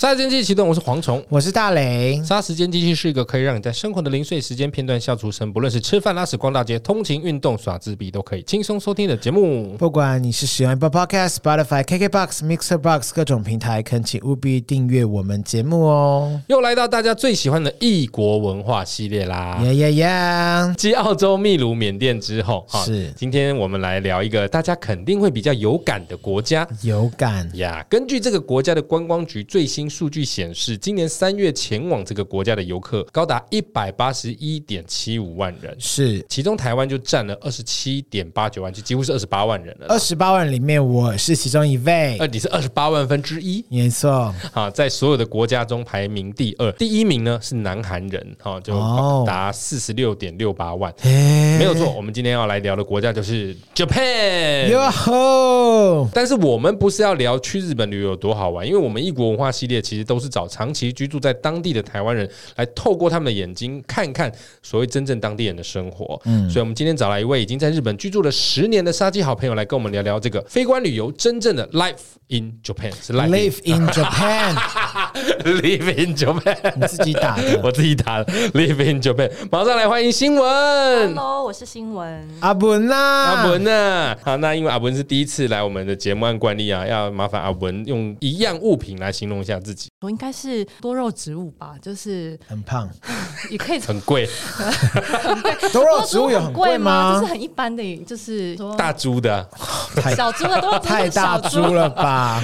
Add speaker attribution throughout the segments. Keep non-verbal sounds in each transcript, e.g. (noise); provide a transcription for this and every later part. Speaker 1: 杀时间机器启动，我是蝗虫。
Speaker 2: 我是大雷，
Speaker 1: 杀时间机器是一个可以让你在生活的零碎时间片段笑出声，不论是吃饭、拉屎、逛大街、通勤、运动、耍自闭，都可以轻松收听的节目。
Speaker 2: 不管你是使用 Apple Podcast、Spotify、KKBox、Mixer Box 各种平台，恳请务必订阅我们节目哦！
Speaker 1: 又来到大家最喜欢的异国文化系列啦。
Speaker 2: 耶耶耶！
Speaker 1: 继澳洲、秘鲁、缅甸之后，哈
Speaker 2: 是
Speaker 1: 今天我们来聊一个大家肯定会比较有感的国家。
Speaker 2: 有感
Speaker 1: 呀根据这个国家的观光局最新数据显示，今年三月前往这个国家的游客高达一百八十一点七五万人，
Speaker 2: 是
Speaker 1: 其中台湾就占了二十七点八九万，就几乎是二十八万人了啦
Speaker 2: 二。十八万里面，我是其中一位，
Speaker 1: 呃，你是二十八万分之一
Speaker 2: 没错，
Speaker 1: 啊，在所有的国家中排名第二，第一名呢是南韩人，哈、就
Speaker 2: 哦
Speaker 1: 达四十六点六八万，
Speaker 2: 哎
Speaker 1: 没有错。我们今天要来聊的国家就是 Japan，
Speaker 2: 哟吼！
Speaker 1: 但是我们不是要聊去日本旅游有多好玩，因为我们异国文化系列其实都是找长期居住在当地的台湾人来透过他们的眼睛看看所谓真正当地人的生活。嗯，所以我们今天找来一位已经在日本居住了十年的沙基好朋友来跟我们聊聊这个非官旅游真正的 life in Japan 是 life in-
Speaker 2: Live in Japan，
Speaker 1: (laughs) live in Japan，
Speaker 2: 你自己打的
Speaker 1: 我自己打的 live in Japan，马上来欢迎新闻。
Speaker 3: Hello，我是新闻。
Speaker 2: 阿文啊啦，
Speaker 1: 阿文呐、好，那因为阿文是第一次来我们的节目，按惯例啊，要麻烦阿文用一样物品来形容一下自己，
Speaker 3: 我应该是多肉植物吧，就是
Speaker 2: 很胖，
Speaker 3: 也可以
Speaker 2: (laughs)
Speaker 3: 多
Speaker 1: 很贵，
Speaker 2: 多肉
Speaker 3: 肉
Speaker 2: 植物有很
Speaker 3: 很
Speaker 2: 贵吗
Speaker 3: 就是？很一般的，就是说
Speaker 1: 大株的啊、
Speaker 2: 太
Speaker 3: 小株的多肉植物
Speaker 2: 太大株。
Speaker 3: 小
Speaker 2: 了吧？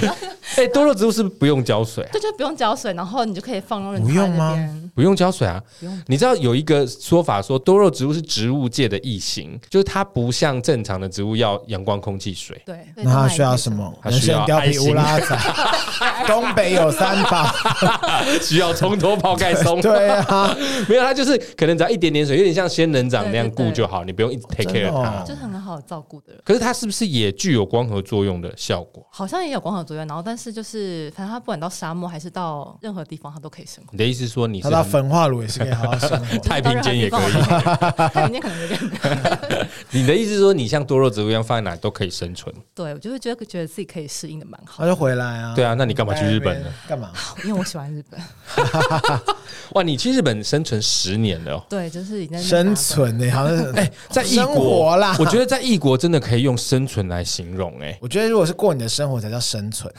Speaker 1: 哎、多肉植物是不是不用浇水啊、
Speaker 3: 对，就不用浇水，然后你就可以放任
Speaker 2: 不用吗？
Speaker 1: 不用浇水啊
Speaker 3: 不用！
Speaker 1: 你知道有一个说法说多肉植物是植物界的异形，就是它不像正常的植物要阳光、空气、水，
Speaker 3: 对，
Speaker 2: 那他需要什？么？
Speaker 1: 他
Speaker 2: 人
Speaker 1: 需要
Speaker 2: 参、貂皮、乌拉仔， (laughs) 东北有三宝。
Speaker 1: 需要从头泡盖松。
Speaker 2: 对啊，
Speaker 1: 没有，它就是可能只要一点点水，有点像仙人掌那样
Speaker 3: 对对
Speaker 1: 顾
Speaker 3: 对
Speaker 1: 就好，你不用一直 take
Speaker 2: 真的
Speaker 1: care
Speaker 2: 哦
Speaker 1: 它。
Speaker 3: 就是很好照顾的人，
Speaker 1: 可是它是不是也具有光合作用的效果？
Speaker 3: 好像也有光合作用，然后但是就是反正他不管到沙漠还是到任何地方，他都可以生活。
Speaker 1: 你的意思是说你
Speaker 2: 他
Speaker 1: 是
Speaker 2: 到
Speaker 1: 很
Speaker 2: 焚化炉也是可以好好生活。
Speaker 1: 太平间也可以
Speaker 3: 就是到任何地方，太平间可能有点难。
Speaker 1: 你的意思是说，你像多肉植物一样放在哪都可以生存？
Speaker 3: 对，我就是觉得觉得自己可以适应的蛮好
Speaker 2: 他就回来啊。
Speaker 1: 对
Speaker 2: 啊，
Speaker 1: 啊，那你干嘛去日本呢？？
Speaker 2: 干嘛？
Speaker 3: 的，因为我喜欢日
Speaker 2: (laughs)
Speaker 3: 本。
Speaker 1: 哇，你去日本生存十年了、哦，
Speaker 3: 对，就是已经在那
Speaker 2: 生
Speaker 3: 边打滚
Speaker 2: 存呢？好像是哎，
Speaker 1: 在异
Speaker 2: 生
Speaker 1: 国
Speaker 2: 活啦。
Speaker 1: 我觉得在异国真的可以用生存来形容、欸。
Speaker 2: 我觉得如果是过你的生活才叫生存，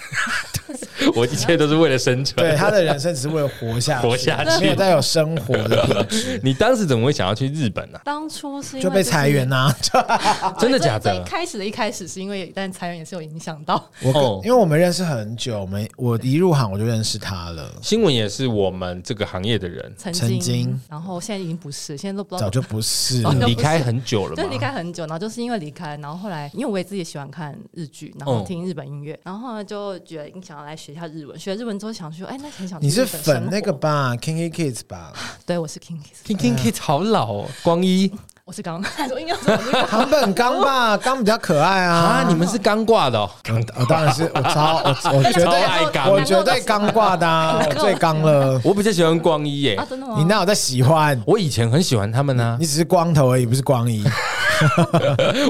Speaker 1: 我一切都是为了生
Speaker 2: 对
Speaker 1: 存。
Speaker 2: 他的人生只是为了活下去
Speaker 1: 活下去
Speaker 2: 没有再有生活 (laughs) 的品质，
Speaker 1: (laughs) 你当时怎么会想要去日本呢、
Speaker 3: 当初是因为
Speaker 2: 就被裁员啊
Speaker 3: 了，
Speaker 2: 呐。就
Speaker 3: 啊
Speaker 1: 真的假
Speaker 3: 最最
Speaker 1: 的
Speaker 3: 一？开始的一开始是因为，但裁员也是有影响到。
Speaker 2: 我跟
Speaker 1: 哦
Speaker 2: 因为我们认识很久，我们我一入行我就认识他了，
Speaker 1: 新闻也是我们这个行业的人，
Speaker 3: 曾
Speaker 2: 曾经
Speaker 3: 然后现在已经不是，现在都不知
Speaker 2: 早
Speaker 3: 道。
Speaker 2: 就不是
Speaker 3: 哦
Speaker 2: 了。
Speaker 1: 离开很久了
Speaker 3: 就是离
Speaker 1: 嘛。
Speaker 3: 开很久，然后就是因为离开，然后后来因为我也自己喜欢看日剧，然
Speaker 2: 嗯
Speaker 3: 后听日本音乐，然后呢就觉得想要来学一下日文，学日文之后想说，哎，那很想去
Speaker 2: 你是
Speaker 3: 日本生活
Speaker 2: 粉那个？吧，Kinky Kids 吧？
Speaker 3: 对，我是 King Kiss，
Speaker 1: King King Kids 好老哦，光一
Speaker 3: 我是刚刚 (laughs) 我应该说我是刚
Speaker 2: 唐本刚吧，刚比较可爱啊。
Speaker 1: 啊，你们是刚挂的哦。
Speaker 2: 我我当然是我超我
Speaker 1: (laughs)
Speaker 2: 我绝
Speaker 1: 超
Speaker 2: 对
Speaker 1: 爱刚
Speaker 2: 我绝对刚挂的啊，我最刚
Speaker 3: (laughs)
Speaker 2: 了。
Speaker 1: 我比较喜欢光一耶、
Speaker 3: 啊，真的吗？
Speaker 2: 你哪有在喜欢？
Speaker 1: 我以前很喜欢他们啊
Speaker 2: 你，只是光头而已，不是光一。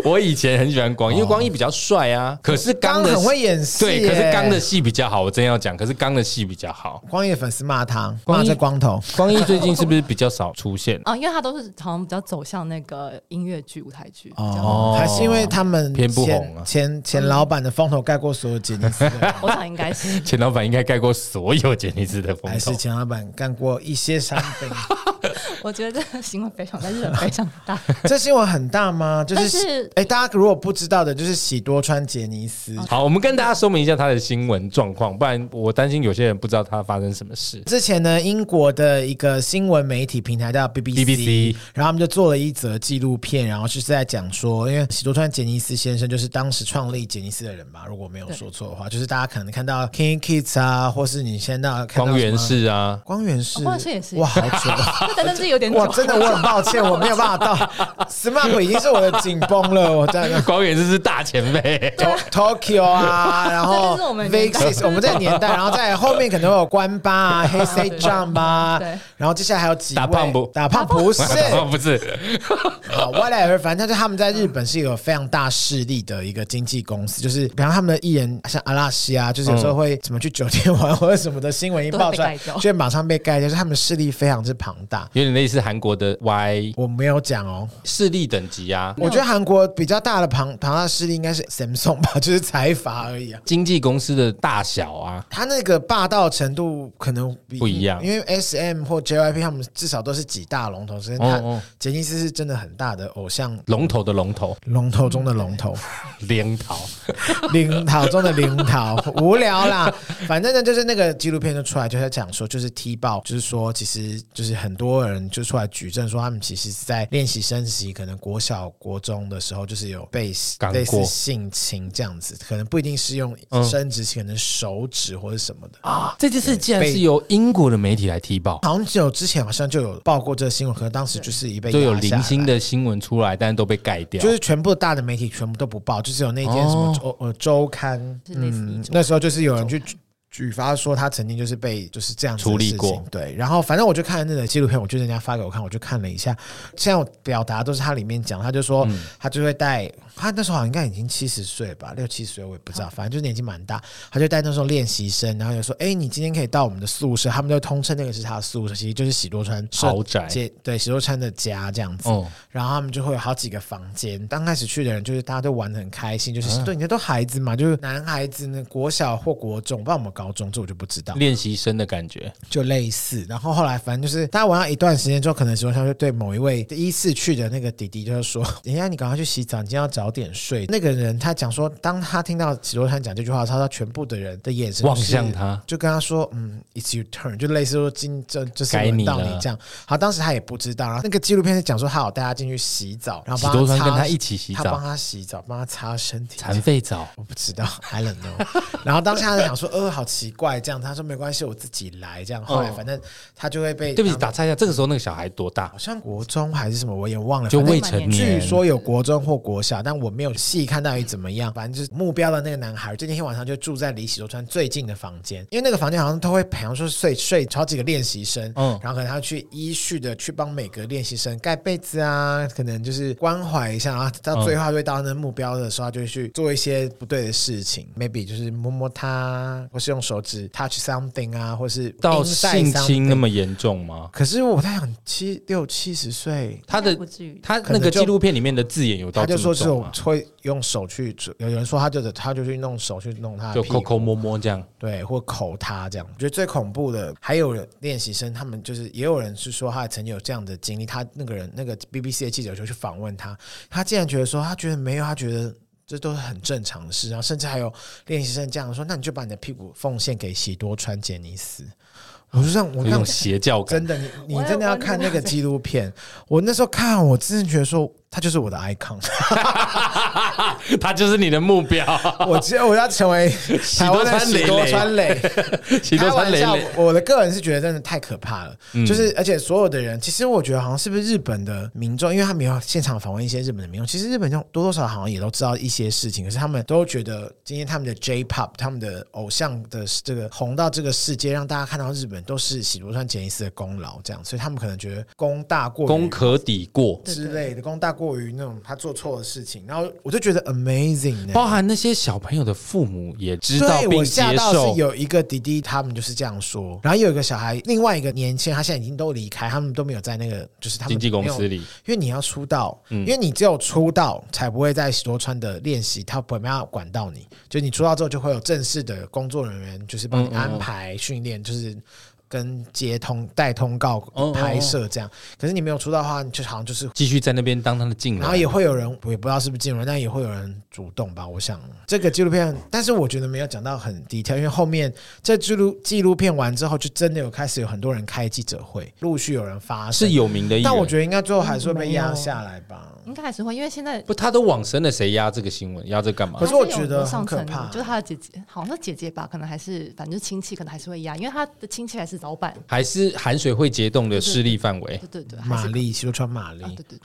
Speaker 1: 我以前很喜欢光一，因为光一比较帅啊。可是
Speaker 2: 刚
Speaker 1: 刚的
Speaker 2: 哦很会演戏耶，
Speaker 1: 对，可是刚的戏比较好，我真要讲，可是刚的戏比较好。
Speaker 2: 光一的粉丝骂他，
Speaker 1: 光一
Speaker 2: 骂这光头。
Speaker 1: 光一最近是不是比较少出现？
Speaker 3: 啊，因为他都是好像比较走向那个音乐剧、舞台剧。哦，
Speaker 2: 哦，还是因为他们
Speaker 1: 偏不
Speaker 2: 前
Speaker 1: 红啊
Speaker 2: 前前老板的风头盖过所有杰尼斯
Speaker 1: (laughs)
Speaker 2: 的人，
Speaker 3: 我想应该是。
Speaker 1: 钱老板应该盖过所有杰尼斯的风
Speaker 2: 还
Speaker 1: 头
Speaker 2: 是。前老板干过一些伤悲。
Speaker 3: 我觉得这个新闻非常在日本非常大，
Speaker 2: (laughs) 这新闻很大吗？就
Speaker 3: 但
Speaker 2: 是
Speaker 3: 是
Speaker 2: 哎，大家如果不知道的，就是喜多川杰尼斯，
Speaker 1: 好，我们跟大家说明一下他的新闻状况，不然我担心有些人不知道他发生什么事。
Speaker 2: 之前呢，英国的一个新闻媒体平台叫 BBC，,
Speaker 1: BBC
Speaker 2: 然后他们就做了一则纪录片，然后就是在讲说，因为喜多川杰尼斯先生就是当时创立杰尼斯的人吧，如果没有说错的话，就是大家可能看到 King Kids 啊，或是你现在到看到
Speaker 1: 光源
Speaker 2: 什么 (laughs)
Speaker 1: 氏啊，
Speaker 2: 光源氏，
Speaker 3: 哦光源氏也是 (laughs)
Speaker 2: 哇，好久，
Speaker 3: 但是这有点久
Speaker 2: 我，真的我很抱歉，我没有办法到 SMAP 已经是我的紧绷了，我在那
Speaker 1: 光远这是大前辈，
Speaker 2: To- Tokyo 啊，
Speaker 3: (laughs)
Speaker 2: 然后
Speaker 3: 这就是我们的年代
Speaker 2: Vixis，我们这个年代，然后在后面可能会有关吧、黑 C
Speaker 3: 对
Speaker 2: Jump 啊
Speaker 3: 对，
Speaker 2: 然后接下来还有几位
Speaker 1: 打胖不
Speaker 2: 打胖不是
Speaker 1: (laughs) 不是，
Speaker 2: 好 whatever，反正就是他们在日本是一个非常大势力的一个经纪公司，就是比方他们的艺人像阿拉西啊，就是有时候会怎么去酒店玩或者什么的新闻一爆出来，
Speaker 3: (laughs) 都会被盖掉
Speaker 2: 就会马上被盖掉，就是他们势力非常之庞大。
Speaker 1: 有点类似韩国的 Y
Speaker 2: 我没有讲哦，
Speaker 1: 势力等级啊。
Speaker 2: 我觉得韩国比较大的庞庞大势力应该是 Samsung 吧，就是财阀而已啊。
Speaker 1: 经纪公司的大小啊，
Speaker 2: 他那个霸道程度可能比
Speaker 1: 不一样
Speaker 2: 因为 S M 或 J Y P 他们至少都是几大龙头，所以
Speaker 1: 哦
Speaker 2: 他
Speaker 1: 哦
Speaker 2: 杰尼斯是真的很大的偶像
Speaker 1: 龙头的龙头，
Speaker 2: 龙头中的龙头。 (laughs)
Speaker 1: 领头。
Speaker 2: 领导中的领导，无
Speaker 1: (laughs)
Speaker 2: 聊啦。反正呢，就是那个纪录片就出来，就在讲说，就是踢爆，就是说，其实就是很多人就出来举证说，他们其实是在练习生时期，可能国小、国中的时候，就是有被
Speaker 1: 干过
Speaker 2: 类似性侵这样子，可能不一定是用
Speaker 1: 嗯
Speaker 2: 生殖器，可能手指或者什么的。
Speaker 1: 这件事竟然
Speaker 2: 被
Speaker 1: 是由英国的媒体来踢爆，
Speaker 2: 好像只有之前好像就有报过这个新闻，可能当时就是一被
Speaker 1: 就有
Speaker 2: 压下
Speaker 1: 零星
Speaker 2: 来。
Speaker 1: 的新闻出来，但是都被盖掉。
Speaker 2: 就是全部大的媒体全部都不报，就只有那间什么
Speaker 1: 哦
Speaker 2: 周、呃周刊，嗯
Speaker 3: 是类似一种
Speaker 2: 那时候就是有人去举举发说他曾经就是被就是这样子的
Speaker 1: 处理
Speaker 2: 事情
Speaker 1: 过
Speaker 2: 对。然后反正我就看了那个纪录片，我就人家发给我看，我就看了一下。现在我表达都是他里面讲，他就说
Speaker 1: 嗯
Speaker 2: 他就会带他那时候好像应该已经七十岁吧，六七十岁我也不
Speaker 3: 嗯
Speaker 2: 知道，反正就是年纪蛮大。他就带那时候练习生，然后就说：“哎、你今天可以到我们的宿舍，他们就通称那个是他的宿舍，其实就是喜多川社
Speaker 1: 豪宅
Speaker 2: 街对喜多川的家这样子。
Speaker 1: 哦，
Speaker 2: 然后他们就会有好几个房间。刚开始去的人就是大家都玩的很开
Speaker 1: 嗯
Speaker 2: 心，就是、对，你这都孩子嘛，就是男孩子呢，国小或国中，不知道我们高中，这我就不知道，
Speaker 1: 练习生的感觉，
Speaker 2: 就类似。然后后来反正就是大家玩到一段时间之后，可能时候上就对某一位第一次去的那个弟弟就是说：“ (laughs) 等一下你赶快去洗澡，你今天要早点睡。”那个人他讲说，当他听到喜罗山讲这句话的时候，他全部的人的眼神
Speaker 1: 望
Speaker 2: 就是
Speaker 1: 向他，
Speaker 2: 就跟他说，嗯，it's your turn，就类似说今这就是
Speaker 1: 该
Speaker 2: 轮
Speaker 1: 你
Speaker 2: 到你
Speaker 1: 了
Speaker 2: 这样。好，当时他也不知道，然后那个纪录片是讲说他有带他进去洗澡，然后
Speaker 1: 喜
Speaker 2: 帮
Speaker 1: 多
Speaker 2: 他
Speaker 1: 川跟
Speaker 2: 擦
Speaker 1: 他一起洗
Speaker 2: 他帮
Speaker 1: 澡，
Speaker 2: 他洗澡，帮他擦身体。
Speaker 1: 残废澡，
Speaker 2: 我不知道，I don't know。然后当下他就想说，呃，好奇怪，这样。他说没关系，我自己来这样。后来
Speaker 1: 哦
Speaker 2: 反正他就会被
Speaker 1: 对不起，
Speaker 2: 当
Speaker 1: 打岔一下，这个时候那个小孩多大
Speaker 2: 好？像国中还是什么，我也忘了。
Speaker 1: 就
Speaker 2: 反正
Speaker 1: 未成
Speaker 2: 据
Speaker 1: 年，
Speaker 2: 说有国中或国小，但我没有细看到底怎么样。反正就是目标的那个男孩，这天晚上就住在离洗手川最近的房间，因为那个房间好像都会好像说睡睡好几个练习生，
Speaker 1: 嗯
Speaker 2: 然后可能他去依序的去帮每个练习生盖被子啊，可能就是关怀一下，然后
Speaker 1: 哦
Speaker 2: 到最后他就会到那目标的时候，他就会去做一些不对的事情，maybe 就是摸摸他，或是用手指 touch something 啊，或是
Speaker 1: 到
Speaker 2: inside
Speaker 1: 性侵那
Speaker 2: something。
Speaker 1: 么严重吗？
Speaker 2: 可是我在想，七六七十岁，
Speaker 1: 他的
Speaker 3: 不至于。
Speaker 1: 他
Speaker 2: 可
Speaker 1: 那
Speaker 2: 能
Speaker 1: 个
Speaker 2: 就
Speaker 1: 纪录片里面的字眼有到
Speaker 2: 他就
Speaker 1: 这么
Speaker 2: 说
Speaker 1: 啊
Speaker 2: 这
Speaker 1: 重
Speaker 2: 种
Speaker 1: 吗？
Speaker 2: 会用手去，有人说他就是他就去弄手去弄他的
Speaker 1: 就
Speaker 2: 屁
Speaker 1: 抠
Speaker 2: 股，
Speaker 1: 抠摸摸这样，
Speaker 2: 对，或口他这样。我觉得最恐怖的还有人练习生，他们就是也有人是说他曾经有这样的经历，他那个人那个 BBC 的记者就去访问他，他竟然觉得说他觉得没有，他觉得。这都是很正常的事，然后甚至还有练习生这样说：“那你就把你的屁股奉献给喜多川杰尼斯。”我就这样，我
Speaker 1: 有一
Speaker 2: 刚
Speaker 1: 种邪教感
Speaker 2: (laughs) 真。的，你你
Speaker 3: 我也
Speaker 2: 真的要
Speaker 3: 完全
Speaker 2: 看那
Speaker 3: 了
Speaker 2: 个
Speaker 3: 解
Speaker 2: 纪录片。我那时候看，我真的觉得说他就是我的 icon。
Speaker 1: 他就是你的目
Speaker 2: (laughs)
Speaker 1: 标， (laughs)
Speaker 2: 我觉得我要成为台湾的喜
Speaker 1: 喜
Speaker 2: 多
Speaker 1: 多
Speaker 2: 川
Speaker 1: 川
Speaker 2: 磊。
Speaker 1: (laughs) 喜多川磊
Speaker 2: 开玩
Speaker 1: 磊
Speaker 2: 笑，我的个人是觉得真的太可怕了。
Speaker 1: 嗯
Speaker 2: 就是而且所有的人，其实我觉得好像是不是日本的民众，因为他们有现场访问一些日本的民众，其实日本众多多少少好像也都知道一些事情，可是他们都觉得今天他们的 J-pop、他们的偶像的这个红到这个世界，让大家看到日本都是喜多川杰尼斯的功劳，这样，所以他们可能觉得功大过于
Speaker 1: 功可抵过，
Speaker 3: 对
Speaker 2: 之类的，功大过于那种他做错的事情，然后我就觉得 amazing 呢、
Speaker 1: 包含那些小朋友的父母也知道
Speaker 2: 对，
Speaker 1: 并
Speaker 2: 我吓
Speaker 1: 接
Speaker 2: 到
Speaker 1: 受
Speaker 2: 是。有一个弟弟，他们就是这样说。然后有一个小孩，另外一个年轻人，他现在已经都离开，他们都没有在那个就是他们
Speaker 1: 经纪公
Speaker 2: 没
Speaker 1: 司嗯
Speaker 2: 有
Speaker 1: 里，
Speaker 2: 因为你要出道，因为你只有出道才不会在喜多川的练习，他不没办法管到你。就你出道之后，就会有正式的工作人员，就是帮你
Speaker 1: 嗯嗯嗯
Speaker 2: 安排训练，就是。跟接通带通告
Speaker 1: 哦哦哦
Speaker 2: 拍摄这样，可是你没有出道的话，你就好像就是
Speaker 1: 继续在那边当他的进
Speaker 2: 然
Speaker 1: 来
Speaker 2: 后。也会有人，我也不知道是不是进入，但也会有人主动吧。我想这个纪录片，但是我觉得没有讲到很低调，因为后面这纪录纪录片完之后，就真的有开始有很多人开记者会，陆续有人发声
Speaker 1: 是，有名的艺人，
Speaker 2: 但我觉得应该最后还是会
Speaker 3: 嗯
Speaker 2: 被
Speaker 3: 没有
Speaker 2: 压下来吧。
Speaker 3: 应该还是会，因为现在
Speaker 1: 不，他都往生了，谁压这个新闻？压这干嘛
Speaker 2: 可？是我觉得
Speaker 3: 还是有
Speaker 2: 很
Speaker 3: 上
Speaker 2: 可
Speaker 3: 层
Speaker 2: 怕
Speaker 3: 就是他的姐姐，好像是姐姐吧，可能还是反正亲戚，可能还是会压，因为他的亲戚还是死早版，
Speaker 1: 还是含水会结冻的势力范围。
Speaker 3: 对对对，还
Speaker 2: 玛
Speaker 3: 是
Speaker 2: 丽，西川 (laughs) 玛丽
Speaker 3: 啊，，对对，对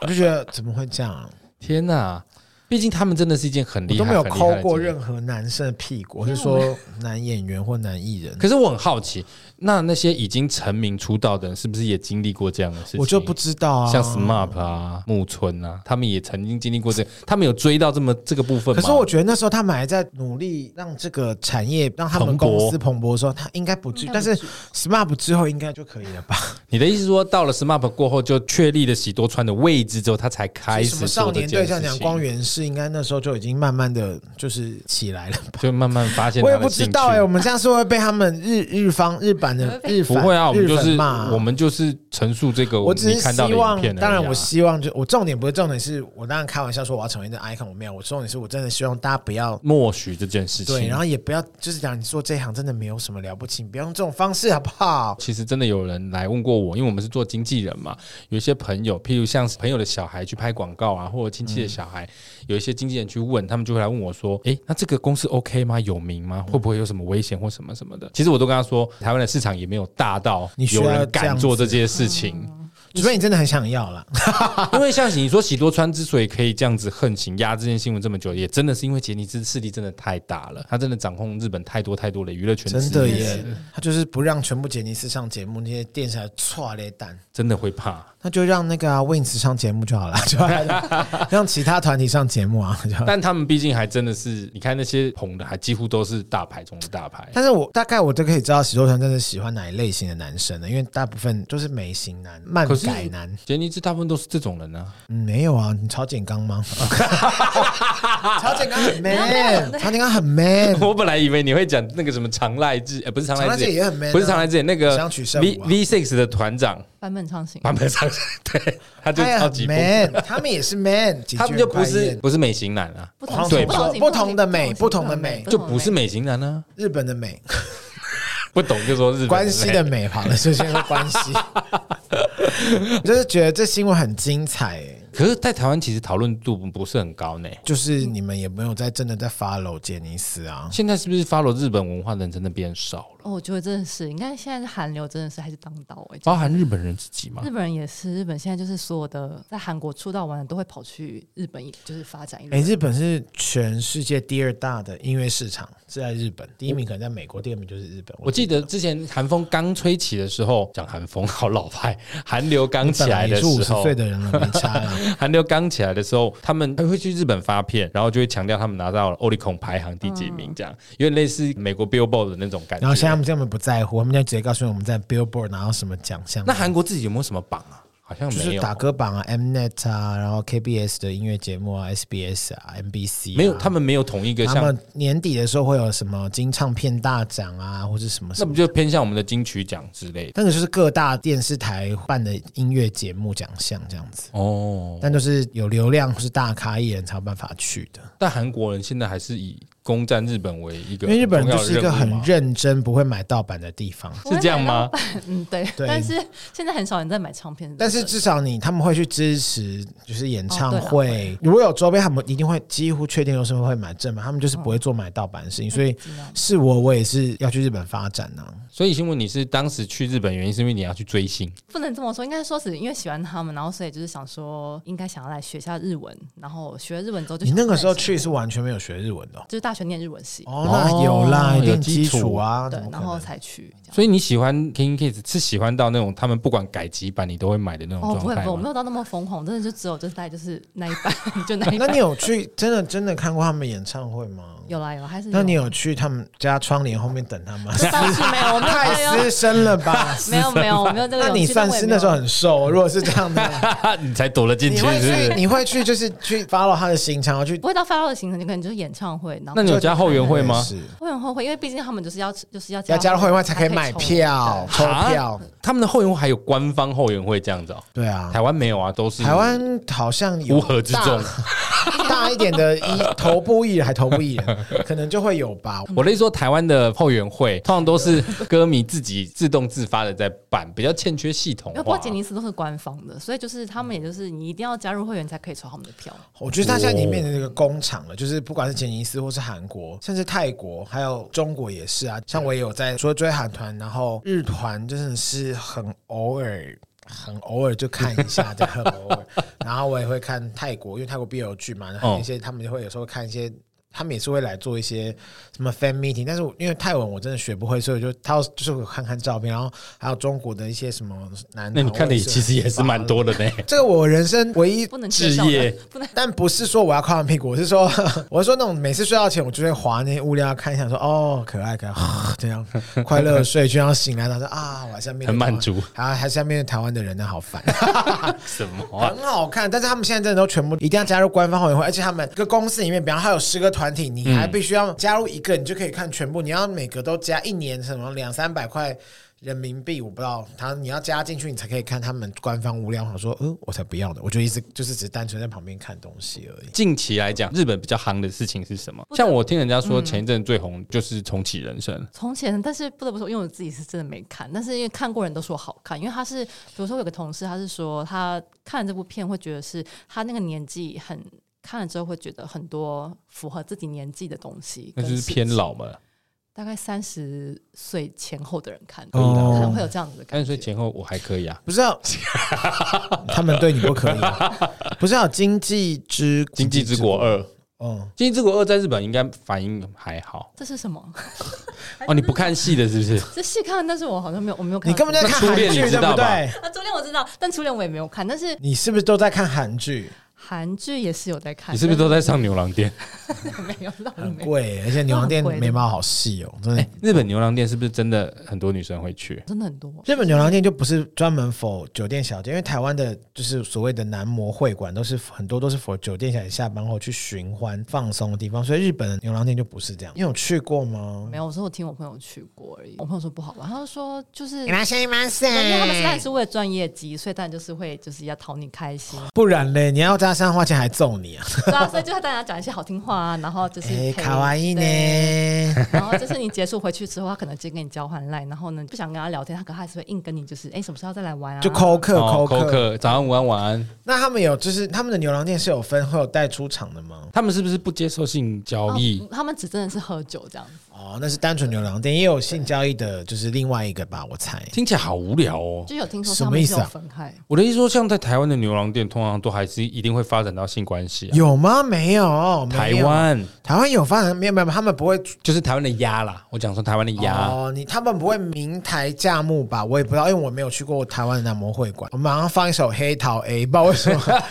Speaker 2: 我就觉得怎么会这样？
Speaker 1: 天哪！毕竟他们真的是一件很
Speaker 2: 我
Speaker 1: 厉
Speaker 2: 都
Speaker 1: 害、
Speaker 2: 没有
Speaker 1: 很厉
Speaker 2: 抠
Speaker 1: 害的
Speaker 2: 过
Speaker 1: 职业
Speaker 2: 任何男生的屁股，我是说男演员或男艺人，
Speaker 1: 可是我很好奇，那那些已经成名出道的人，是不是也经历过这样的事情？
Speaker 2: 我就不知道啊。
Speaker 1: 像 SMAP 啊、木村啊，他们也曾经经历过这，他们有追到这么这个部分吗？
Speaker 2: 可是我觉得那时候他们还在努力让这个产业让他们
Speaker 1: 蓬勃
Speaker 2: 公司蓬勃的时候，他应该不至于
Speaker 3: 应。该
Speaker 2: 但
Speaker 3: 不
Speaker 2: 是
Speaker 3: 至于
Speaker 2: SMAP 之后应该就可以了吧？
Speaker 1: 你的意思是说，到了 SMAP 过后，就确立了喜多川的位置之后，他才 (laughs) 开
Speaker 2: 什么
Speaker 1: 始
Speaker 2: 少
Speaker 1: 做这
Speaker 2: 年队
Speaker 1: 件
Speaker 2: 像
Speaker 1: 事
Speaker 2: 蒋
Speaker 1: 情，
Speaker 2: 光源氏，应该那时候就已经慢慢的就是起来了
Speaker 1: (laughs)
Speaker 2: 吧？
Speaker 1: 就慢慢发现
Speaker 2: 我
Speaker 1: 他
Speaker 2: 也
Speaker 1: 的
Speaker 2: 不知道哎、
Speaker 1: 兴
Speaker 2: 我
Speaker 1: 趣
Speaker 2: 们这样是会被他们日日方日版
Speaker 3: (laughs)
Speaker 2: 的日
Speaker 1: 不
Speaker 2: 反
Speaker 1: 会啊，我们
Speaker 2: 日
Speaker 1: 就
Speaker 2: 粉
Speaker 1: 是
Speaker 2: 骂
Speaker 1: 我们就是陈述这个
Speaker 2: 我只
Speaker 1: 你
Speaker 2: 是
Speaker 1: 看到的
Speaker 2: 希
Speaker 1: 影
Speaker 2: 望
Speaker 1: 片、，啊
Speaker 2: 当然我希望就我重点不是重点是，我当然开玩笑说我要成为一个 icon，我没有，我重点是我真的希望大家不要
Speaker 1: 默许这件事情。
Speaker 2: 对，然后也不要就是讲你做这一行真的没有什么了不起，你不要用这种方式好不好？
Speaker 1: 其实真的有人来问过我，因为我们是做经纪人嘛，有一些朋友，譬如像是朋友的小孩去拍广告啊，或者亲戚的小孩，
Speaker 2: 嗯
Speaker 1: 有一些经纪人去问，他们就会来问我说：“诶，那这个公司 OK 吗？有名吗？
Speaker 2: 嗯
Speaker 1: 会不会有什么危险或什么什么的？”其实我都跟他说，台湾的市场也没有大到
Speaker 2: 你需
Speaker 1: 有
Speaker 2: 要
Speaker 1: 人
Speaker 2: 这
Speaker 1: 敢
Speaker 2: 样子
Speaker 1: 做这件事情，
Speaker 2: 除非你真的很想要啦。
Speaker 1: (laughs) 因为像你说喜多川之所以可以这样子横行压这件新闻这么久，也真的是因为杰尼斯势力真的太大了，他真的掌控日本太多太多的娱乐圈，
Speaker 2: 真的耶，，他就是不让全部杰尼斯上节目，那些电视台错嘞蛋，
Speaker 1: 真的会怕。
Speaker 2: 那就让那个、啊、Wins 上节目就好了，就让其他团体上节目啊。就
Speaker 1: (laughs) 但他们毕竟还真的是，你看那些捧的，还几乎都是大牌中的大牌。
Speaker 2: 但是我大概我都可以知道，喜多川真的喜欢哪一类型的男生呢？因为大部分都是美型男、漫
Speaker 1: 可是
Speaker 2: 改男。
Speaker 1: 杰尼斯大部分都是这种人啊，
Speaker 2: 嗯，没有啊，你超简刚吗？ (laughs) 超简刚很
Speaker 3: 有
Speaker 2: man，超简刚很
Speaker 1: (laughs)
Speaker 2: man，
Speaker 1: 我本来以为你会讲那个什么长濑智，呃，不是长
Speaker 2: 常
Speaker 1: 濑
Speaker 2: 来姐
Speaker 1: 智，
Speaker 2: 也很 man，啊
Speaker 1: 不是长濑智，那个
Speaker 2: 想取胜
Speaker 1: V
Speaker 2: 舞啊
Speaker 1: V Six 的团长 (laughs)
Speaker 3: 版本唱
Speaker 2: 啊
Speaker 3: 行。
Speaker 1: 坂本昌 (laughs) 司，对，他就
Speaker 2: 他也
Speaker 1: 超
Speaker 2: 很
Speaker 1: 级疯
Speaker 2: 哎 man，他们也是 man，
Speaker 1: 他们就不
Speaker 2: 几句很怪
Speaker 1: 是
Speaker 2: 艳
Speaker 1: 不是美型男啊，
Speaker 3: 不
Speaker 2: 黄
Speaker 3: 同
Speaker 1: 对
Speaker 3: 型
Speaker 2: 吧
Speaker 3: 型
Speaker 2: 不同的美
Speaker 3: 不
Speaker 2: 不同的美
Speaker 1: 就不是
Speaker 3: 美
Speaker 1: 美型男啊，
Speaker 2: 日本的美，
Speaker 1: 不懂就说日本人
Speaker 2: 关系的美，好了，首先说关
Speaker 1: (laughs)
Speaker 2: 系。我就是觉得这新闻很精彩、欸，
Speaker 1: 可是，在台湾其实讨论度不是很高呢。
Speaker 2: 就是你们也没有在真的在 follow 杰尼斯啊，
Speaker 1: 现在是不是 follow 日本文化的人真的变少了？
Speaker 3: 哦，我觉得真的是，你看现在的韩流真的是还是当道哎、
Speaker 2: 哦
Speaker 1: 包含日本人自己吗
Speaker 3: 日？本人也是，日本现在就是所有的在韩国出道完的都会跑去日本，就是发展一
Speaker 1: 嗯
Speaker 2: 哎、
Speaker 3: 轮。
Speaker 2: 日本是全世界第二大的音乐市场，是在日本，第一名可能在美国，第二名就是日本。
Speaker 1: 我记得之前寒风刚吹起的时候，讲寒风好老派，寒流刚起来
Speaker 2: 本也
Speaker 1: 的
Speaker 2: 是五
Speaker 1: 时
Speaker 2: 十
Speaker 1: 候
Speaker 2: 岁，的人了，没差了。
Speaker 1: 寒流刚起来的时候，他们还会去日本发片，然后就会强调他们拿到了欧力孔排行第几名，这样有点类似美国 Billboard 的那种感觉。
Speaker 2: 哦然后现在他们根本不在乎，他们就直接告诉我们在 Billboard 拿到什么奖项。
Speaker 1: 那韩国自己有没有什么榜啊？好像
Speaker 2: 就
Speaker 1: 没
Speaker 2: 是
Speaker 1: 有，
Speaker 2: 打歌榜啊，Mnet 啊，然后 KBS 的音乐节目啊，SBS 啊，MBC 啊
Speaker 1: 没有，他们没有同一个
Speaker 2: 他
Speaker 1: 像，
Speaker 2: 们年底的时候会有什么金唱片大奖啊，或者什么
Speaker 1: 那
Speaker 2: 什
Speaker 1: 不
Speaker 2: 么。
Speaker 1: 就偏向我们的金曲奖之类的
Speaker 2: 那个就是各大电视台办的音乐节目奖项这样子，
Speaker 1: 哦？
Speaker 2: 但都是有流量或是大咖艺人才有办法去的，
Speaker 1: 但韩国人现在还是以攻占日本为一个
Speaker 2: 因为日本
Speaker 1: 很
Speaker 2: 人就
Speaker 1: 重要的
Speaker 2: 是一个
Speaker 1: 任务
Speaker 2: 很
Speaker 1: 嘛
Speaker 2: 认真不会买盗版的地方。
Speaker 1: 是这样吗？
Speaker 3: 嗯，对。
Speaker 2: 对
Speaker 3: 但是现在很少人在买唱片，
Speaker 2: 但是至少你他们会去支持，就是演唱
Speaker 3: 哦对啦
Speaker 2: 会。如果有周边，他们一定会几乎确定有什么会买正版，他们就是不会做买盗版的
Speaker 3: 嗯
Speaker 2: 事情。所以是我，我也是要去日本发展呢、
Speaker 1: 所以新闻你是当时去日本原因是因为你要去追星，
Speaker 3: 不能这么说，应该说是因为喜欢他们，然后所以就是想说，应该想要来学一下日文，然后学了日文之后就
Speaker 2: 你
Speaker 3: 想
Speaker 2: 那个时候
Speaker 3: 再
Speaker 2: 去是完全没有学日文的哦、
Speaker 3: 就是大学念日文系，
Speaker 2: 哦，那有啦，
Speaker 1: 哦
Speaker 2: 一定
Speaker 1: 有基
Speaker 2: 基
Speaker 1: 础
Speaker 2: 础啊，
Speaker 3: 对
Speaker 2: 怎么，可
Speaker 3: 然后
Speaker 2: 能
Speaker 3: 才去这样。
Speaker 1: 所以你喜欢 King Kids 是喜欢到那种他们不管改几版你都会买的那
Speaker 3: 哦，
Speaker 1: 种
Speaker 3: 不会
Speaker 1: 状
Speaker 3: 不
Speaker 1: 态
Speaker 3: 会，我没
Speaker 1: 吗？
Speaker 3: 有到那么疯狂，我真的就只有就是大概就是那一版， (laughs) 就那一
Speaker 2: 那
Speaker 3: 版。
Speaker 2: 你有去真的真的看过他们演唱会吗？
Speaker 3: 有啦有啦，还是
Speaker 2: 那你有去他们家窗帘后面等他
Speaker 3: (laughs)
Speaker 2: 吗？
Speaker 3: 当时没有，我没有
Speaker 2: 太资深了吧？
Speaker 3: 没有没有我没有这个
Speaker 2: 那
Speaker 3: 勇气。
Speaker 2: 你算是那时候
Speaker 3: 但
Speaker 2: 很瘦，如果是这样的，
Speaker 1: (laughs) (laughs) 你才躲了进
Speaker 2: 你
Speaker 1: 去，
Speaker 2: 会
Speaker 1: 是不
Speaker 2: 去
Speaker 1: 是？
Speaker 2: 你会去就是去 follow 他的行程，然后去
Speaker 3: 我也没有不会到发到的行程，就可能就是演唱会，然后
Speaker 1: 那你有加后援会吗？
Speaker 2: 是
Speaker 3: 会很后悔，因为毕竟他们就是要就是要
Speaker 2: 要加入会员会才可以
Speaker 3: 抽
Speaker 2: 买票、抽
Speaker 1: 啊
Speaker 2: 票。
Speaker 1: 他们的后援会还有官方后援会这样子哦，
Speaker 2: 对啊
Speaker 1: 台，湾没有啊，都是
Speaker 2: 台湾好像有
Speaker 1: 乌合之众。
Speaker 2: 大 (laughs) 大一点的一头部艺人还头部艺人，可能就会有吧。
Speaker 1: 我的意思说，台湾的后援会通常都是歌迷自己自动自发的在办，比较欠缺系统
Speaker 3: 因为不
Speaker 1: 化
Speaker 3: 过。杰尼斯都是官方的，所以就是他们也就是你一定要加入会员才可以抽他们的票。
Speaker 1: 哦
Speaker 2: 我觉得他现在里面的这个工厂了，就是不管是杰尼斯或是韩韩国，甚至泰国，还有中国也是啊。像我也有在说追韩团，然后日团真的是很偶尔。很偶尔就看一下，这样很偶尔。然后我也会看泰国，因为泰国 BL 剧嘛，
Speaker 1: 哦
Speaker 2: 然后一些他们就会有时候看一些，他们也是会来做一些什么 fan meeting。但是我因为泰文我真的学不会，所以我就他就是我看看照片，然后还有中国的一些什么男团。
Speaker 1: 那你看的也其实也是蛮多的
Speaker 2: (laughs)
Speaker 1: 呢。
Speaker 2: 这个我人生唯一
Speaker 3: 不能
Speaker 1: 置
Speaker 3: 介绍的
Speaker 1: 业
Speaker 3: 不能
Speaker 2: 但不是说我要靠他屁股，我是说， (laughs) 我是说那种每次睡觉前我就会划那些物料看一下，说哦可爱可 (laughs) 爱，这样快乐地睡，就像醒来，他说啊我还是要面对
Speaker 1: 很满
Speaker 2: 台湾
Speaker 1: 足，
Speaker 2: 啊还是要面对台湾的人，那好烦， (laughs)
Speaker 1: 什么啊？
Speaker 2: 很好看。但是他们现在真的都全部一定要加入官方后援会，而且他们一个公司里面，比方还有十个团体，你还必须要加入一个，你就可以看全部。你要每个都加一年什么两三百块。人民币我不知道，他你要加进去，你才可以看他们官方无料。我说，呃，我才不要的，我就一直就是只单纯在旁边看东西而已。
Speaker 4: 近期来讲，日本比较夯的事情是什么？
Speaker 1: 像我听人家
Speaker 3: 嗯
Speaker 1: 说，前一阵最红就是重启人生，
Speaker 3: 从前，但是不得不说，因为我自己是真的没看，但是因为看过人都说好看，因为他是，比如说我有个同事，他是说他看这部片会觉得是他那个年纪很看了之后会觉得很多符合自己年纪的东西，
Speaker 1: 那就是偏，老嘛。
Speaker 3: 大概三十岁前后的人看，可
Speaker 1: 以啦
Speaker 3: 能会有这样子的
Speaker 1: 三
Speaker 3: 感
Speaker 1: 十岁
Speaker 3: 觉。
Speaker 1: 前后我还可以啊。
Speaker 2: 不是、啊，他们对你不可以、不是、啊《经济之
Speaker 1: 《经济之国》二》，《
Speaker 2: 嗯，
Speaker 1: 经济之国二》在日本应该反应还好
Speaker 3: 这是什么？ (laughs)
Speaker 1: 哦。你不看戏的是不是？
Speaker 3: 这细看，但是我好像没有，我没有看
Speaker 2: 你
Speaker 3: 到
Speaker 2: 根本就在看
Speaker 1: 初
Speaker 2: 韩
Speaker 1: 恋你
Speaker 2: 剧，
Speaker 1: 知
Speaker 2: 对
Speaker 1: 道
Speaker 2: 不
Speaker 1: 吧
Speaker 2: 对？
Speaker 3: (laughs) 啊，初恋我知道，但初恋我也没有看，但是
Speaker 2: 你是不是都在看韩剧？
Speaker 3: 韩剧也是有在
Speaker 1: (laughs)
Speaker 3: 看。
Speaker 1: 你是不是都在上牛郎 (laughs) 店？
Speaker 3: 但是没有？那我
Speaker 2: 很
Speaker 3: 没有，
Speaker 2: 贵，而且牛郎店
Speaker 3: 那很贵的
Speaker 2: 眉毛好细哦，真的。
Speaker 1: 日本牛郎店是不是真的很多女生会去？
Speaker 3: 真的很多。
Speaker 2: 日本牛郎店就不是专门否酒店小姐，因为台湾的就是所谓的男模会馆，都是很多都是否酒店小姐下班后去寻欢放松的地方，所以日本的牛郎店就不是这样。你有去过吗
Speaker 3: 没？有，我说我听我朋友去过而已。我朋友说不好玩，他就说就是
Speaker 1: 哎
Speaker 2: 你。来先吗？
Speaker 3: 因为他们是当然是为了赚业绩，所以当然就是会就是要讨你
Speaker 1: (laughs)
Speaker 3: 开心，
Speaker 2: 不然嘞，你要在他身上花钱还揍你啊！
Speaker 3: 对啊，所以就是大家讲一些好听话啊，然后就是
Speaker 2: 哎，
Speaker 3: 陪
Speaker 2: 卡哇伊呢？
Speaker 3: 对然后就是你结束回去之后，他可能直接跟你交换赖，然后呢不想跟他聊天，他可能还是会硬跟你就是哎、什么时候再来玩
Speaker 2: (laughs)
Speaker 3: 啊？
Speaker 2: 就扣客
Speaker 1: 哦
Speaker 2: 扣客。
Speaker 1: 客，早安、午安、晚安。
Speaker 2: 那他们有就是他们的牛郎店是有分会有带出场的吗？
Speaker 1: 他们是不是不接受性交易？
Speaker 3: 哦他们只真的是喝酒这样子，
Speaker 2: 哦，那是单纯牛郎店，也有性交易的，就是另外一个吧，我猜。
Speaker 1: 听起来好无聊哦。
Speaker 3: 就有听说
Speaker 2: 什
Speaker 3: 他
Speaker 2: 么
Speaker 3: 们
Speaker 2: 意
Speaker 3: 是
Speaker 2: 思
Speaker 3: 有
Speaker 2: 啊
Speaker 3: 分开，
Speaker 1: 我的意思说，像在台湾的牛郎店，通常都还是一定会发展到性关系、啊。
Speaker 2: (laughs) 有吗？没有，没
Speaker 1: 台
Speaker 2: 有
Speaker 1: 湾
Speaker 2: 台湾有发展，没有没有，他们不会
Speaker 1: 啊就是台湾的鸭啦，我讲说台湾的鸭。
Speaker 2: 哦，你他们不会明台价目吧？我也不知道，因为我没有去过台湾的男模会馆。我马上放一首《黑桃 A》，不知道为什 (laughs) 么。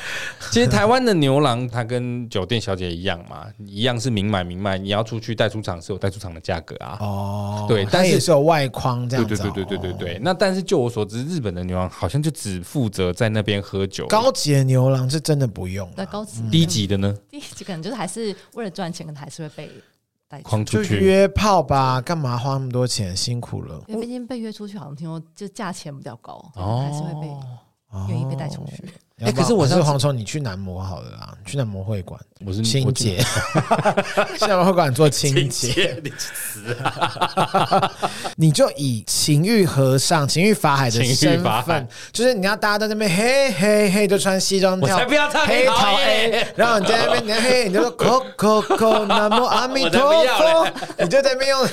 Speaker 1: 其实台湾的牛郎，它跟酒店小姐一样嘛，一样是明买明卖，你要出去带出场是有带出场的价格啊。
Speaker 2: 哦，
Speaker 1: 对
Speaker 2: 它
Speaker 1: 但是
Speaker 2: 也是有外框这
Speaker 1: 对
Speaker 2: 样
Speaker 1: 对
Speaker 2: 子、哦
Speaker 1: 对对对对。对。那但是就我所知，日本的牛郎好像就只负责在那边喝酒。
Speaker 2: 哦高级的牛郎是真的不用、
Speaker 3: 那
Speaker 2: 啊，
Speaker 3: 高级
Speaker 1: 低级的呢，
Speaker 3: 第一集可能就是还是为了赚钱，可能还是会被带去。
Speaker 1: 框
Speaker 2: 就
Speaker 1: 出去。
Speaker 2: 约炮吧，干嘛花那么多钱？辛苦了。
Speaker 3: 因为毕竟被约出去，好像听说就价钱比较高，
Speaker 1: 哦
Speaker 3: 还是会被愿意被带出去。
Speaker 2: 哎、
Speaker 1: 可是我上
Speaker 2: 是
Speaker 1: 次
Speaker 2: 黄虫，你去男模好了啦，你去男模会馆
Speaker 1: 我是
Speaker 2: 清 (laughs) 洁，去男模会馆做清洁。
Speaker 1: (laughs) 你去死啊！
Speaker 2: 你就以情欲和尚、情欲法海的
Speaker 1: 情欲
Speaker 2: 身
Speaker 1: 法海
Speaker 2: 份，就是你要大家在那边嘿嘿嘿，就穿西装
Speaker 1: 我
Speaker 2: 跳
Speaker 1: 才不要唱
Speaker 2: 黑
Speaker 1: 黑桃
Speaker 2: 桃
Speaker 1: A
Speaker 2: A，然后你在那边你嘿，你就说 co co co 南无阿弥陀
Speaker 1: 我才不要
Speaker 2: 佛，你就在那边用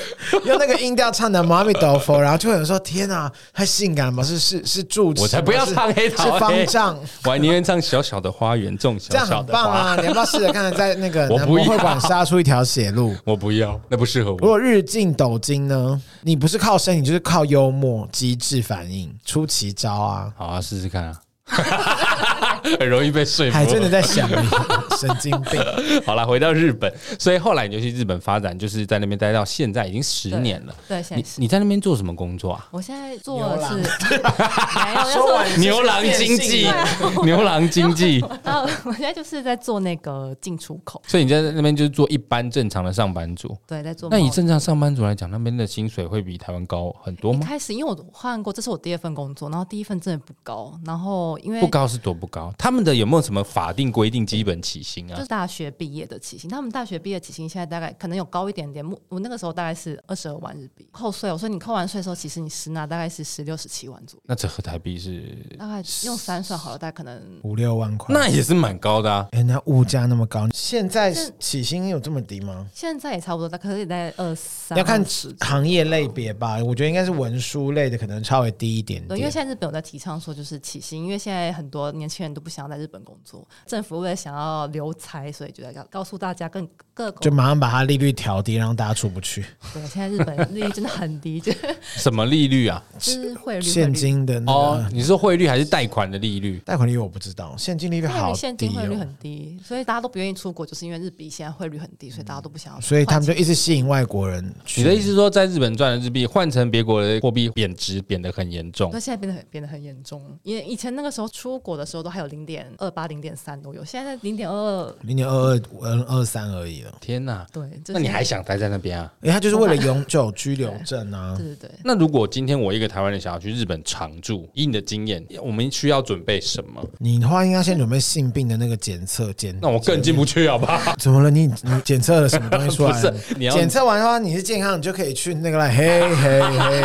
Speaker 2: 用那个音调唱南无阿弥陀佛，然后就有人说天哪、太性感了吧？是是是住持吗，
Speaker 1: 我才不要
Speaker 2: 是
Speaker 1: 唱哎黑桃 A
Speaker 2: 是方丈，
Speaker 1: 我还宁愿唱小小的花园，种小
Speaker 2: 这样
Speaker 1: 小
Speaker 2: 很
Speaker 1: 的
Speaker 2: 棒
Speaker 1: 花。 (laughs)
Speaker 2: 啊！你要不要试着看，在那个
Speaker 1: 我
Speaker 2: 南
Speaker 1: 不
Speaker 2: 无
Speaker 1: 要
Speaker 2: 会馆杀出一条血路？
Speaker 1: 我不要，那不适合
Speaker 2: 如
Speaker 1: 我。
Speaker 2: 果日进斗金呢？你不是靠身体，就是靠幽默、机智反应、出奇招啊！
Speaker 1: 好啊，试试看啊， (laughs) 很容易被说服。
Speaker 2: 还哎真的在想你， (laughs) 神经病！
Speaker 1: 好了，回到日本，所以后来你就去日本发展，就是在那边待到现在已经十年了。
Speaker 3: 对，现在
Speaker 1: 你
Speaker 3: 是。
Speaker 1: 你在那边做什么工作
Speaker 3: (laughs)
Speaker 1: 啊？
Speaker 3: 我现在做的是
Speaker 2: 牛 (laughs)
Speaker 3: 没有，要
Speaker 2: 说
Speaker 3: 做
Speaker 2: 完是
Speaker 1: 牛郎经
Speaker 3: (laughs)
Speaker 1: 济，牛郎经济。
Speaker 3: 啊，我现在就是在做那个进出口，
Speaker 1: 所以你在那边就是做一般正常的上班族。
Speaker 3: 对，在做贸
Speaker 1: 那
Speaker 3: 易。
Speaker 1: 以正常上班族来讲，那边的薪水会比台湾高很多
Speaker 3: 一
Speaker 1: 吗？
Speaker 3: 开始因为我换过，这是我第二份工作，然后第一份真的不高，然后因为
Speaker 1: 不高是多不高？他们的有没有什么法定规定基本起薪
Speaker 3: 就
Speaker 1: 啊？
Speaker 3: 是大学毕业的起薪，他们大学毕业起薪现在大概可能有高一点点，我我那个时候大概是二十二万日币，扣税哦，我说你扣完税的时候，其实你实拿大概是十六十七万左右，
Speaker 1: 那折合台币是，
Speaker 3: 大概用三算好了，大概可能
Speaker 2: 五六万块。
Speaker 1: 那也是蛮高的
Speaker 3: (laughs)
Speaker 1: 啊。
Speaker 2: 哎、那物价那么高，现在
Speaker 3: 是
Speaker 2: 起薪有这么低吗？
Speaker 3: 现在也差不多，大可是也在二三，
Speaker 2: 要看
Speaker 3: 十。
Speaker 2: 行业类别吧，我觉得应该是文书类的，可能稍微低一点
Speaker 3: 对，因为
Speaker 2: 点。
Speaker 3: 现在日本有在提倡说就是起薪，因为现在很多年轻人都不想要在日本工作，政府为了想要留才，所以就要告诉大家更各
Speaker 2: 就
Speaker 3: 国
Speaker 2: 马上把它利率调低，让大家出不去。
Speaker 3: 对，现在日本利率真的很低，就
Speaker 1: 什么利率啊？
Speaker 3: 就是汇
Speaker 2: (laughs)
Speaker 3: 率
Speaker 2: 现。
Speaker 3: 汇率
Speaker 2: 金的那
Speaker 1: 哦
Speaker 2: 个，
Speaker 1: 你是汇率还是贷款的利率？
Speaker 2: 贷款利率我不知道，现金利率
Speaker 3: 对
Speaker 2: 好
Speaker 3: 现
Speaker 2: 低
Speaker 3: 金汇率
Speaker 2: 哦，
Speaker 3: 很低，所以大家都不愿意出国，就是因为日币现在汇率很低，所以大家都不想要。
Speaker 2: 嗯所以他们就一直吸引外国人去。
Speaker 1: 你的意思是说，在日本赚的日币换成别国的货币贬值，贬得很严重
Speaker 3: 那。现在变得很变得很严重，因为以前那个时候出国的时候都还有零点二八、零点三都有，现在零点二二，
Speaker 2: 零点二二二三而已了，
Speaker 1: 天哪，
Speaker 3: 对，就是嗯
Speaker 1: 那你还想待在那边啊？
Speaker 2: 因为他就是为了
Speaker 3: (laughs)
Speaker 2: 永久居留证啊
Speaker 3: 对。对对，
Speaker 1: 那如果今天我一个台湾人想要去日本常住，以你的经验，我们需要准备什么？
Speaker 2: 你的话应该先准备性病的那个检测检，
Speaker 1: 那我更进不去，好不
Speaker 3: (laughs)
Speaker 1: 好？
Speaker 2: (laughs) 怎么了？你你检测了什么东西出来
Speaker 1: (laughs)
Speaker 2: 了？
Speaker 1: 不是你要
Speaker 2: 检测完的话，你是健康，你就可以去那个了，嘿 (laughs) 嘿嘿，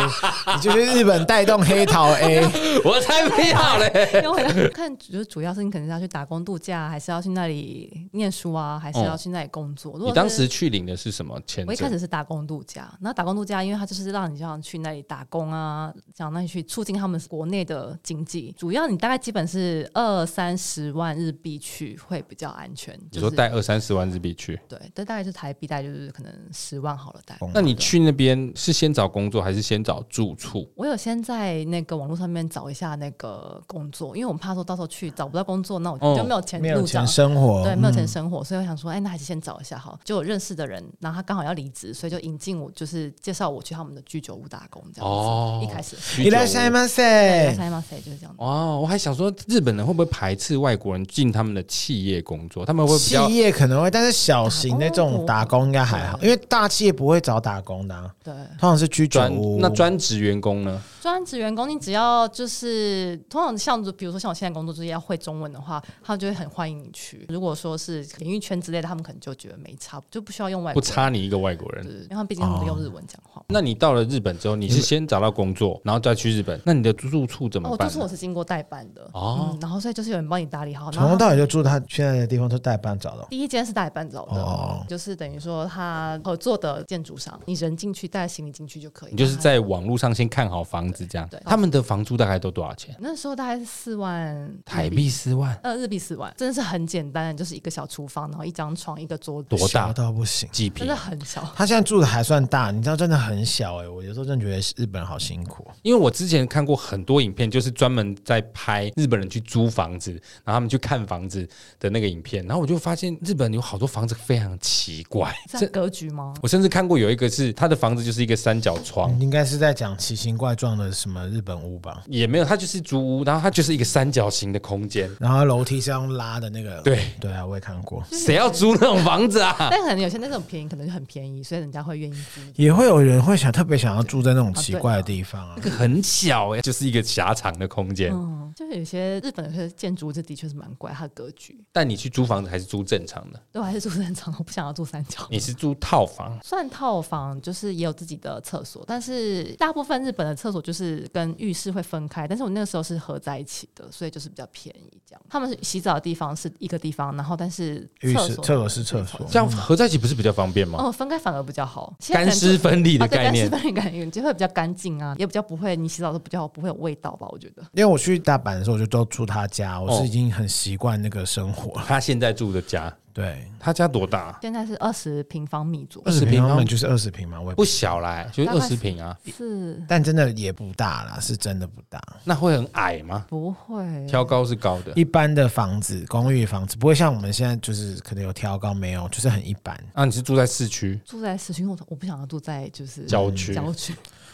Speaker 2: 你就去日本带动黑桃
Speaker 3: (laughs)
Speaker 2: A。
Speaker 1: 我才不要嘞！
Speaker 3: 因为我要看就是主要是你可能是要去打工度假，还是要去那里念书啊，还是要去那里工作？如果
Speaker 1: 你
Speaker 3: 是
Speaker 1: 当时去领的是什么签
Speaker 3: 我一开
Speaker 1: 证？
Speaker 3: 始是打工度假，然后打工度假，因为它就是让你这样去那里打工啊，想那里去促进他们国内的经济。主要你大概基本是二三十万日币去会比较安全，
Speaker 1: 你
Speaker 3: 就
Speaker 1: 说
Speaker 3: 是
Speaker 1: 带二三十万日币去，
Speaker 3: 对，但大概就是台币，大概就是可能十万好了，大概。
Speaker 2: 懂
Speaker 1: 那你去那边是先找工作还是先找住处？
Speaker 3: 我有先在那个网络上面找一下那个工作，因为我们怕说到时候去找不到工作，那我
Speaker 1: 哦
Speaker 3: 就没有钱
Speaker 2: 没有
Speaker 3: 入账
Speaker 2: 钱。生活，
Speaker 3: 对，没
Speaker 1: 嗯
Speaker 3: 有钱生活，所以我想说，哎，那还是先找一下好了。就我认识的人，然后他刚好要离职，所以就引进我，就是介绍我去他们的居酒屋打工，这样子。
Speaker 1: 哦哎
Speaker 3: 一开始，
Speaker 2: 你嗯来塞吗塞？
Speaker 3: 塞马塞就是这样。
Speaker 1: 哦，我还想说，日本人会不会排斥外国人进他们的企业工作？他们会比
Speaker 2: 企
Speaker 1: 较
Speaker 2: 业可能会，但是小型的这种打工应该还好，
Speaker 3: 对
Speaker 2: 因为大企业不会找打工的、啊，
Speaker 3: 对，
Speaker 2: 通常是居酒
Speaker 1: 专
Speaker 2: 屋。
Speaker 1: 那专职员工呢？
Speaker 3: 专职员工，你只要就是通常像比如说像我现在工作就是要会中文的话，他们就会很欢迎你去。如果说是演艺圈之类的，他们可能就觉得没差，就不需要用外
Speaker 1: 不
Speaker 3: 国
Speaker 1: 差哦你一个外国人
Speaker 3: 人，。对因为他们毕竟他们都用日文讲话。
Speaker 1: 那你到了日本之后，你是先找到工作，然后再去日本，那你的住处怎
Speaker 3: 哦，
Speaker 1: 么
Speaker 3: 我
Speaker 1: 办
Speaker 3: 就
Speaker 1: 呢？
Speaker 3: 是我是经过代办的，
Speaker 1: 哦
Speaker 3: 嗯，然后所以就是有人帮你打理好，然
Speaker 2: 从
Speaker 3: 后
Speaker 2: 头
Speaker 3: 他
Speaker 2: 到尾就住他现在的地方，就代办找到。
Speaker 3: 第一间是代办走的，
Speaker 2: 哦
Speaker 3: 就是等于说他合作的建筑商，你人进去带行李进去就可以。
Speaker 1: 你就是在网络上先看好房子，这样
Speaker 3: 对。对
Speaker 1: 他们的房租大概都多少钱？
Speaker 3: 那时候大概是四万
Speaker 1: 台币，四万，
Speaker 3: 呃，日币四万，真的是很简单的，就是一个小厨房，然后一张床，一个桌子，
Speaker 1: 多
Speaker 2: 小
Speaker 1: 大？
Speaker 2: 到不行。
Speaker 1: 几
Speaker 3: 真
Speaker 1: 平
Speaker 3: 的？很小。
Speaker 2: 他现在住的还算大，你知道真的很小哎、我有时候真的觉得日本人好辛苦。
Speaker 1: 因为我之前看过很多影片，就是专门在拍日本人去租房子，然后他们去看房子的那个影片，然后我就发现日本有好多房子非常奇怪。
Speaker 3: 这格局吗？
Speaker 1: 我甚至看过有一个是他的房子就是一个三角窗，
Speaker 2: 应该是在讲奇形怪状的什么日本屋吧？
Speaker 1: 也没有，它就是租屋，然后它就是一个三角形的空间。
Speaker 2: 然后楼梯是要用拉的那个。
Speaker 1: 对，
Speaker 2: 对啊，我也看过。
Speaker 1: 谁要租那种房子啊？
Speaker 3: (laughs) 但可能有些那种便宜，可能就很便宜，所以人家会愿意租。
Speaker 2: 也会有人会想特别想要住在那种奇怪的地方啊
Speaker 1: 那。个很小哎、就是一个狭长的空间。
Speaker 3: 嗯，就是有些日本有些建筑，这的确是蛮怪，它的格局。
Speaker 1: 但你去租房子还是租正常的，
Speaker 3: 对我还是住三角，我不想要住三角。
Speaker 1: 你是租套房，
Speaker 3: 算套房，就是也有自己的厕所，但是大部分日本的厕所就是跟浴室会分开，但是我那个时候是合在一起的，所以就是比较便宜这样。他们是洗澡的地方是一个地方，然后但是
Speaker 2: 浴室、
Speaker 3: 所
Speaker 2: 厕所是厕所，
Speaker 1: 这样合在一起不是比较方便吗？
Speaker 3: 哦分开反而比较好，现在
Speaker 1: 干湿分离
Speaker 3: 可
Speaker 1: 的概
Speaker 3: 能就。啊，对，干湿
Speaker 1: 念。
Speaker 3: 分离感觉就会比较干净啊，也比较不会，你洗澡都比较不会有味道吧？我觉得
Speaker 2: 因为我去大阪的时候，我就都住他家，我是已经很习惯那个生活了。
Speaker 1: 他现在住的家，
Speaker 2: 对，
Speaker 1: 他家多大？啊
Speaker 3: 现在是二十平方米左
Speaker 2: 二
Speaker 3: 右，
Speaker 2: 十
Speaker 1: 平
Speaker 2: 平
Speaker 1: 方
Speaker 2: 方米就是二十平嘛，我也不
Speaker 1: 不，小啦，就是
Speaker 3: 大
Speaker 1: 二
Speaker 3: 概
Speaker 1: 十平啊。
Speaker 3: 是
Speaker 2: 但真的也不大啦，是真的不大。
Speaker 1: 那会很矮吗？
Speaker 3: 不会
Speaker 1: 挑高是高的，
Speaker 2: 一般的房子，公寓房子不会像我们现在就是可能有挑高，没有，就是很一般。
Speaker 1: 啊，你是住在市区
Speaker 3: 住在市区，因为我我不想要住在就是
Speaker 1: 郊区？
Speaker 3: 郊区，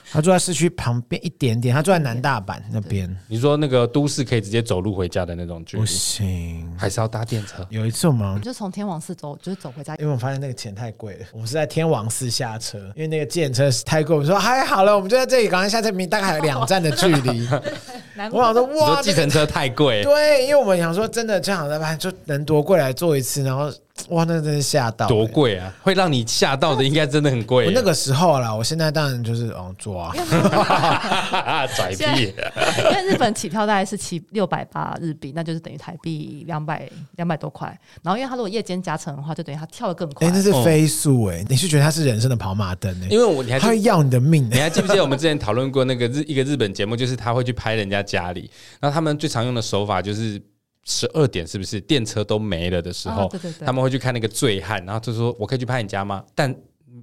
Speaker 2: 他住在市区旁边一点点，他住在南大阪那边，
Speaker 1: 你说那个都市可以直接走路回家的那种距
Speaker 2: 不
Speaker 1: 离，
Speaker 2: 行。
Speaker 1: 还是要搭电车？
Speaker 2: 有一次我们好像
Speaker 3: 我就从天王寺走，就是走回家。
Speaker 2: 因为我发现那个钱太贵了，我们是在天王寺下车，因为那个计程车是太贵。我们说还好了，我们就在这里赶快下车，明明大概还有两站的距离。 (laughs)
Speaker 3: 难
Speaker 2: 我想说，
Speaker 1: 你
Speaker 2: 哇，
Speaker 1: 说
Speaker 2: 这
Speaker 1: 计
Speaker 2: 个
Speaker 1: 程车太贵，
Speaker 2: (laughs) 对，因为我们想说，真的这样的吧，就能夺过来做一次，然后哇，那真是吓到、
Speaker 1: 多
Speaker 2: 欸
Speaker 1: 贵啊！会让你吓到的，应该真的很贵耶。
Speaker 2: 我那个时候啦，我现在当然就是哦做啊，
Speaker 1: (laughs) 拽
Speaker 3: 现在， (laughs) 因为日本起跳大概是七六百八日币，那就是等于台币两百两百多块。然后因为它如果夜间加成的话，就等于它跳得更快。
Speaker 2: 哎、那是飞速哎、你是觉得他是人生的跑马灯哎、
Speaker 1: 因为我你还
Speaker 2: 他
Speaker 1: 记
Speaker 2: 会要你的命
Speaker 1: (laughs) 你
Speaker 2: 哎、
Speaker 1: 还记不记得我们之前讨论过那个日一个日本节目，就是他会去拍人家家里，然后他们最常用的手法就是十二点是不是电车都没了的时候，
Speaker 3: 啊对对对
Speaker 1: 他们会去看那个醉汉，然后就说我可以去拍你家吗？但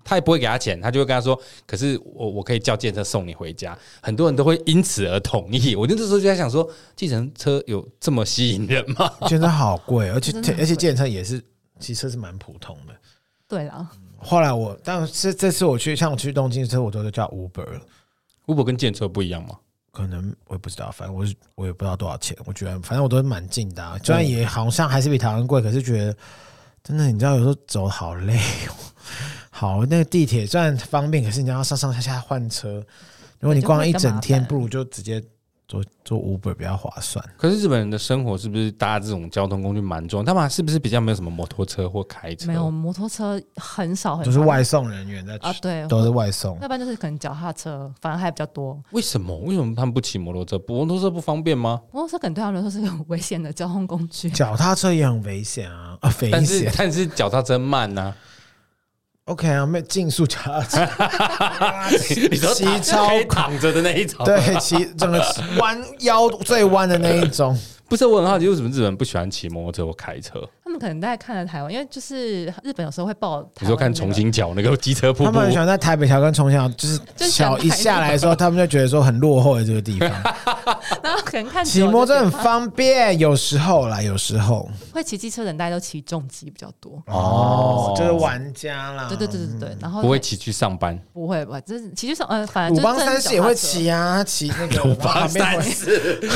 Speaker 1: 他也不会给他钱，他就会跟他说：“可是我我可以叫计程车送你回家。”很多人都会因此而同意。我那时候就在想说，计程车有这么吸引人吗？
Speaker 2: 真的好贵，而且
Speaker 3: 真的很贵
Speaker 2: 而且电车也是，其实车是蛮普通的。
Speaker 3: 对啦，
Speaker 2: 后来我，但是这次我去，像我去东京的时候，我都叫 Uber 了。
Speaker 1: u b 跟计程车不一样吗？
Speaker 2: 可能我也不知道，反正我是我也不知道多少钱。我觉得反正我都是蛮近的、啊，虽然也好像还是比台湾贵，可是觉得真的，你知道有时候走好累、哦。好，那个地铁虽然方便，可是你要上上下下换车，如果你逛一整天，
Speaker 3: 就会更麻烦
Speaker 2: 不如就直接坐坐 Uber 比较划算。
Speaker 1: 可是日本人的生活是不是搭这种交通工具蛮重要？他们是不是比较没有什么摩托车或开车？
Speaker 3: 没有摩托车很少很
Speaker 2: 就
Speaker 3: 少，
Speaker 2: 是外送人员在
Speaker 3: 啊，对，
Speaker 2: 都是外送，
Speaker 3: 要不然就是可能脚踏车，反而还比较多。
Speaker 1: 为什么？为什么他们不骑摩托车？摩托车不方便吗？
Speaker 3: 摩托车可能对他们来说是个很危险的交通工
Speaker 2: (laughs)
Speaker 3: 具。
Speaker 2: 脚踏车也很危险啊，啊，危
Speaker 1: 但是
Speaker 2: 险。
Speaker 1: 但是脚踏车慢啊呐、
Speaker 2: (laughs) OK 啊，没有竞速脚踏车，
Speaker 1: (laughs) 你说
Speaker 2: 骑
Speaker 1: 躺
Speaker 2: 超
Speaker 1: 可以躺着的那一种。，
Speaker 2: 对，骑整个弯腰最弯的那一
Speaker 1: (laughs)
Speaker 2: 种。
Speaker 1: 不是我很好奇，为什么日本人不喜欢骑摩托车或开车？
Speaker 3: 他们可能在看了台湾，因为就是日本有时候会报台湾、那
Speaker 1: 你说看
Speaker 3: 个
Speaker 1: 重新角那个机车瀑
Speaker 2: 他
Speaker 1: 布
Speaker 2: 们，很喜欢在台北桥跟冲桥，就是
Speaker 3: 就
Speaker 2: 桥
Speaker 3: 想
Speaker 2: 一下来的时候，他们就觉得说很落后的这个地
Speaker 1: (laughs)
Speaker 2: 方，
Speaker 3: (laughs) 然后可能看
Speaker 2: 骑
Speaker 3: 久了
Speaker 2: 摩托
Speaker 3: 就
Speaker 2: 车
Speaker 3: 觉
Speaker 2: 很
Speaker 3: 得
Speaker 2: 方便，有时候啦，有时候
Speaker 3: 会骑机车的人，大家都骑重机比较多。
Speaker 2: 哦，就是玩家啦，
Speaker 3: 对对对对对，然后
Speaker 1: 不会骑去上班。
Speaker 3: 不会吧？就是骑就上呃，反
Speaker 2: 鲁
Speaker 3: 正就
Speaker 2: 邦
Speaker 3: 是真的
Speaker 2: 三
Speaker 3: 是
Speaker 2: 世也
Speaker 3: 脚踏
Speaker 2: 会
Speaker 3: 车
Speaker 2: 骑啊，骑那
Speaker 1: (laughs)
Speaker 2: 个
Speaker 1: 鲁邦
Speaker 2: 旁边
Speaker 1: 三世，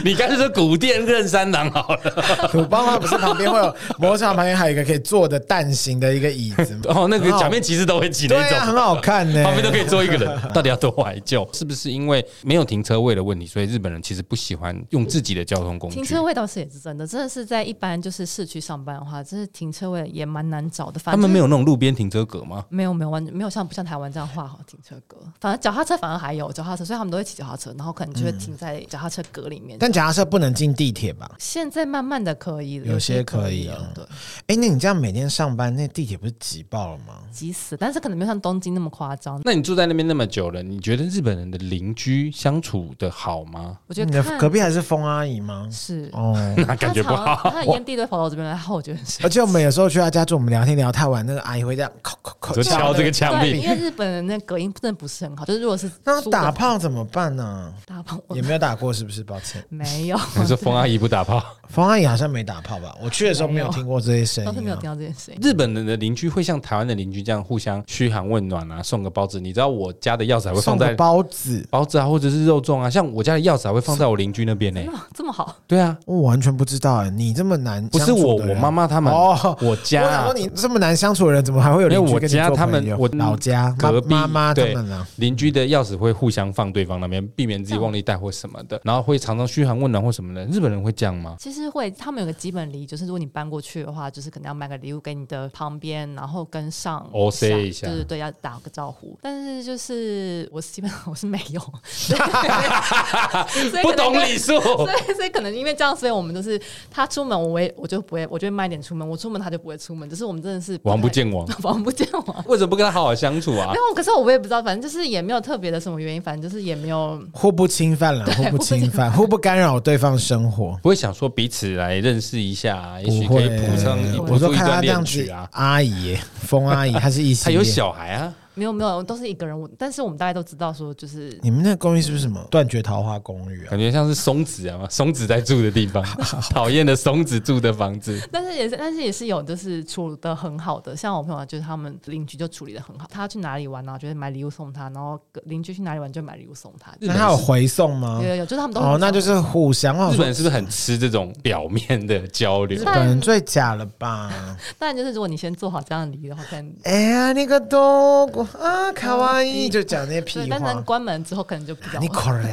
Speaker 1: (laughs) 你干脆说古殿任三郎好了。
Speaker 2: 会鲁邦它不是旁边会有摩托车旁边还有一个可以坐的蛋形的一个椅子吗？
Speaker 1: 哦，那个假面骑士都会骑那
Speaker 2: 对
Speaker 1: 种，
Speaker 2: 啊，很好看呢、
Speaker 1: 旁边都可以坐一个人，到底要多怀旧？是不是因为没有停车位的问题，所以日本人其实不喜欢用自己的交通工具？
Speaker 3: 停车位倒是也是真的，真的是在一般就是市区上班的话，就是停车位也蛮难找的。反
Speaker 1: 他
Speaker 3: 正
Speaker 1: 们没
Speaker 3: 有
Speaker 1: 有那种路边停车格吗？
Speaker 3: 没有没有完全没有像不像台湾这样画好停车格，反正脚踏车反而还有脚踏车，所以他们都会骑脚踏车，然后可能就会停在脚踏车格里面。
Speaker 2: 嗯但脚踏车不能进地铁吧？
Speaker 3: 现在慢慢的可以了，
Speaker 2: 有些可
Speaker 3: 可
Speaker 2: 以
Speaker 3: 了
Speaker 2: 啊
Speaker 3: 对，
Speaker 2: 哎、那你这样每天上班，那地铁不是挤爆了吗？
Speaker 3: 急死，但是可能没有像东京那么夸张。
Speaker 1: 那你住在那边那么久了，你觉得日本人的邻居相处的好吗？
Speaker 3: 我觉
Speaker 2: 你
Speaker 3: 得
Speaker 2: 的
Speaker 3: 看
Speaker 2: 隔壁还是风阿姨吗？
Speaker 3: 是
Speaker 2: 哦，
Speaker 1: 那感觉不好。
Speaker 3: 他常他的烟蒂都会跑到我这边来，然后我觉得很生
Speaker 2: 而且我们有时候去他家住，我们聊天聊太晚，那个阿姨会这样敲敲敲
Speaker 1: 就敲这个墙
Speaker 3: 对，
Speaker 1: 壁
Speaker 3: 因，为日本人那隔音真的不是很好，就是如果是
Speaker 2: 那
Speaker 3: 租的
Speaker 2: 打炮怎么办呢、
Speaker 3: 打炮，我
Speaker 2: 也没有打过，是不是？抱
Speaker 3: (laughs)
Speaker 2: 歉，
Speaker 3: 没
Speaker 2: (laughs)
Speaker 3: 有，
Speaker 1: 你说风阿姨不打炮？
Speaker 2: 冯阿姨好像没打炮吧？我去的时候没有听过这些声
Speaker 3: 倒是没
Speaker 2: 音、
Speaker 3: 有
Speaker 2: 啊
Speaker 3: 听。到这件事情。
Speaker 1: 日本人的邻居会像台湾的邻居这样互相嘘寒问暖啊，送个包子。你知道我家的钥匙还会
Speaker 2: 送
Speaker 1: 放
Speaker 2: 个
Speaker 1: 在
Speaker 2: 包子，
Speaker 1: 包子啊，或者是肉粽啊，像我家的钥匙还会放在我邻居那边呢、
Speaker 3: 哇，这么好，
Speaker 1: 对啊，
Speaker 2: 我完全不知道、哎，你这么难
Speaker 1: 不
Speaker 2: 相
Speaker 1: 是
Speaker 2: 处的
Speaker 1: 我，
Speaker 2: 人
Speaker 1: 我妈妈他们，
Speaker 2: 哦。
Speaker 1: 我家、
Speaker 2: 我想
Speaker 1: 啊
Speaker 2: 说，。你这么难相处的人，怎么还会有邻
Speaker 1: 因
Speaker 2: 居
Speaker 1: 为我
Speaker 2: 跟你做
Speaker 1: 家
Speaker 2: 朋友？
Speaker 1: 他们我
Speaker 2: 老家妈
Speaker 1: 隔壁
Speaker 2: 妈妈他
Speaker 1: 对
Speaker 2: 们啊，
Speaker 1: 邻居的钥匙会互相放对方那边，避免自己忘记带或什么
Speaker 2: 啊
Speaker 1: 的，然后会常常嘘寒问暖或什么的。日本人会这样吗？
Speaker 3: 其实会，他们有个基本礼仪，就是如果你搬过去的话，就是可能要买个礼物给你的旁边，然后跟上
Speaker 1: OC 哦一下
Speaker 3: 对对对，要打个招呼。但是就是我基本上我是没
Speaker 1: (laughs)
Speaker 3: 有，所以
Speaker 1: 不懂。礼
Speaker 3: 所以可
Speaker 2: (laughs)
Speaker 3: 能
Speaker 1: 数，
Speaker 3: 所以，所以可能因为这样，所以我们都是他出门，我也我就不会，我就会慢一点出门；我出门，他就不会出门。就是我们真的是
Speaker 1: 王不
Speaker 3: (laughs) 太，
Speaker 1: 见王。
Speaker 3: 王不见王。
Speaker 1: 为什么不跟他好好相处
Speaker 2: (laughs)
Speaker 1: 啊
Speaker 3: 没？有，可是我也不知道，反正就是也没有特别的什么原因，反正就是也没有
Speaker 2: 互不侵犯了，互不侵犯，互不干扰对方生活。
Speaker 1: 不会想说彼此来认识一下、啊，也
Speaker 2: 不
Speaker 1: 许可
Speaker 2: 会
Speaker 1: 以谱上一
Speaker 2: 我
Speaker 1: 谱
Speaker 2: 说
Speaker 1: 出一
Speaker 2: 看他
Speaker 1: 段
Speaker 2: 这
Speaker 1: 恋
Speaker 2: 样子
Speaker 1: 曲啊，。
Speaker 2: 阿姨耶，风阿姨，她是异性，
Speaker 1: 他有。小孩啊，
Speaker 3: 没有没有，都是一个人。我但是我们大家都知道说，就是
Speaker 2: 你们那公寓是不是什么断绝桃花公寓啊？
Speaker 1: 感觉像是松子啊，松子在住的地方，讨厌的松子住的房子。
Speaker 3: 但是也是，但是也是有，就是处的很好的，像我朋友，啊就是他们邻居就处理的很好。他去哪里玩啊，就会买礼物送他，然后邻居去哪里玩就买礼物送他。
Speaker 2: 那他有回送吗
Speaker 3: 有？有有，就是他们都
Speaker 2: 嗯哦，那就是互相。我
Speaker 1: 日
Speaker 2: 想
Speaker 1: 本
Speaker 2: 说
Speaker 1: 人是不是很吃这种表面的交流
Speaker 2: 日？本人最假了吧？
Speaker 3: 当然就是如果你先做好这样的礼仪的话，可能
Speaker 2: 哎呀，那个都过啊，卡哇伊，就讲那些屁
Speaker 3: 哦对，但
Speaker 2: 话啊
Speaker 3: 能。关门之后可能就不知道
Speaker 2: 你
Speaker 3: 了。
Speaker 2: 可 (laughs) 嘞！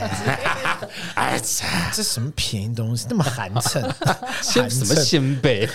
Speaker 2: 哎，这这什么便宜东西，那么寒碜， (laughs) 寒
Speaker 1: 先什么
Speaker 2: 碜，
Speaker 1: 先辈？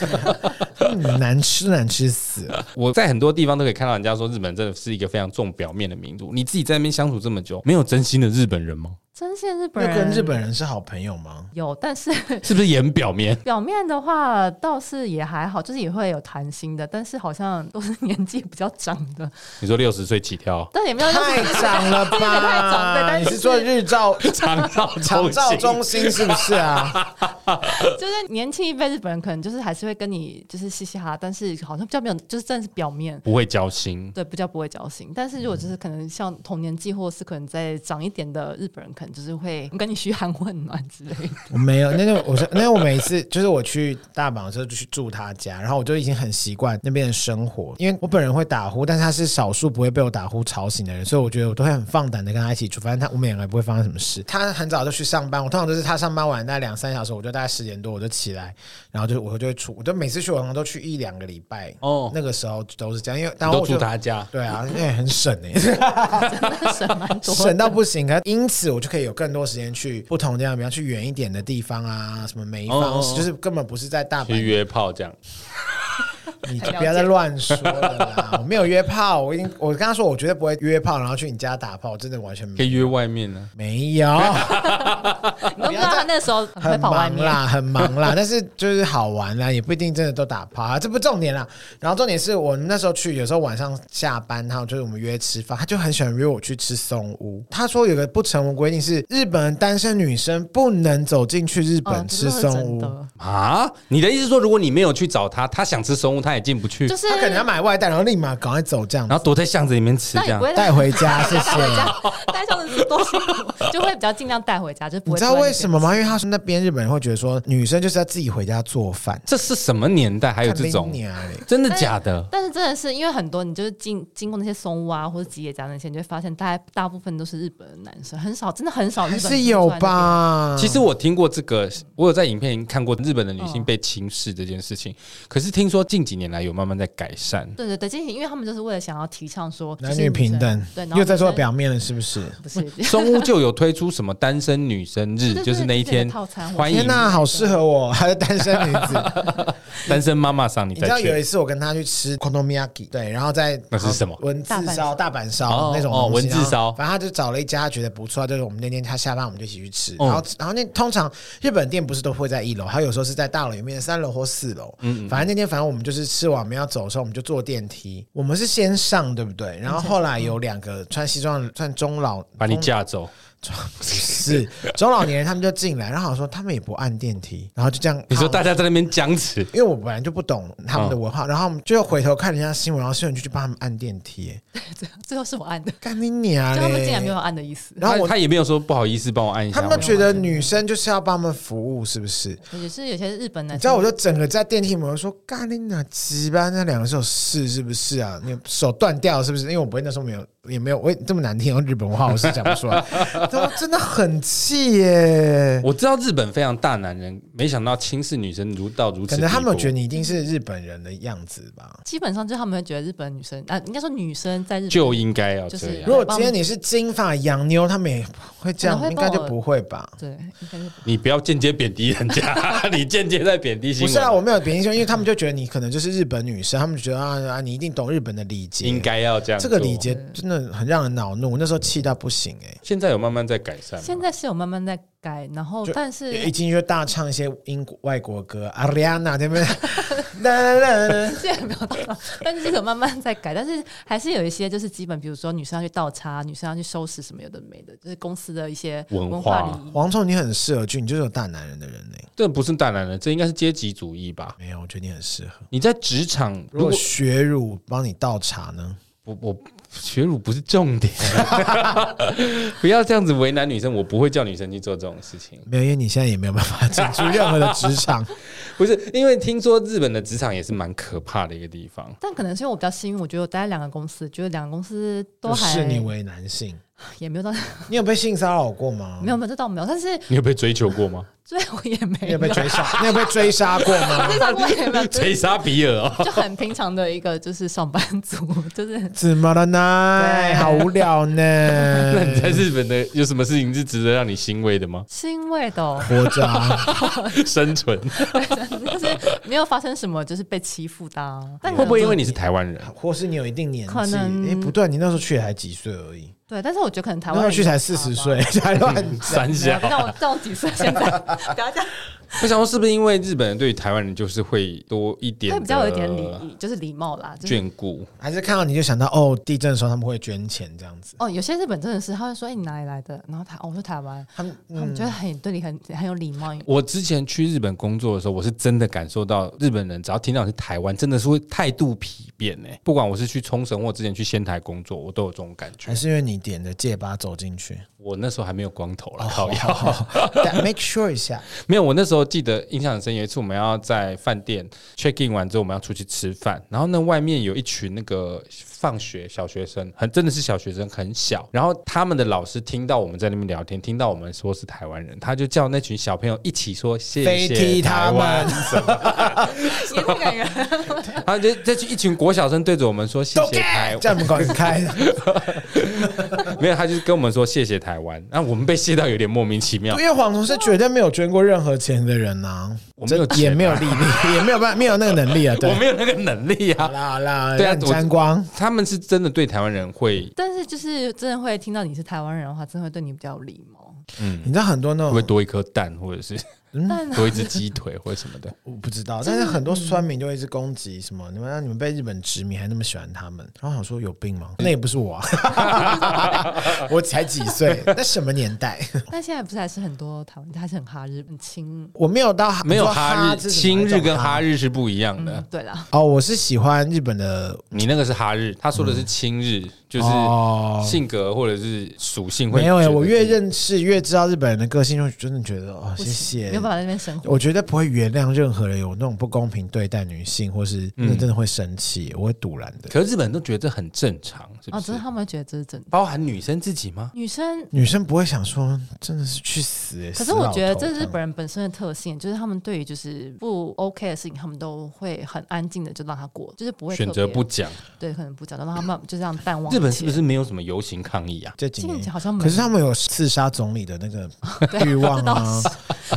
Speaker 2: 嗯难吃难吃死了。
Speaker 1: (laughs) 我在很多地方都可以看到人家说日本真的是一个非常重表面的民族。你自己在那边相处这么久，没有真心的日本人吗？
Speaker 3: 真线日本
Speaker 2: 那
Speaker 3: 人
Speaker 2: 跟日本人是好朋友吗？
Speaker 3: 有，但是
Speaker 1: 是不是也很表面？
Speaker 3: 表面的话倒是也还好，就是也会有谈心的，但是好像都是年纪比较长的， (laughs)
Speaker 1: 你说六十岁起跳，
Speaker 3: 但也没有
Speaker 2: 太长了
Speaker 3: 有点 (laughs) 太长对
Speaker 2: 吧？
Speaker 3: 但
Speaker 2: 你
Speaker 3: 是
Speaker 2: 是做日 (laughs) 照
Speaker 1: 长照
Speaker 2: 长照
Speaker 1: 中
Speaker 2: 中心是不是啊？
Speaker 3: 就是年轻一辈日本人可能就是还是会跟你就是嘻嘻哈哈，但是好像比较没有，就是真的是表面。
Speaker 1: 不会交心。
Speaker 3: 对，比较不会交心，但是如果
Speaker 2: 嗯
Speaker 3: 就是可能像同年纪，或是可能再长一点的日本人，可能就是会跟你嘘寒问暖之
Speaker 2: (laughs)
Speaker 3: 类的。
Speaker 2: 我没有，那个我是，那个我每次就是我去大阪的时候就去住他家，然后我就已经很习惯那边的生活，因为我本人会打呼，但是他是少数不会被我打呼吵醒的人，所以我觉得我都会很放胆的跟他一起住，反正他我们两个也不会发生什么事。他很早就去上班，我通常都是他上班晚大概两三小时，我就大概十点多我就起来，然后就我就会出，我就每次去我好像都去一两个礼拜，
Speaker 1: 哦
Speaker 2: 哦，那个时候都是这样，因为然
Speaker 1: 你
Speaker 2: 后
Speaker 1: 都
Speaker 2: 我就
Speaker 1: 住他家，
Speaker 2: 对啊，因为很省哎、
Speaker 3: 那省蛮多的，
Speaker 2: 省到不行啊！因此我就可以有更多时间去不同地方，比方去远一点的地方啊， (laughs) 什么梅芳，
Speaker 1: 哦哦哦
Speaker 2: 就是根本不是在大
Speaker 1: 去
Speaker 2: 阪，
Speaker 1: 约炮这样。
Speaker 2: 你就不要再乱说了啦！我没有约炮，我已经我跟他说，我绝对不会约炮，然后去你家打炮，真的完全
Speaker 1: (laughs) 可以
Speaker 2: 没
Speaker 1: 约外面啊呢、
Speaker 2: 没有，
Speaker 3: 你都不知道他那时候很会
Speaker 2: 很
Speaker 3: 啊跑外
Speaker 2: 忙
Speaker 3: 面。
Speaker 2: 啦，很忙
Speaker 3: (laughs)
Speaker 2: 啦，但是就是好玩啦，也不一定真的都打炮啊，这不重点啦。然后重点是我那时候去，有时候晚上下班，然后就是我们约吃饭，他就很喜欢约我去吃松屋。他说有个不成文规定是，日本单身女生不能走进去日
Speaker 3: 嗯
Speaker 2: 本
Speaker 3: 这
Speaker 2: 吃
Speaker 3: 是真
Speaker 2: 松屋，
Speaker 3: 的
Speaker 1: 啊，你的意思是说，如果你没有去找他，他想吃松屋，他也进不去，
Speaker 3: 就是
Speaker 2: 他可能要买外带，然后立马赶快走这样子
Speaker 1: 然后躲在巷子里面吃
Speaker 3: 那
Speaker 1: 这
Speaker 3: 也
Speaker 1: 样
Speaker 3: 不。会
Speaker 2: 带回家，谢谢。
Speaker 3: (laughs) 带上的多辛苦，就会比较尽量带回家，就不
Speaker 2: 你
Speaker 3: 会
Speaker 2: 知道为什么吗？
Speaker 3: 丢在
Speaker 2: 因为他说那边日本人会觉得说，女生就是要自己回家做饭，
Speaker 1: 这是什么年代还有这种
Speaker 2: 看？你
Speaker 3: 哦
Speaker 2: 啊嘞
Speaker 1: 真的假的
Speaker 3: 那边？？但是真的是因为很多，你就是经经过那些松屋啊，或者吉野家那些，你就会发现，大概大部分都是日本的男生，很少，真的很少日
Speaker 2: 还
Speaker 3: 本人
Speaker 2: 是有
Speaker 3: 出来那边？
Speaker 2: 吧？
Speaker 1: 其实我听过这个，我有在影片看过日本的女
Speaker 3: 嗯
Speaker 1: 性被轻视这件事情，可是听说近几年来有慢慢在改善。
Speaker 3: 对对对，进行，因为他们就是为了想要提倡说
Speaker 2: 男女平等
Speaker 3: 就是女生对，然，后
Speaker 2: 又在说
Speaker 3: 女生
Speaker 2: 表面了，是不是？
Speaker 3: 不是
Speaker 2: (laughs)
Speaker 1: 松屋就有推出什么单身女生日，
Speaker 3: (laughs) 对
Speaker 1: 就是那一
Speaker 3: 这
Speaker 1: 天
Speaker 3: 个套餐
Speaker 1: 欢迎
Speaker 2: 天呐，好适合我，还是单身女子。
Speaker 1: 单身妈妈 (laughs) 上你
Speaker 2: 你知道
Speaker 1: 再
Speaker 2: 有
Speaker 1: 去。
Speaker 2: 一次我跟他去吃 konomiyaki，对，然后在
Speaker 1: 那是什么
Speaker 2: 文字烧、大阪
Speaker 1: 哦
Speaker 2: 烧那种
Speaker 1: 哦
Speaker 2: 东
Speaker 1: 文
Speaker 2: 西
Speaker 1: 字烧
Speaker 2: 然后反正他就找了一家他觉得不错，就是我们那天他下班我们就一起去吃。
Speaker 1: 哦
Speaker 2: 然后然后那通常日本店不是都会在一楼，他有时候是在大楼里面的三楼或四楼。嗯，反正那天反正我们就是吃完我们要走的时候，我们就坐电梯。我们是先上对不对？然后后来有两个穿西装的算中老
Speaker 1: 把你
Speaker 2: 中
Speaker 1: 架走， (laughs)
Speaker 2: 是中老年人，他们就进来，然后好像说他们也不按电梯，然后就这样。
Speaker 1: 你说大
Speaker 2: 家，
Speaker 1: 家在那边僵持，
Speaker 2: 因为我本来就不懂他们的文化，然后我们就回头看人家新闻，然后新闻就去帮他们按电梯，欸
Speaker 3: 最最后是我按的，
Speaker 2: 干你娘
Speaker 3: 就他们
Speaker 2: 嘞
Speaker 3: 竟！然没有按的意思，
Speaker 2: 然后
Speaker 1: 他
Speaker 2: 我
Speaker 1: 他也没有说不好意思帮我按一下
Speaker 2: 他
Speaker 1: 我。
Speaker 2: 们都觉得女生就是要帮他们服务，是不是？
Speaker 3: 也是有些日本男
Speaker 2: 你
Speaker 3: 生，
Speaker 2: 知道，我就整个在电梯门我说干你娘鸡巴，那两个是有事是不是啊？你手断掉了是不是？因为我不会那时候没有也没有，我也这么难听，用日本话我是讲不出
Speaker 1: (laughs)
Speaker 2: 来，但我真的很气耶。
Speaker 1: 我知道日本非常大男人，没想到轻视女生如到如此地
Speaker 2: 可
Speaker 1: 步。
Speaker 2: 能他们觉得你一定是日本人的样子吧。
Speaker 3: 基本上就是他们会觉得日本女生啊，应该说女生在日本
Speaker 1: 就应该要
Speaker 3: 就是
Speaker 1: 这样
Speaker 2: 如。果今天你是金发洋妞，他们也会这样
Speaker 3: 可，能
Speaker 2: 应
Speaker 3: 会帮
Speaker 2: 该
Speaker 3: 我
Speaker 2: 就不会吧？
Speaker 3: 对，应该是不
Speaker 1: 你不要间接贬低人家，你间接在贬低新闻。
Speaker 2: 不是啊，我没有贬义说，因为他们就觉得你可能就是日本女生，他们就觉得啊啊，你一定懂日本的礼节。
Speaker 1: 应该要这样
Speaker 2: 这
Speaker 1: 做。
Speaker 2: 个礼节
Speaker 3: 嗯
Speaker 2: 真的很让人恼怒，我那时候气到不行哎、
Speaker 1: 现在有慢慢在改善吗。
Speaker 3: 现在是有慢慢在改，然后
Speaker 2: 就
Speaker 3: 但是
Speaker 2: 已经就大唱一些英国外国歌，Ariana 那边啦啦啦啦，
Speaker 3: (laughs) 现在没有到了，但是有慢慢在改，但是还是有一些就是基本，比如说女生要去倒插，女生要去收拾什么有的没的，就是公司的一些
Speaker 1: 文
Speaker 3: 文
Speaker 1: 化
Speaker 3: 化礼仪。
Speaker 2: 黄总你很适合去，你就是有大男人的人呢、
Speaker 1: 这不是大男人，这应该是阶级主义吧？
Speaker 2: 没有，我觉得你很适合。
Speaker 1: 你在职场，
Speaker 2: 嗯如
Speaker 1: 如
Speaker 2: 果
Speaker 1: 果
Speaker 2: 雪乳帮你倒茶呢？
Speaker 1: 我我学乳不是重点， (laughs) 不要这样子为难女生。我不会叫女生去做这种事情，
Speaker 2: 没有，因为你现在也没有办法 (laughs) 进出任何的职场。
Speaker 1: 不是因为听说日本的职场也是蛮可怕的一个地方。
Speaker 3: 但可能是因为我比较幸运，我觉得我待在两个公司，觉得两个公司都
Speaker 2: 就
Speaker 3: 还
Speaker 2: 视你为男性，
Speaker 3: 也没有到 (laughs)
Speaker 2: 你有被性骚扰过吗？
Speaker 3: 没有没有这倒没有，但是
Speaker 1: 你有被追求过吗？
Speaker 3: 所以我也没
Speaker 2: 你
Speaker 3: 有
Speaker 2: 有被追杀？你有被追杀过
Speaker 3: (laughs)
Speaker 2: 吗？
Speaker 3: 追杀我也没有，
Speaker 1: (laughs) 追杀比尔哦，
Speaker 3: 就很平常的一个就是上班族，就是 (laughs)
Speaker 2: 怎么了呢？
Speaker 3: 对？
Speaker 2: 好无聊呢。
Speaker 1: 那你在日本的有什么事情是值得让你欣慰的吗
Speaker 3: 欣慰的、哦，
Speaker 2: 活着
Speaker 3: (laughs)
Speaker 2: 啊？
Speaker 1: 生存
Speaker 3: 就是没有发生什么就是被欺负的、啊。但
Speaker 1: 会不会因为你是台湾人？
Speaker 2: 或是你有一定年纪？
Speaker 3: 可能
Speaker 2: 哎，不对，你那时候去也还几岁而已，
Speaker 3: 对？但是我嗯觉得可能台
Speaker 2: 那
Speaker 3: 湾
Speaker 2: 时候
Speaker 3: 人
Speaker 2: 去才四十岁，才
Speaker 3: (laughs)
Speaker 2: 乱讲。
Speaker 1: 三小，
Speaker 3: 那我那我几岁？现在 (laughs) 不要这样，
Speaker 1: 我想说是不是因为日本人对于台湾人就是会多一点，
Speaker 3: 会比较有一点礼仪，就是礼貌啦。就是
Speaker 1: 眷顾，
Speaker 2: 还是看到你就想到哦，地震的时候他们会捐钱这样子。
Speaker 3: 哦，有些日本真的是，他会说：“哎、你哪里来的？”然后他，哦、我说台湾，
Speaker 2: 他们
Speaker 3: 他们觉得很对你很很有礼貌。
Speaker 1: 我之前去日本工作的时候，我是真的感受到日本人只要听到你是台湾，真的是会态度疲变呢、不管我是去冲绳或之前去仙台工作，我都有这种感觉
Speaker 2: 还。是因为你点的戒疤走进去，
Speaker 1: 哎我那时候还没有光头啦，
Speaker 2: 好
Speaker 1: 靠腰。
Speaker 2: 但 make sure 一下，
Speaker 1: 没有，我那时候记得印象很深，有一次我们要在饭店 check in 完之后，我们要出去吃饭，然后那外面有一群那个放学小学生，很真的是小学生，很小。然后他们的老师听到我们在那边聊天，听到我们说是台湾人，他就叫那群小朋友一起说谢
Speaker 2: 飞
Speaker 1: 谢
Speaker 2: 踢
Speaker 1: 台
Speaker 2: 他
Speaker 1: 湾
Speaker 2: 们，，
Speaker 3: 你这个人，
Speaker 1: 然后就这群一群国小生对着哎我们说谢
Speaker 2: 都
Speaker 1: 谢
Speaker 2: 给
Speaker 1: 台，
Speaker 2: 叫你们滚
Speaker 1: (laughs)
Speaker 2: 开。
Speaker 1: 没有，他就是跟我们说谢谢台湾，那我们被谢到有点莫名其妙
Speaker 2: 因。为黄总是绝对没有捐过任何钱的人呐、
Speaker 1: 我没有
Speaker 2: 真也
Speaker 1: 钱啊
Speaker 2: 没有力力，也没有办没有那个能力啊。对
Speaker 1: 我，没有那个能力
Speaker 2: 好
Speaker 1: 啊！
Speaker 2: 啦好啦，
Speaker 1: 对啊
Speaker 2: 让你沾光。
Speaker 1: 他们是真的对台湾人会
Speaker 3: (laughs) 但是就是真的会听到你是台湾人的话，真的会对你比较有礼貌。
Speaker 1: 嗯
Speaker 2: 你知道很多那
Speaker 1: 会不会
Speaker 2: 种
Speaker 1: 多一颗蛋，或者是
Speaker 3: 但
Speaker 1: (laughs) 多一只鸡腿或者什么
Speaker 2: (laughs)
Speaker 1: 的。嗯
Speaker 2: 我不知道，但是很多酸民就会一直攻击什么，你们让你们被日本殖民还那么喜欢他们，然后我想说有病
Speaker 1: 嗯
Speaker 2: 吗？那也不是我、啊，
Speaker 1: (laughs)
Speaker 2: 我才几岁，那什么年代？
Speaker 3: 但现在不是还是很多台湾人，还是很哈日很亲。
Speaker 2: 我没有到
Speaker 1: 没有
Speaker 2: 你说
Speaker 1: 哈日，
Speaker 2: 是什么
Speaker 1: 亲
Speaker 2: 啊
Speaker 1: 日跟哈
Speaker 2: 日
Speaker 1: 日是不一样的
Speaker 3: 嗯。，对啦，
Speaker 2: 哦，我是喜欢日本的，
Speaker 1: 你那个是哈日，他说的是亲日，就是
Speaker 2: 嗯哦
Speaker 1: 性格或者是属性会
Speaker 2: 没有哎、
Speaker 1: 觉得
Speaker 2: 我越认识越知道日本人的个性，就真的觉得哦，谢谢，
Speaker 3: 没有办法在那边生活。
Speaker 2: 我绝对不会原谅任何人有那种不公平对待女性，或是
Speaker 1: 嗯
Speaker 2: 那真的会生气，我会堵拦的。
Speaker 1: 可是日本人都觉得这很正常，是不
Speaker 3: 哦，真
Speaker 1: 是
Speaker 3: 的，？他们会觉得这是真的。
Speaker 1: 包含女生自己吗？
Speaker 3: 女生，
Speaker 2: 女生不会想说，真的是去死、欸。
Speaker 3: 可
Speaker 2: 死
Speaker 3: 是
Speaker 2: 老
Speaker 3: 我觉得
Speaker 2: 头
Speaker 3: 这
Speaker 2: 样
Speaker 3: 日本人本身的特性，就是他们对于就是不 OK 的事情，他们都会很安静的就让他过，就是不会特
Speaker 1: 选
Speaker 3: 别
Speaker 1: 择不讲。
Speaker 3: 对，可能不讲，让他慢就这样淡忘一切。
Speaker 1: 日本是不是没有什么游行抗议啊？
Speaker 2: 这几
Speaker 3: 近
Speaker 2: 年
Speaker 3: 年好像没有？
Speaker 2: 可是他们有刺杀总理的那个
Speaker 3: (laughs)
Speaker 2: 欲望
Speaker 3: 这倒
Speaker 2: 啊
Speaker 3: 是，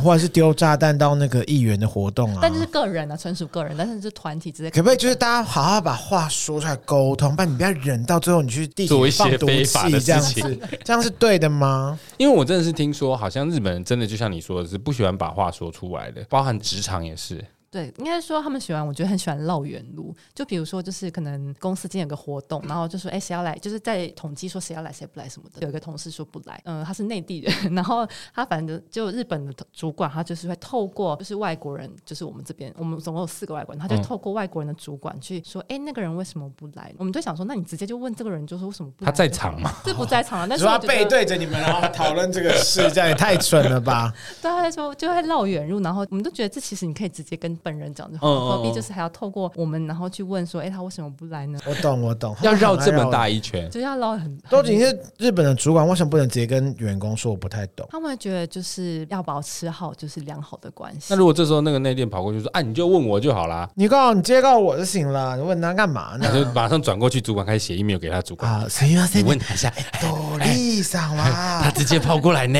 Speaker 2: (laughs) 或者是丢炸弹到那个议员的活动啊。
Speaker 3: 但就是个人啊，纯属个人，但是就团体之类。
Speaker 2: 可不可以就是大家好好把话说出来沟通，不然你不要忍到最后你去
Speaker 3: (laughs)
Speaker 2: 地
Speaker 1: 做
Speaker 2: 铁
Speaker 1: 一些
Speaker 2: 放毒
Speaker 1: 非法的
Speaker 2: 气这样
Speaker 1: 事
Speaker 2: 子， (laughs) 这样是对的吗？
Speaker 1: (laughs) 因为我真的是听说，好像日本人真的就像你说的是不喜欢把话说出来的，包含职场也是。
Speaker 3: 对，应该说他们喜欢，我觉得很喜欢绕远路。就比如说，就是可能公司今天有个活动，然后就说，哎、谁要来？就是在统计说谁要来，谁不来什么的。有一个同事说不来，嗯、他是内地人， (laughs) 然后他反正就日本的主管，他就是会透过就是外国人，就是我们这边，我们总共有四个外国
Speaker 1: 嗯
Speaker 3: 人，他就透过外国人的主管去说，哎、那个人为什么不来？我们就想说，那你直接就问这个人，就说为什么不来？
Speaker 1: 他在场吗？
Speaker 3: 这不在
Speaker 1: (laughs)
Speaker 3: 场啊，但是
Speaker 2: 说
Speaker 3: 我
Speaker 2: 要
Speaker 3: 觉
Speaker 2: 背
Speaker 3: 得
Speaker 2: 对着你们，然后讨论这个事，这样也太蠢了吧？ (laughs)
Speaker 3: 对他来说就会绕远路，然后我们都觉得这其实你可以直接跟本人讲就好，
Speaker 1: 嗯嗯嗯
Speaker 3: 何必就是还要透过我们，然后去问说，哎、他为什么不来呢？
Speaker 2: 我懂，我懂，
Speaker 1: 要绕这
Speaker 2: 他们
Speaker 1: 么
Speaker 2: 很爱绕
Speaker 1: 大一圈，
Speaker 3: 就要绕很，
Speaker 2: (laughs) 都已经是日本的主管，为什么不能直接跟员工说我不太懂？
Speaker 3: 他们会觉得就是要保持好就是良好的关系 (laughs)
Speaker 1: 那。如果这时候那个内店跑过去说：“啊，你就问我就好
Speaker 2: (laughs)
Speaker 1: 啦。
Speaker 2: 你告诉我你直接告诉我就行了，你问他干嘛”
Speaker 1: 啊他就
Speaker 2: 呢？
Speaker 1: 马上转过去，主管开始写 email 给他主管。
Speaker 2: 啊，谁要
Speaker 1: 你
Speaker 2: 先
Speaker 1: 问他一下，哎哎
Speaker 2: 努力上
Speaker 1: (laughs) 他
Speaker 2: 啦？
Speaker 1: 直接跑过来
Speaker 2: (laughs)
Speaker 1: 呢。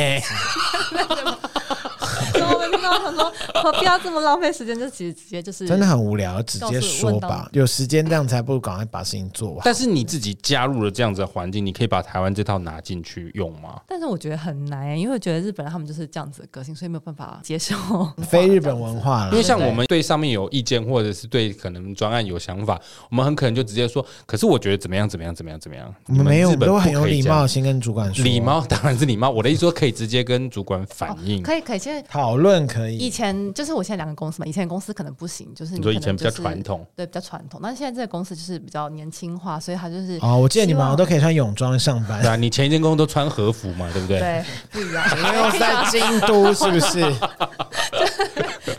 Speaker 3: 然后我们听到想说，何必要这么浪费时间？就直接直接就是
Speaker 2: 真的很无聊，直接说吧。有时间这样才不如赶快把事情做完。
Speaker 1: 但是你自己加入了这样子的环境，你可以把台湾这套拿进去用吗？
Speaker 3: 但是我觉得很难、因为我觉得日本人他们就是这样子的个性，所以没有办法接受。
Speaker 1: 嗯
Speaker 2: 非日本文化
Speaker 1: 因
Speaker 2: 了
Speaker 1: 为，像我们对上面有意见，或者是对可能专案有想法，我们很可能就直接说：“可是我觉得怎么样，怎么样，怎么样，怎么样。”
Speaker 2: 我们没有，我
Speaker 1: 日
Speaker 2: 们
Speaker 1: 本
Speaker 2: 都很
Speaker 1: 不
Speaker 2: 有
Speaker 1: 可以
Speaker 2: 礼
Speaker 1: 这样
Speaker 2: 貌，，先跟主管说。
Speaker 1: 礼貌当然是礼貌。我的意思说，可以直接跟主管反映。
Speaker 2: 哦
Speaker 3: 可以可以，其实
Speaker 2: 讨论可
Speaker 3: 以
Speaker 2: 以，
Speaker 3: 前就是我现在两个公司嘛，以前公司可能不行，就是
Speaker 1: 你
Speaker 3: 你
Speaker 1: 说
Speaker 3: 可
Speaker 1: 以
Speaker 3: 能
Speaker 1: 前比
Speaker 3: 就
Speaker 1: 较
Speaker 3: 是
Speaker 1: 传统，
Speaker 3: 对，比较传统。但是现在这个公司就是比较年轻化，所以它就是
Speaker 2: 哦，我记得你们好像
Speaker 3: 希
Speaker 2: 都
Speaker 3: 望
Speaker 2: 可以穿泳装上班 (laughs)
Speaker 1: 对，啊，你前一间公司都穿和服嘛，对不对？
Speaker 2: 哎
Speaker 3: 对不一样，
Speaker 1: (laughs)
Speaker 2: 因为在京都是不是？
Speaker 3: (laughs)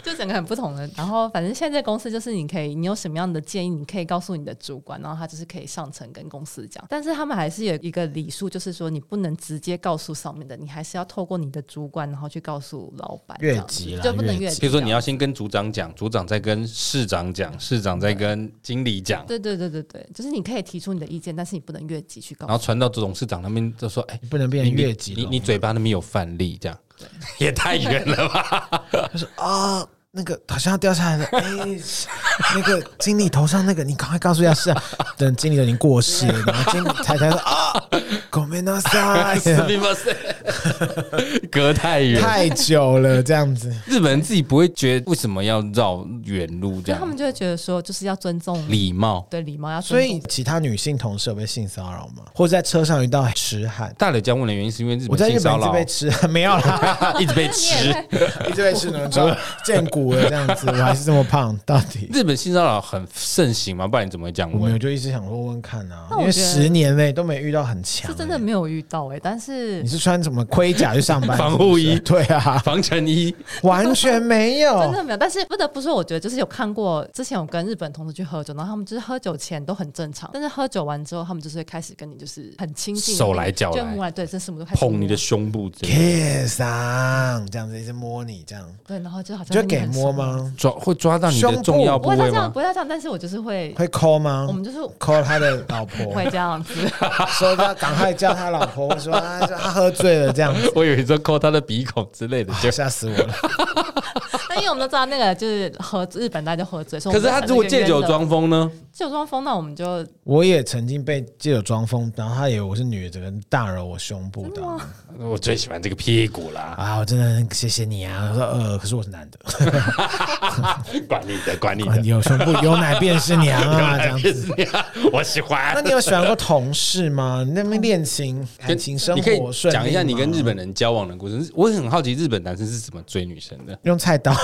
Speaker 3: 就整两个很不同的。呃然后反正现在这公司就是你可以，你有什么样的建议，你可以告诉你的主管，然后他就是可以上层跟公司讲。但是他们还是有一个礼数，就是说你不能直接告诉上面的，你还是要透过你的主管，然后去告诉老板这
Speaker 2: 越
Speaker 3: 样子。
Speaker 2: 级啦
Speaker 3: 就不能
Speaker 2: 越
Speaker 3: 越
Speaker 2: 级
Speaker 3: 级。
Speaker 1: 比如说你要先跟组长讲，组长再跟市长讲，市长再跟经理讲，
Speaker 3: 对对对对对，就是你可以提出你的意见，但是你不能越级去告
Speaker 1: 然后传到董事长那边就说：“哎、
Speaker 2: 你不能变
Speaker 1: 你
Speaker 2: 成越级
Speaker 1: 你
Speaker 2: 了
Speaker 1: 你嘴巴那边有范例，这样 (laughs) 也太远了
Speaker 2: (laughs)
Speaker 1: 吧？
Speaker 2: 啊。那个好像要掉下来了， (laughs) 哎、那个经理头上那个，你赶快告诉一下是、啊， (laughs) 等经理都已经过世了，然后经理才才说啊，ごめんなさ
Speaker 1: (laughs)
Speaker 2: い，
Speaker 1: 并不是 (laughs) 隔太远。
Speaker 2: 太久了这
Speaker 1: (laughs)
Speaker 2: 样子，
Speaker 1: 日本人自己不会觉得为什么要绕远路这
Speaker 3: 所以他们
Speaker 1: 样，
Speaker 3: 就会觉得说，就是要尊重
Speaker 1: 礼貌。
Speaker 3: 对礼貌，要
Speaker 2: 所
Speaker 3: 尊
Speaker 2: 以
Speaker 3: 重。
Speaker 2: 其他女性同事有被性骚扰吗？或者在车上遇到痴汉？
Speaker 1: 大磊这样问的原因是因为日
Speaker 2: 我
Speaker 1: 本
Speaker 2: 在
Speaker 1: 性
Speaker 2: 日本
Speaker 1: 骚
Speaker 2: 一直
Speaker 1: 扰 (laughs)
Speaker 2: 被吃，没有啦，
Speaker 1: 一直被
Speaker 3: (laughs)
Speaker 1: 吃。
Speaker 2: 一直被吃，怎么说见骨了这样子，我还是这么胖，到底？
Speaker 1: 日本性骚扰很盛行吗？不然你怎么会这样
Speaker 2: 我没有，
Speaker 1: 问？
Speaker 2: 就一直想问问看啊，
Speaker 3: 那
Speaker 2: 因
Speaker 3: 我
Speaker 2: 为
Speaker 3: 觉得
Speaker 2: 十年内都没遇到很强、
Speaker 3: 是真的
Speaker 2: 欸
Speaker 3: 没有遇到哎、但是
Speaker 2: 你是穿什么盔甲去上班？
Speaker 1: 防护衣
Speaker 2: 是不是对啊，
Speaker 1: 防尘衣
Speaker 3: (laughs)
Speaker 2: 完全没有。
Speaker 3: 真的没有，但是不得不说，我觉得就是有看过，之前有跟日本同事去喝酒，然后他们就是喝酒前都很正常，但是喝酒完之后，他们就是会开始跟你就是很亲近，
Speaker 1: 手来脚来
Speaker 3: 就摸来，对，这什么都开始摸
Speaker 1: 捧你的，胸部之类的，
Speaker 2: kiss 啊，这样子一直摸你，这样
Speaker 3: 对，然后就好像
Speaker 2: 就
Speaker 3: 跟你
Speaker 2: 给
Speaker 3: 很
Speaker 2: 摸
Speaker 3: 熟？
Speaker 2: 吗？
Speaker 1: 抓会抓到你
Speaker 2: 胸
Speaker 1: 的
Speaker 2: 部
Speaker 1: 重要部
Speaker 3: 不会到
Speaker 1: 位
Speaker 3: 这样，
Speaker 1: 吗？
Speaker 3: 不会到这样，但是我就是会，
Speaker 2: 会抠吗？
Speaker 3: 我们就是
Speaker 2: 抠他的老婆，
Speaker 3: 会
Speaker 1: (laughs)
Speaker 3: 这样子，
Speaker 2: 说他赶快叫他老婆，或者说啊他喝醉了这样子，
Speaker 1: 我以为你说抠他的鼻孔之类的， (laughs) 就
Speaker 2: 吓死我了。
Speaker 3: 那因为我们都知道那个就是喝日本大家就喝醉，所以
Speaker 1: 可
Speaker 3: 我
Speaker 1: 是
Speaker 3: 们
Speaker 1: 他
Speaker 3: 就
Speaker 1: 如果
Speaker 3: 很
Speaker 1: 借酒
Speaker 3: 冤的
Speaker 1: 装疯呢？
Speaker 3: 借酒装疯，那我
Speaker 1: (laughs)
Speaker 3: 们就
Speaker 2: 我也曾经被借酒装疯，然后他以为我是女的，整个大揉我胸部的
Speaker 1: 我最喜欢这个屁股啦，
Speaker 2: 啊！我真的很谢谢你啊！我说呃，可是我是男的，
Speaker 1: 管你的，管你
Speaker 2: 啊你
Speaker 1: 的，
Speaker 2: 有胸部有奶便是娘
Speaker 1: (laughs)
Speaker 2: 啊，这样子。
Speaker 1: 是啊，我喜
Speaker 2: 那
Speaker 1: 欢。
Speaker 2: 你有喜欢过同事吗？你那边恋情、感情生
Speaker 1: 你可以
Speaker 2: 活顺利吗
Speaker 1: 讲一下你跟日本人交往的故事。我很好奇日本男生是怎么追女生的。
Speaker 2: 用菜刀，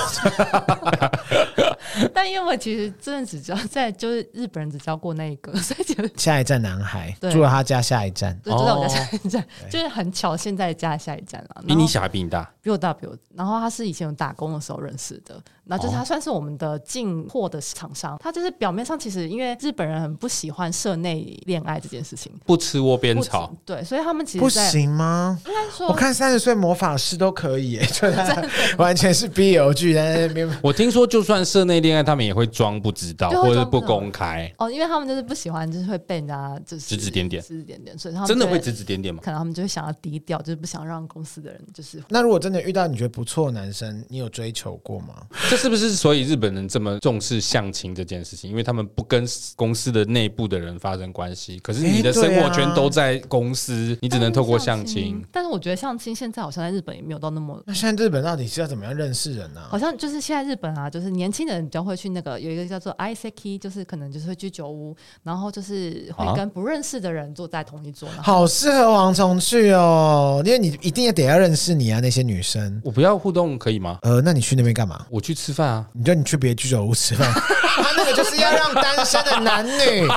Speaker 3: 但因为我其实真的只教在就是日本人只教过那一个，所以觉得
Speaker 2: 下一站男孩
Speaker 3: 对
Speaker 2: 住到他家下一站，
Speaker 3: 就知道我家下一站，就是很巧，现在家下一站了。
Speaker 1: 哦比你
Speaker 3: 小，
Speaker 1: 小还比你大，
Speaker 3: 比我大，比我。然后他是以前有打工的时候认识的，然
Speaker 1: 哦
Speaker 3: 后就是他算是我们的进货的厂商。他就是表面上其实因为日本人很不喜欢社内恋爱这件事情，
Speaker 1: 不吃窝边
Speaker 3: 不止
Speaker 1: 草，
Speaker 3: 对，所以他们其
Speaker 2: 不
Speaker 3: 实在
Speaker 2: 行吗？
Speaker 3: 应该说
Speaker 2: 我看三十岁魔法师都可以耶， (laughs) 就他完全是 BL 剧在那边。
Speaker 1: 我听说，就算室内恋爱，他们也会装不知道，
Speaker 3: 对
Speaker 1: 或者是
Speaker 3: 会装不
Speaker 1: 不
Speaker 3: 知道
Speaker 1: 公开，
Speaker 3: 哦，因为他们就是不喜欢，就是会被人家就是
Speaker 1: 指指点点
Speaker 3: 指指点点，所以他们
Speaker 1: 真的
Speaker 3: 就
Speaker 1: 会指。指点点吗？
Speaker 3: 可能他们就会想要低调，就是不想让公司的人就是
Speaker 2: 那如果真的遇到你觉得不错的男生，你有追求过吗？
Speaker 1: 这是不是所以日本人这么重视相亲这件事情？因为他们不跟公司的内部的人发生关系，可是你的
Speaker 2: 诶对
Speaker 1: 生
Speaker 2: 啊哦
Speaker 1: 活圈都在公司，你只能透过相亲。。
Speaker 3: 但是我觉得相亲现在好像在日本也没有到那么
Speaker 2: 那现在日本到底是要怎么样认识人啊呢、
Speaker 3: 好像就是现在日本啊，就是年轻人比较会去那个有一个叫做 I C K，就是可能就是会去酒屋，然后就是
Speaker 1: 啊
Speaker 3: 会跟不认识的人坐在同一桌，然后
Speaker 2: 好适合蝗虫去哦，因为你一定也得要认识你啊，那些女生。
Speaker 1: 我不要互动可以吗？
Speaker 2: 呃，那你去那边干嘛？
Speaker 1: 我去吃饭啊！
Speaker 2: 你叫你去别的居酒屋吃
Speaker 3: (laughs)
Speaker 2: 饭，他那个就是要让单身的男女，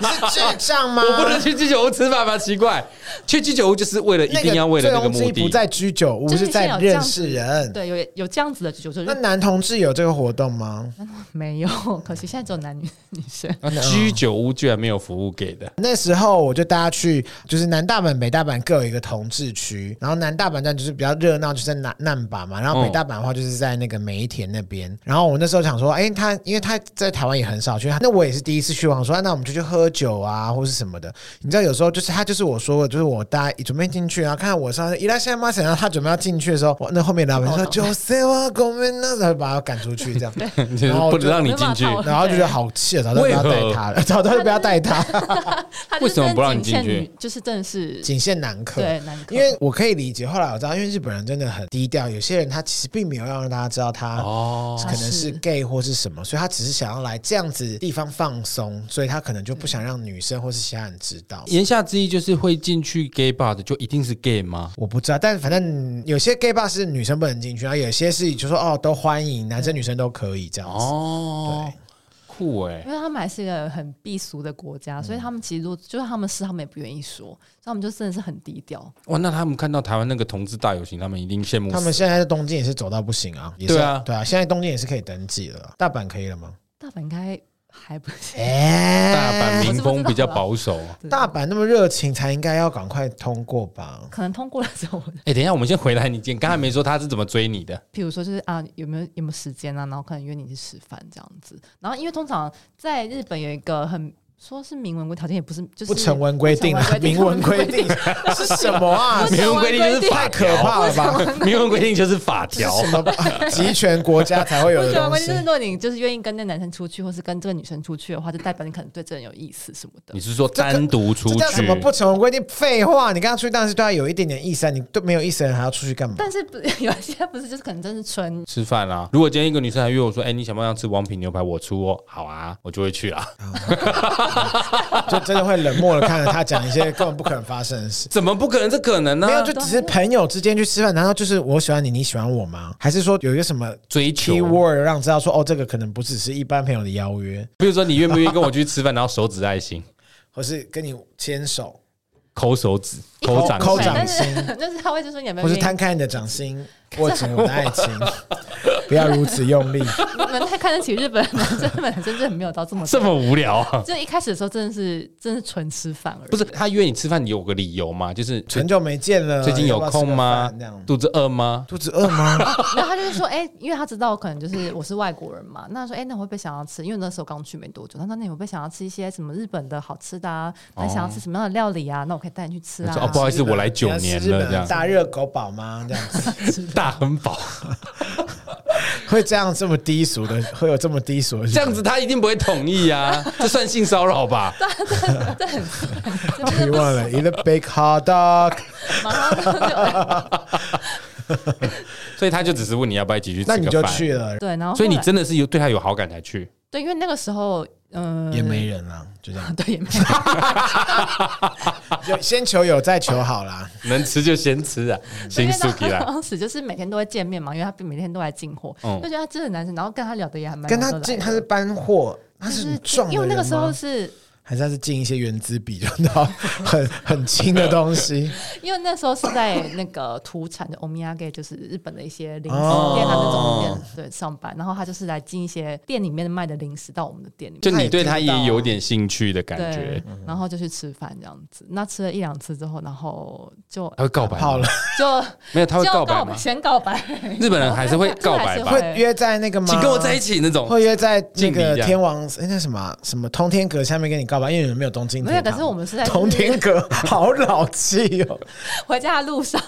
Speaker 2: 你是智障吗？
Speaker 1: 我不能去居酒屋吃饭吗？奇怪，去居酒屋就是为了一
Speaker 2: 那个
Speaker 1: 定要为了那个
Speaker 2: 醉翁
Speaker 1: 目
Speaker 2: 哦之意不
Speaker 1: 的。
Speaker 2: 在居酒屋，
Speaker 3: 就是是现在
Speaker 2: 在
Speaker 3: 有这
Speaker 2: 认
Speaker 3: 样子
Speaker 2: 识人。
Speaker 3: 对，有有这样子的酒桌，
Speaker 2: 那
Speaker 3: 就是
Speaker 2: 男同志有这个活动吗？
Speaker 3: 没有，可惜现在只有男女女生。
Speaker 1: 啊
Speaker 2: 哦
Speaker 1: 居酒屋居然没有服务给的， (laughs)
Speaker 2: 那时候我就大家去，就是南大阪、北大阪各有一个同志区，然后南大阪站就是比较热闹，就是在南难阪嘛，然后北大阪的话就是在那个梅田那边。然后我那时候想说，哎、他因为他在台湾也很少去，那我也是第一次去，我想说、啊那我们就去喝酒啊，或是什么的。你知道有时候就是他就是我说的，就是我大家准备进去，然后看到我上伊拉现在妈想要他准备要进去的时候，我那后面的老板就说九岁啊，公们那，然后把他赶出去这样，
Speaker 1: 就是不能让你进去
Speaker 3: 没办。法
Speaker 2: 然后就觉得好气啊，早知道不要带他了，早知道就不要带他。
Speaker 3: 他
Speaker 1: 为什么不让你
Speaker 3: 就是真的
Speaker 1: 进去
Speaker 3: 仅限女？就是真的是
Speaker 2: 仅限男客。
Speaker 3: 对男客
Speaker 2: 因为我可以理解。后来我知道，因为日本人真的很低调，有些人他其实并没有要让大家知道他
Speaker 1: 哦，
Speaker 2: 可能是
Speaker 3: 他是
Speaker 2: gay 或是什么，所以他只是想要来这样子地方放松，所以他可能就不想让女生或是其他人知道。
Speaker 1: 言下之意就是会进去 gay bar 的就一定是 gay 吗？
Speaker 2: 我不知道，但反正有些 gay bar 是女生不能进去，然后有些是就说哦都欢迎，男生女生都可以这样子。
Speaker 1: 哦，酷哎、
Speaker 3: 因为他们还是一个很避俗的国
Speaker 1: 嗯
Speaker 3: 家，所以他们其实都就算他们是，他们也不愿意说，所以他们就真的是很低调。
Speaker 1: 哇，那他们看到台湾那个同志大游行，他们一定羡慕死。
Speaker 2: 他们现在在东京也是走到不行啊，也是
Speaker 1: 对啊
Speaker 2: 对啊，现在东京也是可以登记了，大阪可以了吗？
Speaker 3: 大阪应该还不是，
Speaker 2: 哎
Speaker 1: 大阪民风比较
Speaker 3: 我是不知道啊
Speaker 1: 保守。
Speaker 2: 大阪那么热情，才应该要赶快通过吧？
Speaker 3: 可能通过了之后，
Speaker 1: 哎、等一下，我们先回来你，你刚才没说他是怎么追你
Speaker 2: (laughs)
Speaker 1: 的？
Speaker 3: 比如说就是啊，有没有有没有时间啊？然后可能约你去吃饭这样子。然后因为通常在日本有一个很说是明文规条件，也不是就是
Speaker 2: 不成文规定啊，
Speaker 3: 不成
Speaker 2: 明文
Speaker 3: 文
Speaker 2: 规
Speaker 3: 规
Speaker 2: 定
Speaker 3: 定
Speaker 2: 是什么 (laughs) 啊？
Speaker 3: 不成文规定
Speaker 1: 明文规定就是
Speaker 2: 太
Speaker 1: 法
Speaker 2: 可
Speaker 1: 条，
Speaker 2: 怕了吧？
Speaker 1: (laughs) 明文规定就是法
Speaker 2: 这
Speaker 1: 条
Speaker 2: (laughs) 是。什么集权国家才会有
Speaker 3: 我
Speaker 2: 的
Speaker 3: 觉得
Speaker 2: 东
Speaker 3: 关键
Speaker 2: 西
Speaker 3: 是，如？果你就是愿意跟那男生出去，或是跟这个女生出去的话，就代表你可能对这个人有意思什么的
Speaker 1: 你。是说单独出
Speaker 2: 这叫什
Speaker 1: 去
Speaker 2: 么？不成文规定？废话！你刚刚出去当然是对他有一点点意思啊，你都没有意思的人还要出去 (laughs) 干嘛？
Speaker 3: 但是不 (laughs) 有一些不是就是可能真是纯
Speaker 1: 吃饭啊！如果今天一个女生还约我说：“哎、你想不想吃王品牛排？我出哦。”好啊，我就会去啊。。
Speaker 2: 就真的会冷漠的看着他讲一些根本不可能发生的事
Speaker 1: 怎么不可能？这可能呢、
Speaker 2: (laughs)
Speaker 1: 啊
Speaker 2: 没有，就只是朋友之间去吃饭，难道就是我喜欢你，你喜欢我吗？还是说有一个什么
Speaker 1: 追
Speaker 2: key
Speaker 1: 求。
Speaker 2: word 让知道说哦，这个可能不只是一般朋友的邀约，
Speaker 1: 比如说，你愿不愿意跟我去吃饭，然后手指爱心、
Speaker 2: 或是跟你牵手、
Speaker 1: 抠手指、
Speaker 2: 抠
Speaker 1: 抠掌
Speaker 2: 抠
Speaker 1: 心？
Speaker 2: 掌
Speaker 3: 但
Speaker 2: 心
Speaker 3: 是，但是他 (laughs) 会就说你有没
Speaker 2: 或
Speaker 3: 有
Speaker 2: 是
Speaker 3: 愿意
Speaker 2: 摊开你的掌
Speaker 3: (laughs)
Speaker 2: 心，握紧我的爱情，不要如此用
Speaker 3: (laughs)
Speaker 2: 力。
Speaker 3: 你们太看得起日本男生，日本男生 (laughs) 真的没有到这么
Speaker 1: 这么无聊啊！
Speaker 3: 就一开始的时候真的是真的是纯吃饭而已，
Speaker 1: 不是他约你吃饭，你有个理由吗？就是
Speaker 2: 很久没见了，
Speaker 1: 最近有空
Speaker 2: 要不要吃个
Speaker 1: 吗
Speaker 2: 饭这样？
Speaker 1: 肚子饿吗？
Speaker 2: 肚子
Speaker 1: (laughs)
Speaker 2: 饿吗？
Speaker 3: (laughs) 然后他就是说，哎、因为他知道可能就是我是外国人嘛，那他说，哎、那我会不会想要吃？因为那时候刚去没多久，他说，那你会不会想要吃一些什么日本的好吃的啊？那你想要吃什么样的料理啊？那我可以带你去吃啊。
Speaker 1: 我说哦不好意思我来九年了
Speaker 2: 你要吃日本的
Speaker 1: 这样
Speaker 2: 大热狗堡吗？这样
Speaker 3: (laughs)
Speaker 2: 子
Speaker 1: (laughs) 大很饱，
Speaker 2: 会这样这么低俗的，会有这么低俗的日
Speaker 1: 这
Speaker 2: 本
Speaker 1: 样子他一定不会同意
Speaker 2: (laughs)
Speaker 1: 啊！这算性骚扰吧？
Speaker 2: 别忘了 (laughs) eat a big hot
Speaker 1: (laughs)
Speaker 2: dog。
Speaker 3: 马上就
Speaker 1: 所以他就只是问你要不要一起去
Speaker 2: 那
Speaker 1: 吃
Speaker 2: 你
Speaker 1: 个
Speaker 2: 就
Speaker 1: 饭。
Speaker 2: 去哦了，
Speaker 3: (laughs) 对，然后
Speaker 1: 所以你
Speaker 3: 后来
Speaker 1: 真的是有对他有好感才去，
Speaker 3: 对，因为那个时候，嗯、。
Speaker 2: 也没人了，就这样
Speaker 3: (laughs) 对也没
Speaker 2: (laughs)
Speaker 3: 嗯
Speaker 2: 就先求有，再求好啦。
Speaker 3: (laughs)
Speaker 1: 能吃就先吃啊，
Speaker 3: 因
Speaker 1: 先
Speaker 3: 为
Speaker 1: 素皮啦。
Speaker 3: 当时就是每天都会见面嘛，因为他每天都来进货，
Speaker 1: 嗯
Speaker 3: 就觉得他真的很男生，然后跟他聊的也还蛮
Speaker 2: 哦跟
Speaker 3: 聊
Speaker 2: 他
Speaker 3: 得来
Speaker 2: 进，
Speaker 3: 的
Speaker 2: 他是搬货，他
Speaker 3: 就是是
Speaker 2: 很壮的
Speaker 3: 因为那个
Speaker 2: 人
Speaker 3: 时候
Speaker 2: 吗
Speaker 3: 是
Speaker 2: 还是他是进一些原子笔，就到很很轻的
Speaker 1: (laughs)
Speaker 2: 东西。
Speaker 3: 因为那时候是在那个土产的 omiyage，就是日本的一些零食
Speaker 2: 哦
Speaker 3: 店啊那种店对上班，然后他就是来进一些店里面卖的零食到我们的店里面，
Speaker 1: 就你对他
Speaker 2: 啊
Speaker 1: 也有点兴趣的感觉
Speaker 3: 对，，
Speaker 2: 嗯
Speaker 3: 然后就去吃饭这样子。那吃了一两次之后，然后就
Speaker 1: 他会告白吗
Speaker 2: 好了，
Speaker 3: 就
Speaker 1: 没有，他会
Speaker 3: 就
Speaker 1: 告白吗？
Speaker 3: 先告白，
Speaker 2: 啊
Speaker 1: 日本人还是会告白吧
Speaker 3: 还
Speaker 2: 会
Speaker 3: 是？
Speaker 2: 约在那个吗？
Speaker 1: 请跟我在一起那种。
Speaker 2: 会约在那
Speaker 1: 敬礼这
Speaker 2: 个
Speaker 1: 样
Speaker 2: 天王诶那什么啊什么通天阁下面跟你告白，因为你们没有东京
Speaker 3: 没
Speaker 2: 铁
Speaker 3: 有。
Speaker 2: 塔。
Speaker 3: 可是我们是在
Speaker 2: (laughs) 通天阁好老气
Speaker 3: (laughs)
Speaker 2: 哦，
Speaker 3: 回家的路上，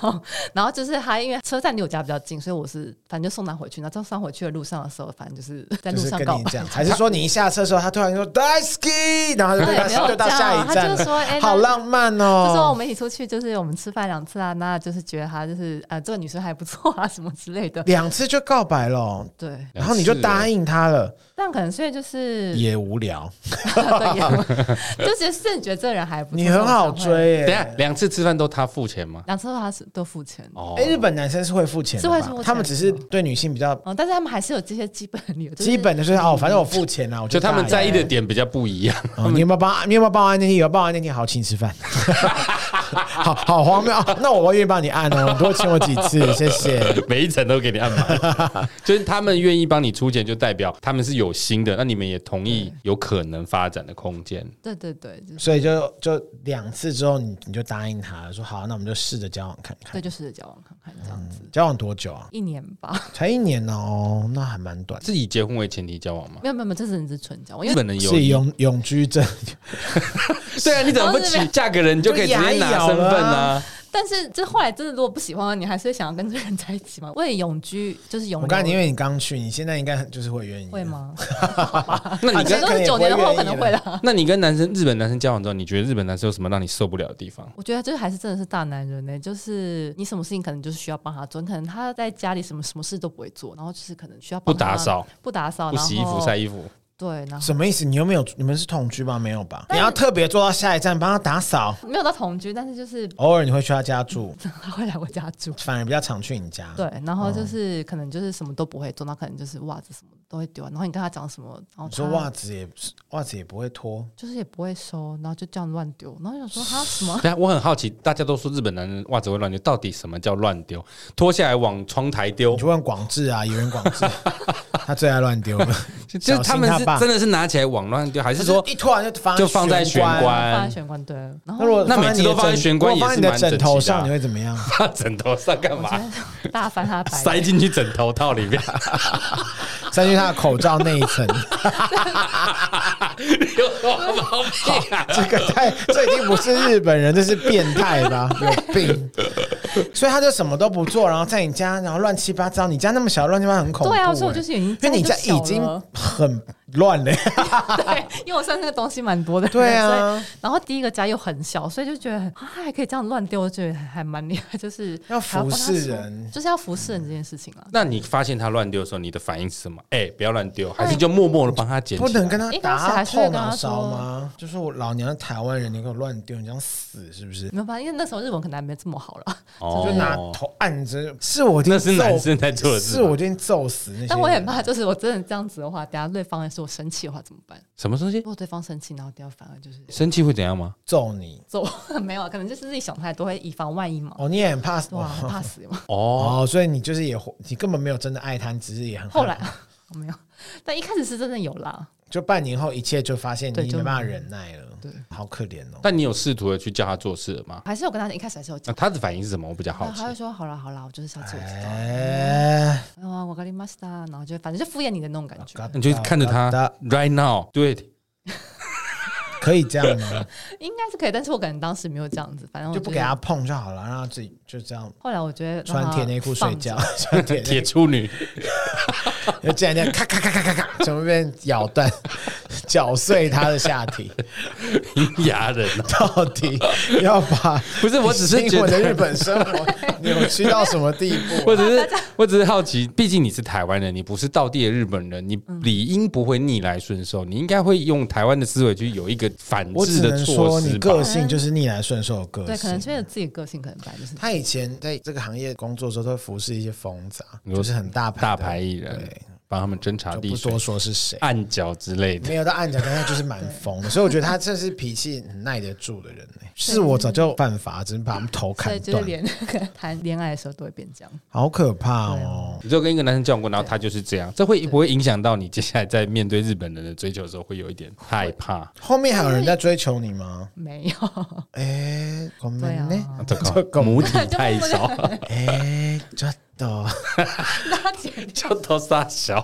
Speaker 3: 然后就是他因为车站离我家比较近，所以我是反正就送他回去。然后送他回去的路上的时候，反正就是在
Speaker 2: 就
Speaker 3: 路
Speaker 2: 是
Speaker 3: 上
Speaker 2: 跟
Speaker 3: 告
Speaker 2: 你
Speaker 3: 白。
Speaker 2: 讲，还是说你一下车的时候，他突然说 Daisy，然后就
Speaker 3: 对
Speaker 2: 到
Speaker 3: 没有
Speaker 2: 就到下一
Speaker 3: 这
Speaker 2: 站
Speaker 3: 样他就说
Speaker 2: 了，
Speaker 3: 哎
Speaker 2: 好
Speaker 3: 那
Speaker 2: 浪漫
Speaker 3: 就说我嗯
Speaker 2: 哦。
Speaker 3: 们一起出去，就是我们吃饭两次啊，那就是觉得她就是呃，这个女生还不错啊，什么之类的。
Speaker 2: 两次就告白了，
Speaker 3: 对，
Speaker 2: 然后你就答应他了，
Speaker 3: 但可能所以就是，
Speaker 2: (laughs) 也无聊。
Speaker 3: 对也就觉得甚至觉得这个人还不错，
Speaker 2: 你很好追耶、
Speaker 1: 等一下两次吃饭都他付钱吗？
Speaker 3: 两次的话是都付钱
Speaker 1: 哦
Speaker 3: 哦，
Speaker 2: 哎、，日本男生是会付钱的吧，
Speaker 3: 是会付钱
Speaker 2: 他们只是对女性比较
Speaker 3: 嗯但是他们还是有这些基本理由，就是
Speaker 2: 基本的，就是哦，反正我付钱啦，我
Speaker 1: 就他们
Speaker 2: 大
Speaker 1: 在意
Speaker 2: 爷
Speaker 1: 的点比较不一样。
Speaker 2: 哦你有没有帮？你有没有帮我按电梯？有帮我按电梯，好，请你吃饭。 (laughs) 好好荒谬、哦！那我愿意帮你按哦，你多请我几次，谢谢。
Speaker 1: 每一层都给你按满， (laughs) 就是他们愿意帮你出钱，就代表他们是有心的，那你们也同意有可能发展的空间。
Speaker 3: 对对对，就是
Speaker 2: 所以就就两次之后你，你就答应他了，说好，那我们就试着交往看看。
Speaker 3: 对，就试着交往看看这样子，
Speaker 2: 交往多久啊？
Speaker 3: 一年吧， (laughs)
Speaker 2: 才一年哦，那还蛮短。
Speaker 1: 是以结婚为前提交往吗？
Speaker 3: 没有没有没有，这只是纯交往，因
Speaker 1: 日
Speaker 3: 为
Speaker 1: 本人有
Speaker 2: 是永永居
Speaker 3: (laughs)
Speaker 2: 证，
Speaker 1: 对啊，你怎么不起嫁个人，你就可以直接拿身份啊？
Speaker 3: 但是这后来真的如果不喜欢了，你还是会想要跟这个人在一起吗？为永居就是永
Speaker 2: 我
Speaker 3: 留，
Speaker 2: 刚才因为你刚去，你现在应该就是会愿意。
Speaker 3: 会？吗？
Speaker 1: 那
Speaker 2: 啊
Speaker 1: 你
Speaker 3: 以
Speaker 1: 跟
Speaker 3: 前都是九年的话，我可能会
Speaker 2: 了。
Speaker 3: 啦。
Speaker 1: 那你跟男生日本男生交往之后，你觉得日本男生有什么让你受不了的地方？
Speaker 3: 我觉得这还是真的是大男人呢、欸就是你什么事情可能就是需要帮他做，你可能他在家里什么什么事都不会做，然后就是可能需要帮
Speaker 1: 不打
Speaker 3: 他
Speaker 1: 扫、
Speaker 3: 不打扫、
Speaker 1: 不洗衣
Speaker 3: 哦然
Speaker 1: 服、
Speaker 3: 后
Speaker 1: 晒衣服，
Speaker 3: 对，然后
Speaker 2: 什么意思？你又没有？你们是同居吗？没有吧？你
Speaker 3: 是
Speaker 2: 要特别做到下一站帮他打扫，
Speaker 3: 没有到同居，但是就是 (laughs)
Speaker 2: 偶尔你会去他家住，
Speaker 3: 他会来我家住。
Speaker 2: 反而比较常去你家。
Speaker 1: 哦
Speaker 3: 对，然后就是可能就是什么都不会做，那可能就是袜子什么都会丢啊。然后你跟他讲什么，然后
Speaker 2: 你说
Speaker 3: 哦他
Speaker 2: 袜子也袜子也不会脱，
Speaker 3: 就是也不会收，然后就这样乱丢。然后就想说
Speaker 1: (laughs)
Speaker 3: 他什么？
Speaker 1: 对啊，我很好奇，大家都说日本男人袜子会乱丢，到底什么叫乱丢？脱下来往窗台丢
Speaker 2: 你，就问广志啊，有人广
Speaker 1: (laughs)
Speaker 2: 志，他最爱乱丢了，
Speaker 1: 就是他们
Speaker 2: 小
Speaker 1: 是
Speaker 2: 心他爸
Speaker 1: 真的是拿起来往乱丢，还是说 (laughs)
Speaker 2: 一突然就放
Speaker 1: 就放在玄
Speaker 2: 关。
Speaker 3: 放在
Speaker 1: 关？
Speaker 3: 玄关对，然
Speaker 2: 那如
Speaker 3: 后
Speaker 2: 果
Speaker 1: 那每
Speaker 2: 放在
Speaker 1: 次
Speaker 2: 你的
Speaker 1: 都放在
Speaker 2: 枕
Speaker 1: 玄关
Speaker 2: 如
Speaker 1: 也
Speaker 2: 果放
Speaker 1: 是
Speaker 2: 在你
Speaker 1: 蛮
Speaker 2: 的
Speaker 1: 整
Speaker 2: 枕
Speaker 1: 齐
Speaker 2: 头
Speaker 1: 的啊
Speaker 2: 上，你会怎么样？
Speaker 1: 放枕头上干
Speaker 3: 我觉
Speaker 1: 嘛？
Speaker 3: 得大翻他白
Speaker 1: 塞
Speaker 3: 眼，
Speaker 1: 进去枕头套里面， (laughs)
Speaker 2: 塞进他的口罩那一层，
Speaker 1: 有什么毛病啊？
Speaker 2: 这个太这已经不是日本人，这是变态
Speaker 1: (laughs)
Speaker 2: 吧？有病！所以他就什么都不做，然后在你家，然后乱七八糟。你家那么小，乱七八糟很恐怖、
Speaker 3: 对
Speaker 2: 欸。
Speaker 3: 啊，所以我就是已经
Speaker 2: 因为你家
Speaker 3: 就
Speaker 2: 已
Speaker 3: 小
Speaker 2: 经
Speaker 3: 了
Speaker 2: 很乱了、
Speaker 3: (laughs) 对，因为我算是那个东西蛮多的人，
Speaker 2: 对啊
Speaker 3: 所以然后第一个家又很小，所以就觉得啊还可以这样乱丢，我觉得还还蛮厉害，就是
Speaker 2: 要
Speaker 3: 还帮他
Speaker 2: 服侍
Speaker 3: 收
Speaker 2: 人
Speaker 3: 就是要服侍人这件事情啊。
Speaker 1: 那你发现他乱丢的时候，你的反应是什么？哎、不要乱丢，还是就默默的帮他捡起
Speaker 2: (laughs) 不
Speaker 1: 来？
Speaker 2: 能跟他
Speaker 3: 一开始
Speaker 2: 打
Speaker 3: 还是会
Speaker 2: 后
Speaker 3: 跟他
Speaker 2: 脑
Speaker 3: 说
Speaker 2: 勺吗？就说我老娘是台湾人，你给我乱丢，你这样死是不是？
Speaker 3: 没有办法，因为那时候日文可能还没这么好了， (laughs)
Speaker 1: 哦
Speaker 2: 就拿头按着，是我一定
Speaker 1: 那是男
Speaker 2: 揍
Speaker 1: 生在做的事吧
Speaker 2: 是我一定揍死那些人。
Speaker 3: 但我也很怕，就是我真的这样子的话，等下对方要是我生气的话怎么办？
Speaker 1: 什么东西
Speaker 3: 如？果对方生气，然后等下反而就是
Speaker 1: 生气会怎样吗？
Speaker 2: 揍你
Speaker 3: 走， (laughs) 没有啊，可能就是自己想太多，会以防万一嘛。
Speaker 2: 哦，你也很怕死
Speaker 3: 对啊，很怕死嘛。
Speaker 1: 哦，
Speaker 2: 哦，所以你就是也你根本没有真的爱他，你只是也很
Speaker 3: 后来啊 (laughs) 没有，但一开始是真的有啦，
Speaker 2: 就半年后一切就发现
Speaker 3: 对
Speaker 2: 你
Speaker 3: 就
Speaker 2: 没办法忍耐了，
Speaker 3: 对，
Speaker 2: 好可怜哦。
Speaker 1: 但你有试图的去叫他做事了吗？
Speaker 3: 还是有跟他一开始还是有
Speaker 1: 那
Speaker 3: 讲，
Speaker 1: 他的反应是什么？我比较好
Speaker 3: 然后
Speaker 1: 奇
Speaker 3: 他。就说好啦好啦，我就是下次我知道了。
Speaker 2: 哎，
Speaker 3: 啊，我跟你 master，然后就反正就敷衍你的那种感觉，
Speaker 2: 嘎
Speaker 1: 你就看着他
Speaker 2: 嘎嘎
Speaker 1: ，right now，do it。
Speaker 2: 可以这样
Speaker 3: (laughs)
Speaker 2: 吗？
Speaker 3: 应该是可以，但是我可能当时没有这样子，反正我
Speaker 2: 就不
Speaker 3: 是
Speaker 2: 给他。碰就好了，让他自己就这样
Speaker 3: 后来我觉得让
Speaker 2: 穿
Speaker 3: 他
Speaker 2: 铁内裤睡
Speaker 3: 哦放着
Speaker 2: 觉， (laughs) 穿铁内
Speaker 1: (laughs) 铁处女，
Speaker 2: 裤，就这样这样咔咔咔咔咔 (laughs) 咔，从那边咬断、绞碎他的下体， (laughs)
Speaker 1: 银牙人啊、
Speaker 2: 到底要把
Speaker 1: (laughs) 不是，我只是
Speaker 2: 新
Speaker 1: 觉
Speaker 2: 我的日
Speaker 1: 得，
Speaker 2: 本生活扭曲到什么地步
Speaker 1: (laughs) 我只是，我只是好奇，毕竟你是台湾人，你不是道地的日本人，你理应不会逆来顺受，你应该会用台湾的思维去有一个反
Speaker 2: 我
Speaker 1: 制
Speaker 2: 只
Speaker 1: 的
Speaker 2: 能
Speaker 1: 措
Speaker 2: 说，
Speaker 1: 施
Speaker 2: 你
Speaker 1: 吧
Speaker 2: 个。性就是逆来顺受的个
Speaker 3: 对，可
Speaker 2: 性
Speaker 3: 能。觉得自己个性可能本来就是
Speaker 2: 他以前在这个行业工作的时候，都会服侍一些疯子啊，
Speaker 1: 说
Speaker 2: 就是很大牌的
Speaker 1: 大牌艺人
Speaker 2: 对，
Speaker 1: 帮他们侦查
Speaker 2: 就
Speaker 1: 地
Speaker 2: 不
Speaker 1: 水啊
Speaker 2: 多、说嗯是谁。
Speaker 1: 暗角之类的。
Speaker 2: 没有到暗角，但他就是蛮疯的，所以我觉得他这是脾气很耐得住的人、欸、是我早就犯法，只是把他们头
Speaker 3: 所以
Speaker 2: 砍
Speaker 3: 就是
Speaker 2: 断，
Speaker 3: 连 (laughs) 那个谈恋爱的时候都会变这样。
Speaker 2: 好可怕
Speaker 3: 啊
Speaker 2: 哦！
Speaker 1: 你就跟一个男生交往过，然后他就是这样，这会不会影响到你接下来在面对日本人的追求的时候，会有一点害怕？
Speaker 2: 后面还有人在追求你吗？
Speaker 3: 没有，
Speaker 2: 哎、我们
Speaker 3: 对啊
Speaker 2: 呢？
Speaker 1: (laughs) 这
Speaker 2: 这
Speaker 1: 个
Speaker 2: 个
Speaker 1: 母体太小，
Speaker 2: 哎、真的。 (laughs)
Speaker 3: 那姐
Speaker 1: 就都傻小。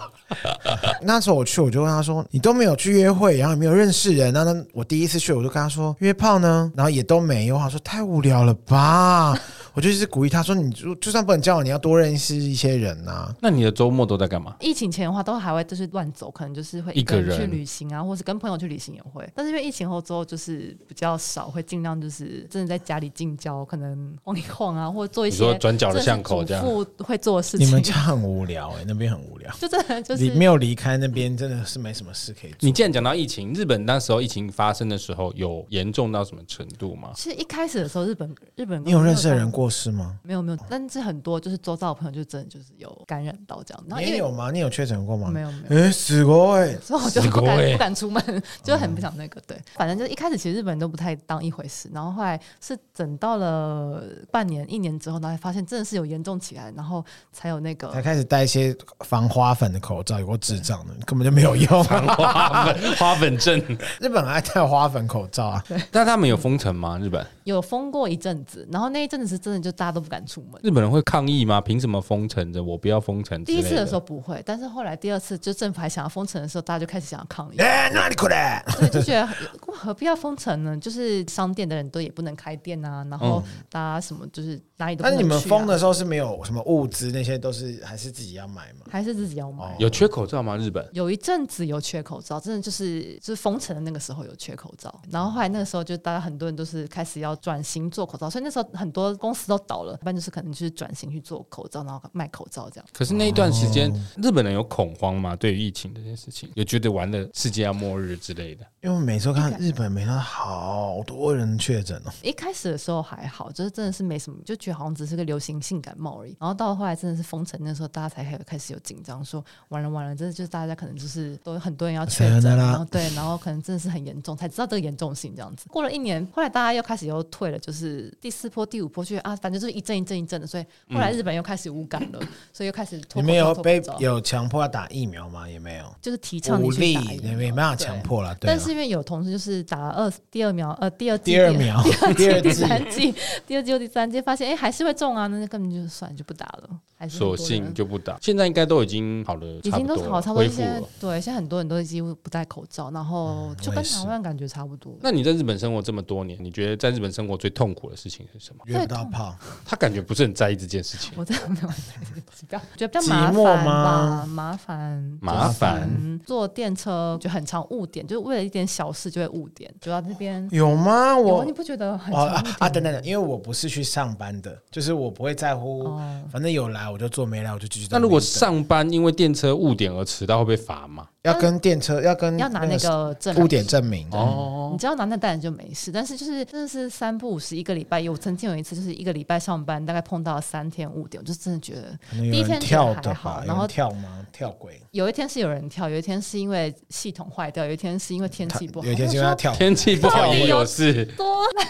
Speaker 2: 那时候我去，我就问他说：“你都没有去约会，然后也没有认识人。”那啊那我第一次去，我就跟他说：“约炮呢？”然后也都没有。他说：“太无聊了吧？” (laughs) 我就一直鼓励他说：“你就就算不能交往，你要多认识一些人啊呐、
Speaker 1: (laughs) 那你的周末都在干嘛？
Speaker 3: (laughs) 疫情前的话，都还会就是乱走，可能就是会
Speaker 1: 一个人
Speaker 3: 去旅行啊，或是跟朋友去旅行也会。但是因为疫情后之后，就是比较少，会尽量就是真的在家里近郊，可能晃一晃啊，或者做一
Speaker 1: 你
Speaker 3: 些
Speaker 1: 说转角的巷口这样
Speaker 3: 真的是主妇会做的事
Speaker 2: 你们
Speaker 3: 情。
Speaker 2: 家很无聊哎、那边很无聊。”
Speaker 3: (laughs) 就真的就
Speaker 2: 你
Speaker 3: 是
Speaker 2: 没有离开那边，真的是没什么事可以做。
Speaker 1: 你既然讲到疫情，日本那时候疫情发生的时候，有严重到什么程度
Speaker 3: (laughs)
Speaker 1: 吗？
Speaker 3: 其实一开始的时候，日本日本
Speaker 2: 你有认识的人过世吗？
Speaker 3: 没有没有，但是很多就是周遭的朋友就真的就是有感染到这样，然后
Speaker 2: 哦你
Speaker 3: 因
Speaker 2: 也
Speaker 3: 为
Speaker 2: 有吗？你有确诊过吗？
Speaker 3: 没有没有。
Speaker 2: 哎、死过哎、
Speaker 3: 所以我就
Speaker 1: 死
Speaker 3: 不
Speaker 1: 过欸
Speaker 3: 敢不敢出
Speaker 2: 哦
Speaker 3: 门，就很不想那个。对，反正就是一开始其实日本人都不太当一回事，然后后来是等到了半年、一年之后，然后才发现真的是有严重起来，然后才有那个
Speaker 2: 才开始戴一些防花粉的口罩，有过智障
Speaker 3: 嗯
Speaker 2: 的，根本就没有用。啊
Speaker 1: 花粉花粉症， (laughs)
Speaker 2: 日本很爱戴花粉口罩
Speaker 3: (laughs)
Speaker 2: 啊，
Speaker 1: 但他们有封城吗？日本
Speaker 3: 有封过一阵子，然后那一阵子是真的就大家都不敢出门。
Speaker 1: 日本人会抗议吗？凭什么封城的？我不要封城之
Speaker 3: 第
Speaker 1: 类
Speaker 3: 一
Speaker 1: 的。
Speaker 3: 次的时候不会，但是后来第二次就政府还想要封城的时候，大家就开始想要抗议。
Speaker 2: 哎、那你过
Speaker 3: (laughs)
Speaker 2: 来，
Speaker 3: 对，就觉得何何必要封城呢？就是商店的人都也不能开店啊，然后大家什么就是哪里都不
Speaker 2: 但
Speaker 3: 能
Speaker 2: 是嗯你们
Speaker 3: 去啊
Speaker 2: 封的时候是没有什么物资，那些都是还是自己要买吗？
Speaker 3: 还是自己要买？
Speaker 2: 哦
Speaker 1: 有缺口罩吗？日本
Speaker 3: 有一阵子有缺口罩，真的就是就是封城的那个时候有缺口罩，然后后来那个时候就大家很多人都是开始要转型做口罩，所以那时候很多公司都倒了，一般就是可能就是转型去做口罩，然后卖口罩这样。
Speaker 1: 可是那一段时间，
Speaker 3: 哦
Speaker 1: 日本人有恐慌吗？对于疫情这件事情，有觉得完了世界要末日之类的？
Speaker 2: 因为我每次看日本，每天好多人确诊哦。
Speaker 3: 一开始的时候还好，就是真的是没什么，就觉得好像只是个流行性感冒而已，然后到到后来真的是封城那时候，大家才开始开始有紧张，说完了完了，真的就是大家可能就是都有很多人要确
Speaker 2: 真的啦
Speaker 3: 诊，然后对，然后可能真的是很严重，才知道这个严重性这样子。过了一年，后来大家又开始又退了，就是第四波、第五波去啊，反正就是一阵一阵一阵的，所以后来日本又开始无感了，所以又开始脱
Speaker 2: 你
Speaker 3: 口
Speaker 2: 们
Speaker 3: 罩
Speaker 2: 有
Speaker 3: 脱
Speaker 2: 被
Speaker 3: 口罩，
Speaker 2: 有强迫要打疫苗吗？也没有，
Speaker 3: 就是提倡你
Speaker 2: 无
Speaker 3: 去
Speaker 2: 力
Speaker 3: 打疫，苗
Speaker 2: 你们也没办法强
Speaker 3: 对
Speaker 2: 迫了。对啊
Speaker 3: 但是因为有同事就是打了二第二苗，呃，第二剂
Speaker 2: 第二
Speaker 3: (laughs)
Speaker 2: 苗
Speaker 3: 第二
Speaker 2: 第
Speaker 3: 剂、
Speaker 2: 二
Speaker 3: 第
Speaker 2: 剂
Speaker 3: 三剂、第二剂又第三剂，发现哎、还是会中啊，那就根本就算了就不打了，还嗯是很多
Speaker 1: 索
Speaker 3: 人
Speaker 1: 性就不打。现在应该都已经好了，
Speaker 3: 已
Speaker 1: 差
Speaker 3: 经
Speaker 1: 不
Speaker 3: 都
Speaker 1: 多
Speaker 3: 好
Speaker 1: 了
Speaker 3: 差不多，
Speaker 1: 恢
Speaker 3: 现
Speaker 1: 复
Speaker 3: 在
Speaker 1: 了。
Speaker 3: 对，现在很多人都几乎不戴口罩，然后就
Speaker 2: 我
Speaker 3: 跟
Speaker 2: 也是
Speaker 3: 台湾感觉差不多。
Speaker 1: 那你在日本生活这么多年，你觉得在日本生活最痛苦的事情是什么？
Speaker 2: 约不到炮，
Speaker 1: 他感觉不是很在意这件事情，
Speaker 3: 我真的没有戴口罩， (laughs) 觉得比较
Speaker 2: 寂
Speaker 3: 麻
Speaker 2: 寞
Speaker 3: 烦
Speaker 2: 吗
Speaker 3: 吧，麻烦。
Speaker 1: 麻烦。
Speaker 3: 嗯，坐电车就很常误点，就是为了一点小事就会误点，就到那边。
Speaker 2: 有吗？
Speaker 3: 有啊
Speaker 2: 我
Speaker 3: 你不觉得很
Speaker 2: (laughs) 哦
Speaker 3: 常误
Speaker 2: 啊
Speaker 3: (laughs) 点
Speaker 2: 啊！等等等，因为我不是去上班的，就是我不会在乎，
Speaker 3: 哦
Speaker 2: 反正有来我就坐，没来我就继续在
Speaker 1: 那
Speaker 2: 那边等。
Speaker 1: 如果上班因为电车误点而迟到，会被罚吗？
Speaker 2: 要跟电车，要跟
Speaker 3: 要拿那个证
Speaker 2: 误
Speaker 3: 明
Speaker 2: 点证明
Speaker 1: 哦，
Speaker 3: 你只要拿那袋子就没事，但是就是真的是三不五时一个礼拜有，我曾经有一次就是一个礼拜上班，大概碰到了三天误点，我就真的觉得
Speaker 2: 可能
Speaker 3: 第一
Speaker 2: 有人
Speaker 3: 天
Speaker 2: 跳
Speaker 3: 觉得
Speaker 2: 的
Speaker 3: 还好
Speaker 2: 吧，
Speaker 3: 然
Speaker 2: 有人
Speaker 3: 后
Speaker 2: 跳吗？跳轨，
Speaker 3: 有一天是有人跳，有一天是因为系统坏掉，有一天是因为天气不好，
Speaker 2: 有一天是因为他
Speaker 3: 哦
Speaker 2: 跳，
Speaker 1: 天气不好也有
Speaker 3: (laughs)
Speaker 1: 事。
Speaker 3: 多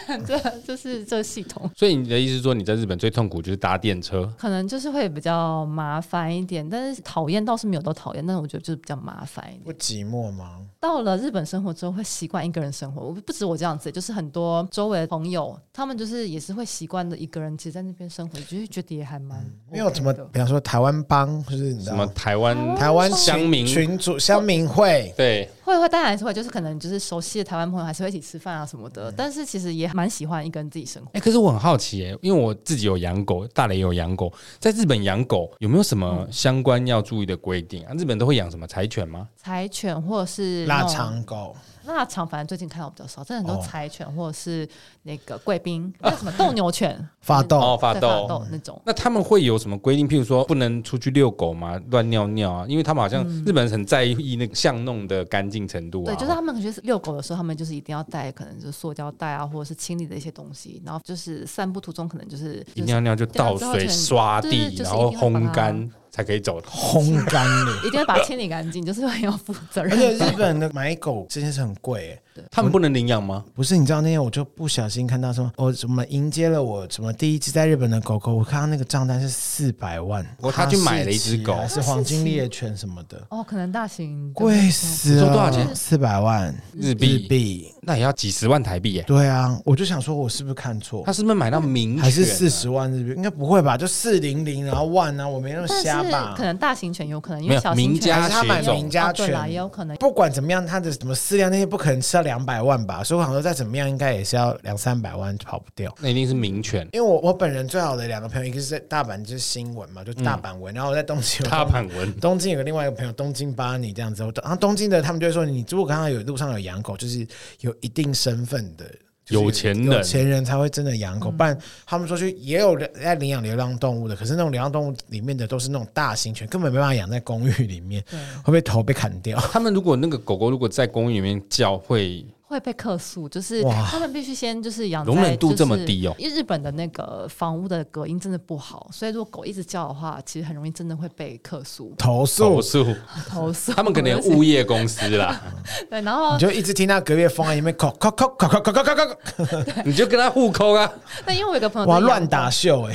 Speaker 3: 烂的，就是这系统。
Speaker 1: 所以你的意思是说，你在日本最痛苦就是搭电车？
Speaker 3: 可能就是会比较麻烦一点，但是讨厌倒是没有到讨厌，但是我觉得就是比较麻烦一点。
Speaker 2: 不寂寞吗？
Speaker 3: 到了日本生活之后，会习惯一个人生活。我不止我这样子，就是很多周围的朋友，他们就是也是会习惯的一个人，其实在那边生活，就是觉得也还蛮、
Speaker 2: 嗯没有
Speaker 3: 怎
Speaker 2: 怎么，
Speaker 3: 的。
Speaker 2: 比方说台湾帮，就是你知
Speaker 1: 什么
Speaker 3: 哦
Speaker 2: 道
Speaker 1: 台湾？
Speaker 2: 台湾
Speaker 1: 乡
Speaker 2: 群
Speaker 1: 民
Speaker 2: 群主乡民会，
Speaker 1: 对，
Speaker 3: 会会，当然还是会，就是可能就是熟悉的台湾朋友还是会一起吃饭啊什么的。但是其实也蛮喜欢一个人自己生活。
Speaker 1: 哎、可是我很好奇、耶，因为我自己有养狗，大雷有养狗，在日本养狗有没有什么相关要注意的规定啊？日本都会养什么柴犬吗？
Speaker 3: 柴犬或者是那
Speaker 2: 腊
Speaker 3: 种
Speaker 2: 肠狗，
Speaker 3: 腊肠，反正最近看到比较少，真的很
Speaker 2: 哦
Speaker 3: 多柴犬或者是那个贵宾，那什么斗牛
Speaker 2: (laughs)
Speaker 3: 犬、
Speaker 2: 发
Speaker 1: 哦，
Speaker 2: 豆，
Speaker 1: 发
Speaker 3: 对
Speaker 1: 豆。
Speaker 3: 斗那种。
Speaker 1: 那他们会有什么规定？譬如说不能出去遛狗吗？乱尿尿啊？因为他们好像日本人很在意那个巷弄的干净程度啊。
Speaker 3: 嗯对，就是他们可能就是遛狗的时候，他们就是一定要带，可能就是塑胶袋啊，或者是清理的一些东西。然后就是散步途中，可能就是
Speaker 1: 一
Speaker 3: 就
Speaker 1: 尿
Speaker 3: 是
Speaker 1: 尿就倒水、刷地，
Speaker 3: 对对对就是
Speaker 1: 然后
Speaker 3: 一定会把它
Speaker 1: 烘干才可以走。
Speaker 2: 烘干
Speaker 3: (laughs)
Speaker 2: 了。
Speaker 3: 一定要把它清理干净，就是很要负
Speaker 2: (laughs)
Speaker 3: 责
Speaker 2: 而且
Speaker 3: 任。
Speaker 2: 日本的买狗这件事很贵、欸，
Speaker 1: 他们不能领养吗？
Speaker 2: 不是，你知道那天我就不小心看到什么，我怎么迎接了我什么第一只在日本的狗狗，我看到那个账单是四百万，
Speaker 1: 哦他去买了一只狗
Speaker 2: 哈
Speaker 3: 哦
Speaker 2: 士奇还是黄金猎犬什么的，
Speaker 3: (laughs) 哦，可能大型
Speaker 2: 贵死了，
Speaker 1: 你说多少钱
Speaker 2: 四百万
Speaker 1: 日
Speaker 2: 日
Speaker 1: 币，
Speaker 2: 币，
Speaker 1: 那也要几十万台币耶、
Speaker 2: 对啊，我就想说我是不是看错
Speaker 1: 他，是不是买到名犬啊
Speaker 2: 还是四？十万日币？应该不会吧？就四零零然后万啊，我没那么
Speaker 3: 但
Speaker 2: 瞎
Speaker 3: 是
Speaker 2: 吧
Speaker 3: 可？能大型犬有可能，因
Speaker 1: 没
Speaker 3: 为
Speaker 1: 有
Speaker 3: 小型
Speaker 1: 名家
Speaker 3: 犬
Speaker 2: 还是他买
Speaker 1: 犬种
Speaker 2: 名家
Speaker 3: 哦对啦，
Speaker 2: 犬
Speaker 3: 也有可能。
Speaker 2: 不管怎么样，它的什么饲料那些不可能吃到两百万吧，所以我想说再怎么样应该也是要两三百万跑不掉。
Speaker 1: 那一定是名犬。
Speaker 2: 因为我我本人最好的两个朋友，一个是在大阪，就是新闻嘛，就大阪文，然后我在东京，
Speaker 1: 嗯大阪文
Speaker 2: 东京有个另外一个朋友，东京巴尼这样子，我然后东京的他们就会说，你如果刚刚有路上有养狗，就是有一定身份的。就是
Speaker 1: 有钱人嗯
Speaker 2: 有钱人才会真的养狗，不然他们说去也有人在领养流浪动物的，可是那种流浪动物里面的都是那种大型犬，根本没办法养在公寓里面，会被头被砍掉。 (laughs)
Speaker 1: (laughs) 他们如果那个狗狗如果在公寓里面叫，会
Speaker 3: 会被客诉，就是
Speaker 2: 哇
Speaker 3: 他们必须先就是养在
Speaker 1: 容忍度这么低哦
Speaker 3: 就是因为日本的那个房屋的隔音真的不好，所以如果狗一直叫的话，其实很容易真的会被客诉、
Speaker 2: 投
Speaker 1: 投
Speaker 2: 诉，
Speaker 1: 诉。
Speaker 3: 投诉。
Speaker 1: (laughs) 他们可能有物业公司啦，
Speaker 3: (laughs)
Speaker 2: (laughs)
Speaker 3: 对，然后
Speaker 2: 你就一直听到隔壁的风啊里面扣扣扣扣扣扣扣扣
Speaker 1: 哦
Speaker 2: 扣，
Speaker 1: 你就跟他互抠啊。
Speaker 3: 那因为我有个朋友
Speaker 2: 哇
Speaker 3: 在养
Speaker 2: 乱
Speaker 3: 狗
Speaker 2: 打秀哎、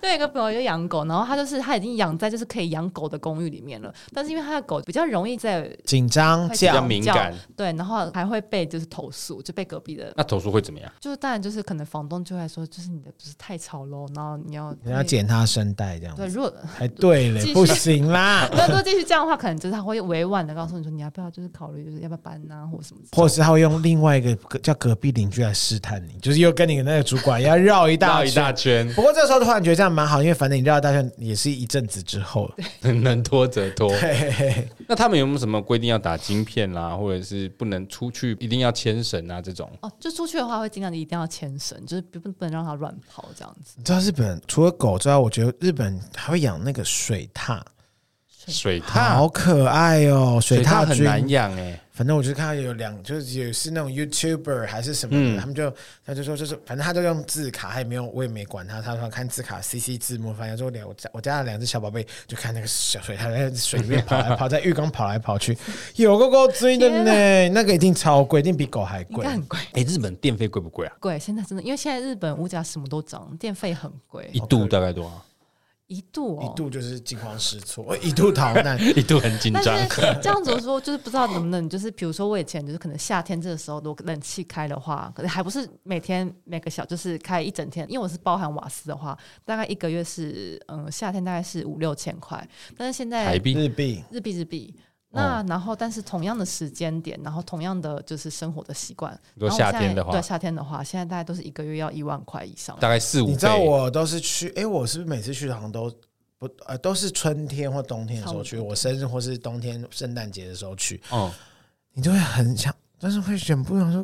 Speaker 3: 对，一个朋友就养狗，然后他就是他已经养在就是可以养狗的公寓里面了，但是因为他的狗比较容易在
Speaker 2: 紧张
Speaker 3: 会
Speaker 1: 比较
Speaker 2: 叫
Speaker 1: 敏感
Speaker 3: 叫，对，然后还会被就是投诉，就被隔壁的，
Speaker 1: 那投诉会怎么样？
Speaker 3: 就是当然就是可能房东就会说，就是你的就是太吵喽，然后你要
Speaker 2: 你要剪他声带这样
Speaker 3: 嗯对，
Speaker 2: 子，
Speaker 3: 如果
Speaker 2: 才对
Speaker 3: 继
Speaker 2: 嘞，
Speaker 3: 续
Speaker 2: 不行
Speaker 3: (laughs)。
Speaker 2: 啦
Speaker 3: 那如果继续这样的话，可能就是他会委婉的告诉你说，你要不要就是考虑就是要不要搬啊，或什么之类的。
Speaker 2: 或是他会用另外一个隔叫隔壁邻居来试探你，就是又跟你那个主管要绕一大
Speaker 1: 绕一
Speaker 2: 圈。
Speaker 1: 大圈，
Speaker 2: 不过这时候突然觉得这样蛮好，因为反正你绕一大圈也是一阵子之后了。
Speaker 1: 能拖则拖。
Speaker 2: 嘿嘿嘿
Speaker 1: 那他们有没有什么规定要打晶片啦、或者是不能出去，一定要牵绳啊这种？
Speaker 3: 哦，就出去的话会尽量的一定要牵绳，就是不不能让它乱跑 (laughs) 这样子。
Speaker 2: 你知道日本除了狗之外，我觉得日本还会养那个水獭，
Speaker 5: 水獭
Speaker 2: 好可爱哦，水
Speaker 1: 它
Speaker 2: 獭
Speaker 1: 很
Speaker 2: 君
Speaker 1: 难养哎，
Speaker 2: 反正我就看到有两，就是也是那种 YouTuber 还是什么
Speaker 3: 嗯
Speaker 2: 的，他们就他就说就是，反正他就用字卡，他也没有，我也没管他，他说看字卡 CC 字幕，反正就两我家我家的两只小宝贝就看那个小水獭在水里面跑 (laughs) 来跑，在浴缸跑来跑去，有够够追的呢，那个一定超贵，一定比狗还
Speaker 3: 应
Speaker 2: 贵
Speaker 3: 该。很贵。
Speaker 1: 哎，日本电费贵不贵啊？
Speaker 3: 贵，现在真的，因为现在日本物价什么都涨，电费很贵
Speaker 1: 一，度大概多少？ (laughs)
Speaker 3: 一度
Speaker 2: 一
Speaker 3: 哦。
Speaker 2: 度就是惊慌失措，一度逃难。
Speaker 1: (laughs) 一度很紧
Speaker 3: 但
Speaker 1: 张。
Speaker 3: 是这样子说，就是不知道能不能，就是比如说我以前就是可能夏天这个时候，如果冷气开的话，可能还不是每天每个小就是开一整天，因为我是包含瓦斯的话，大概一个月是嗯夏天大概是五六千块，但是现在
Speaker 1: 台币
Speaker 2: 日币
Speaker 3: 日币日币。
Speaker 1: 哦
Speaker 3: 那然后，但是同样的时间点，然后同样的就是生活的习惯。
Speaker 1: 你说
Speaker 3: 然后我
Speaker 1: 夏
Speaker 3: 现
Speaker 1: 天
Speaker 3: 在
Speaker 1: 的话
Speaker 3: 对夏天的话，现在大概都是一个月要一万块以上。
Speaker 1: 大概四五倍。
Speaker 2: 你知道我都是去，哎、我是不是每次去杭州不呃都是春天或冬天的时候去，
Speaker 3: 差不多
Speaker 2: 我生日或是冬天圣诞节的时候去，
Speaker 1: 嗯，
Speaker 2: 你就会很想，但是会忍不住想说，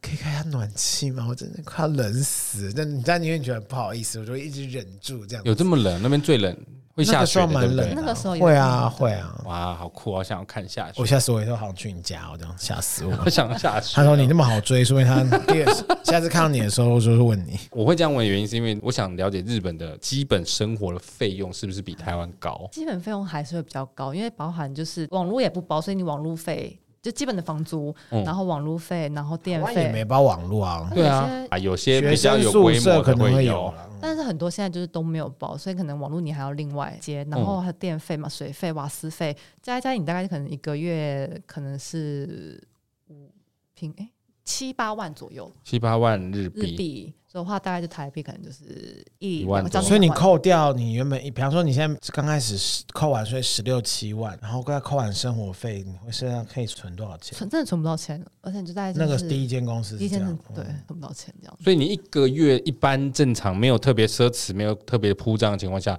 Speaker 2: 可以开下暖气吗？我真的快要冷死了，但你但因为你觉得不好意思，我就一直忍住这样。
Speaker 1: 有这么冷？那边最冷，会下雪的，
Speaker 2: 那个时候蛮
Speaker 1: 对不对
Speaker 2: 冷
Speaker 3: 那
Speaker 2: 的
Speaker 3: 个时候有
Speaker 2: 会啊
Speaker 3: 点
Speaker 2: 会啊，
Speaker 1: 哇，好酷啊！好想要看下雪
Speaker 2: 我，下次我也说好想去你家哦，我这样吓死 (laughs) 我。
Speaker 1: (laughs) 我想下啊雪。
Speaker 2: 他说你那么好追，说明他第二次下次看到你的时候就是问你，
Speaker 1: 我会这样问的原因，是因为我想了解日本的基本生活的费用是不是比台湾高。
Speaker 3: 基本费用还是会比较高，因为包含就是网络也不包，所以你网络费就基本的房租，
Speaker 1: 嗯
Speaker 3: 然后网络费，然后电
Speaker 2: 台湾也没
Speaker 3: 费。
Speaker 2: 包网络啊，
Speaker 3: 有
Speaker 1: 对啊
Speaker 3: 些，
Speaker 1: 啊，有些
Speaker 2: 学
Speaker 1: 比较
Speaker 2: 生
Speaker 1: 有
Speaker 2: 宿
Speaker 1: 规
Speaker 2: 舍
Speaker 1: 模
Speaker 2: 可
Speaker 1: 的
Speaker 2: 能
Speaker 1: 会
Speaker 2: 会
Speaker 1: 有
Speaker 2: 有，啊啦。
Speaker 3: 但是很多现在就是都没有包，所以可能网络你还要另外接，然
Speaker 2: 嗯
Speaker 3: 后还有电费嘛、水费、瓦斯费，加一加你大概可能一个月可能是五平哎七八万左右
Speaker 1: 七八万日
Speaker 3: 日
Speaker 1: 币，
Speaker 3: 币，所以的话大概就台币可能就是一
Speaker 1: 一万
Speaker 3: 将近
Speaker 2: 所以你
Speaker 3: 两万
Speaker 2: 扣掉你原本，比方说你现在刚开始十扣完税十六七万，然后再扣完生活费，你会身上可以存多少钱？
Speaker 3: 存真的存不到钱，而且你就大概就
Speaker 2: 那个
Speaker 3: 是
Speaker 2: 第一间公司
Speaker 3: 第
Speaker 2: 是这
Speaker 3: 一天
Speaker 2: 样嗯哦
Speaker 3: 是，对存不到钱这样。
Speaker 1: 所以你一个月一般正常没有特别奢侈、没有特别铺张的情况下，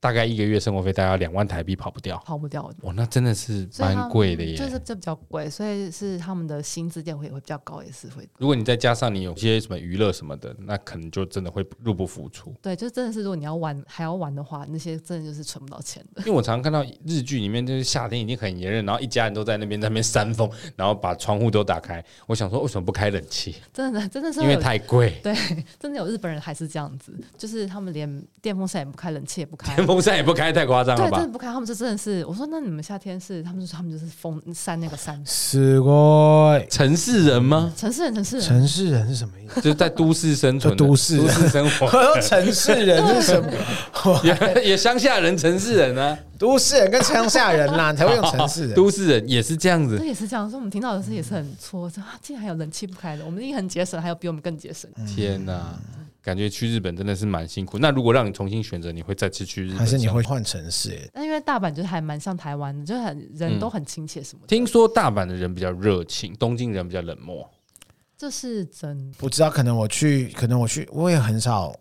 Speaker 1: 大概一个月生活费大概两万台币跑不掉。
Speaker 3: 跑不掉的。
Speaker 1: 哇，那真的是
Speaker 3: 所以他
Speaker 1: 蛮
Speaker 3: 们
Speaker 1: 贵的耶。
Speaker 3: 就是这比较贵，所以是他们的薪资店会也会比较高，也是会
Speaker 1: 如果你再加上你有些什么娱乐什么的，那可能就真的会入不敷出。
Speaker 3: 对，就真的是如果你要玩还要玩的话，那些真的就是存不到钱 (laughs) 的。
Speaker 1: 因为我常常看到日剧里面，就是夏天已经很炎热，然后一家人都在那边在那边扇风，然后把窗户都打开。我想说，为什么不开冷气？
Speaker 3: 真的真的是
Speaker 1: 因为
Speaker 3: 有
Speaker 1: 太贵， (laughs)
Speaker 3: 对，真的有日本人还是这样子，就是他们连电风扇也不开，冷气也不开。
Speaker 1: 电风扇也不开，太夸张了
Speaker 3: 对，真的
Speaker 1: 吧？
Speaker 3: 不开，他们就真的是，我说那你们夏天是，他们就说他们就是风扇那个扇，
Speaker 2: 死过哎
Speaker 1: 城市人吗？
Speaker 3: 城市人城市人，
Speaker 2: 城市人是什么意思？
Speaker 1: 就是在都市生存的，
Speaker 2: 呃就都市人
Speaker 1: 都市生
Speaker 2: 我 (laughs)
Speaker 1: 活，
Speaker 2: 说 (laughs) 城市人是什么？
Speaker 1: 也也乡下人、城市人啊，
Speaker 2: (laughs) 都市人跟乡下人啦，你才会用城市人。
Speaker 1: 都市人也是这样
Speaker 3: 这
Speaker 1: 子。
Speaker 3: 也是这样，所以我们听到的是也是很挫折啊，竟然还有冷气不开的，我们已经很节省，还有比我们更节省。
Speaker 2: 嗯
Speaker 1: 天哪、感觉去日本真的是蛮辛苦。那如果让你重新选择，你会再次去日本？
Speaker 2: 还是你？会换城市、欸？
Speaker 3: 但因为大阪就是还蛮像台湾的，就是很人
Speaker 2: 嗯
Speaker 3: 都很亲切什么的，
Speaker 1: 听说大阪的人比较热情，东京人比较冷漠。
Speaker 3: 这是真的。
Speaker 2: 不知道，可能我去，可能我去，我也很少，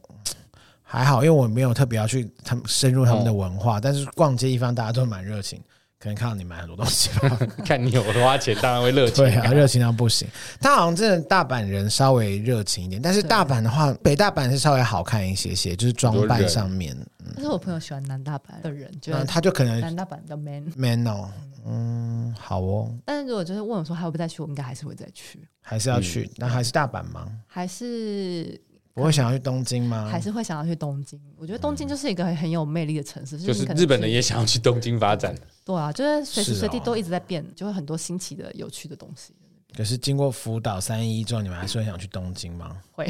Speaker 2: 还好，因为我没有特别要去他们深入他们的文化。但是逛街一方大家都蛮热情，可能看到你买很多东西 (laughs) 吧。
Speaker 1: 看你有花钱，当然会热情、
Speaker 2: 对啊，热情到不行。他好像真的大阪人稍微热情一点，但是
Speaker 3: 对
Speaker 2: 大阪的话，北大阪是稍微好看一些些，就是装扮上面，
Speaker 3: 但是我朋友喜欢南大阪的人，觉
Speaker 2: 嗯那
Speaker 3: 得
Speaker 2: 他就可能
Speaker 3: 南大阪比较 man。
Speaker 2: man 哦，嗯，好哦，
Speaker 3: 但是如果就是问我说还会不会再去，我应该还是会再去，
Speaker 2: 还是要去，那还是大阪吗？
Speaker 3: 还是
Speaker 2: 我会想要去东京吗？
Speaker 3: 还是会想要去东京。我觉得东京就是一个很有魅力的城市，
Speaker 1: 就是
Speaker 3: 你嗯可能
Speaker 1: 日本人
Speaker 3: 去
Speaker 1: 也想要去东京发展。
Speaker 3: 对啊，就是随时
Speaker 2: 是哦
Speaker 3: 随地都一直在变，就会很多新奇的、有趣的东
Speaker 2: (laughs)
Speaker 3: 西。
Speaker 2: 可是经过福岛三一之后，你们还是会想去东京吗？
Speaker 3: 会，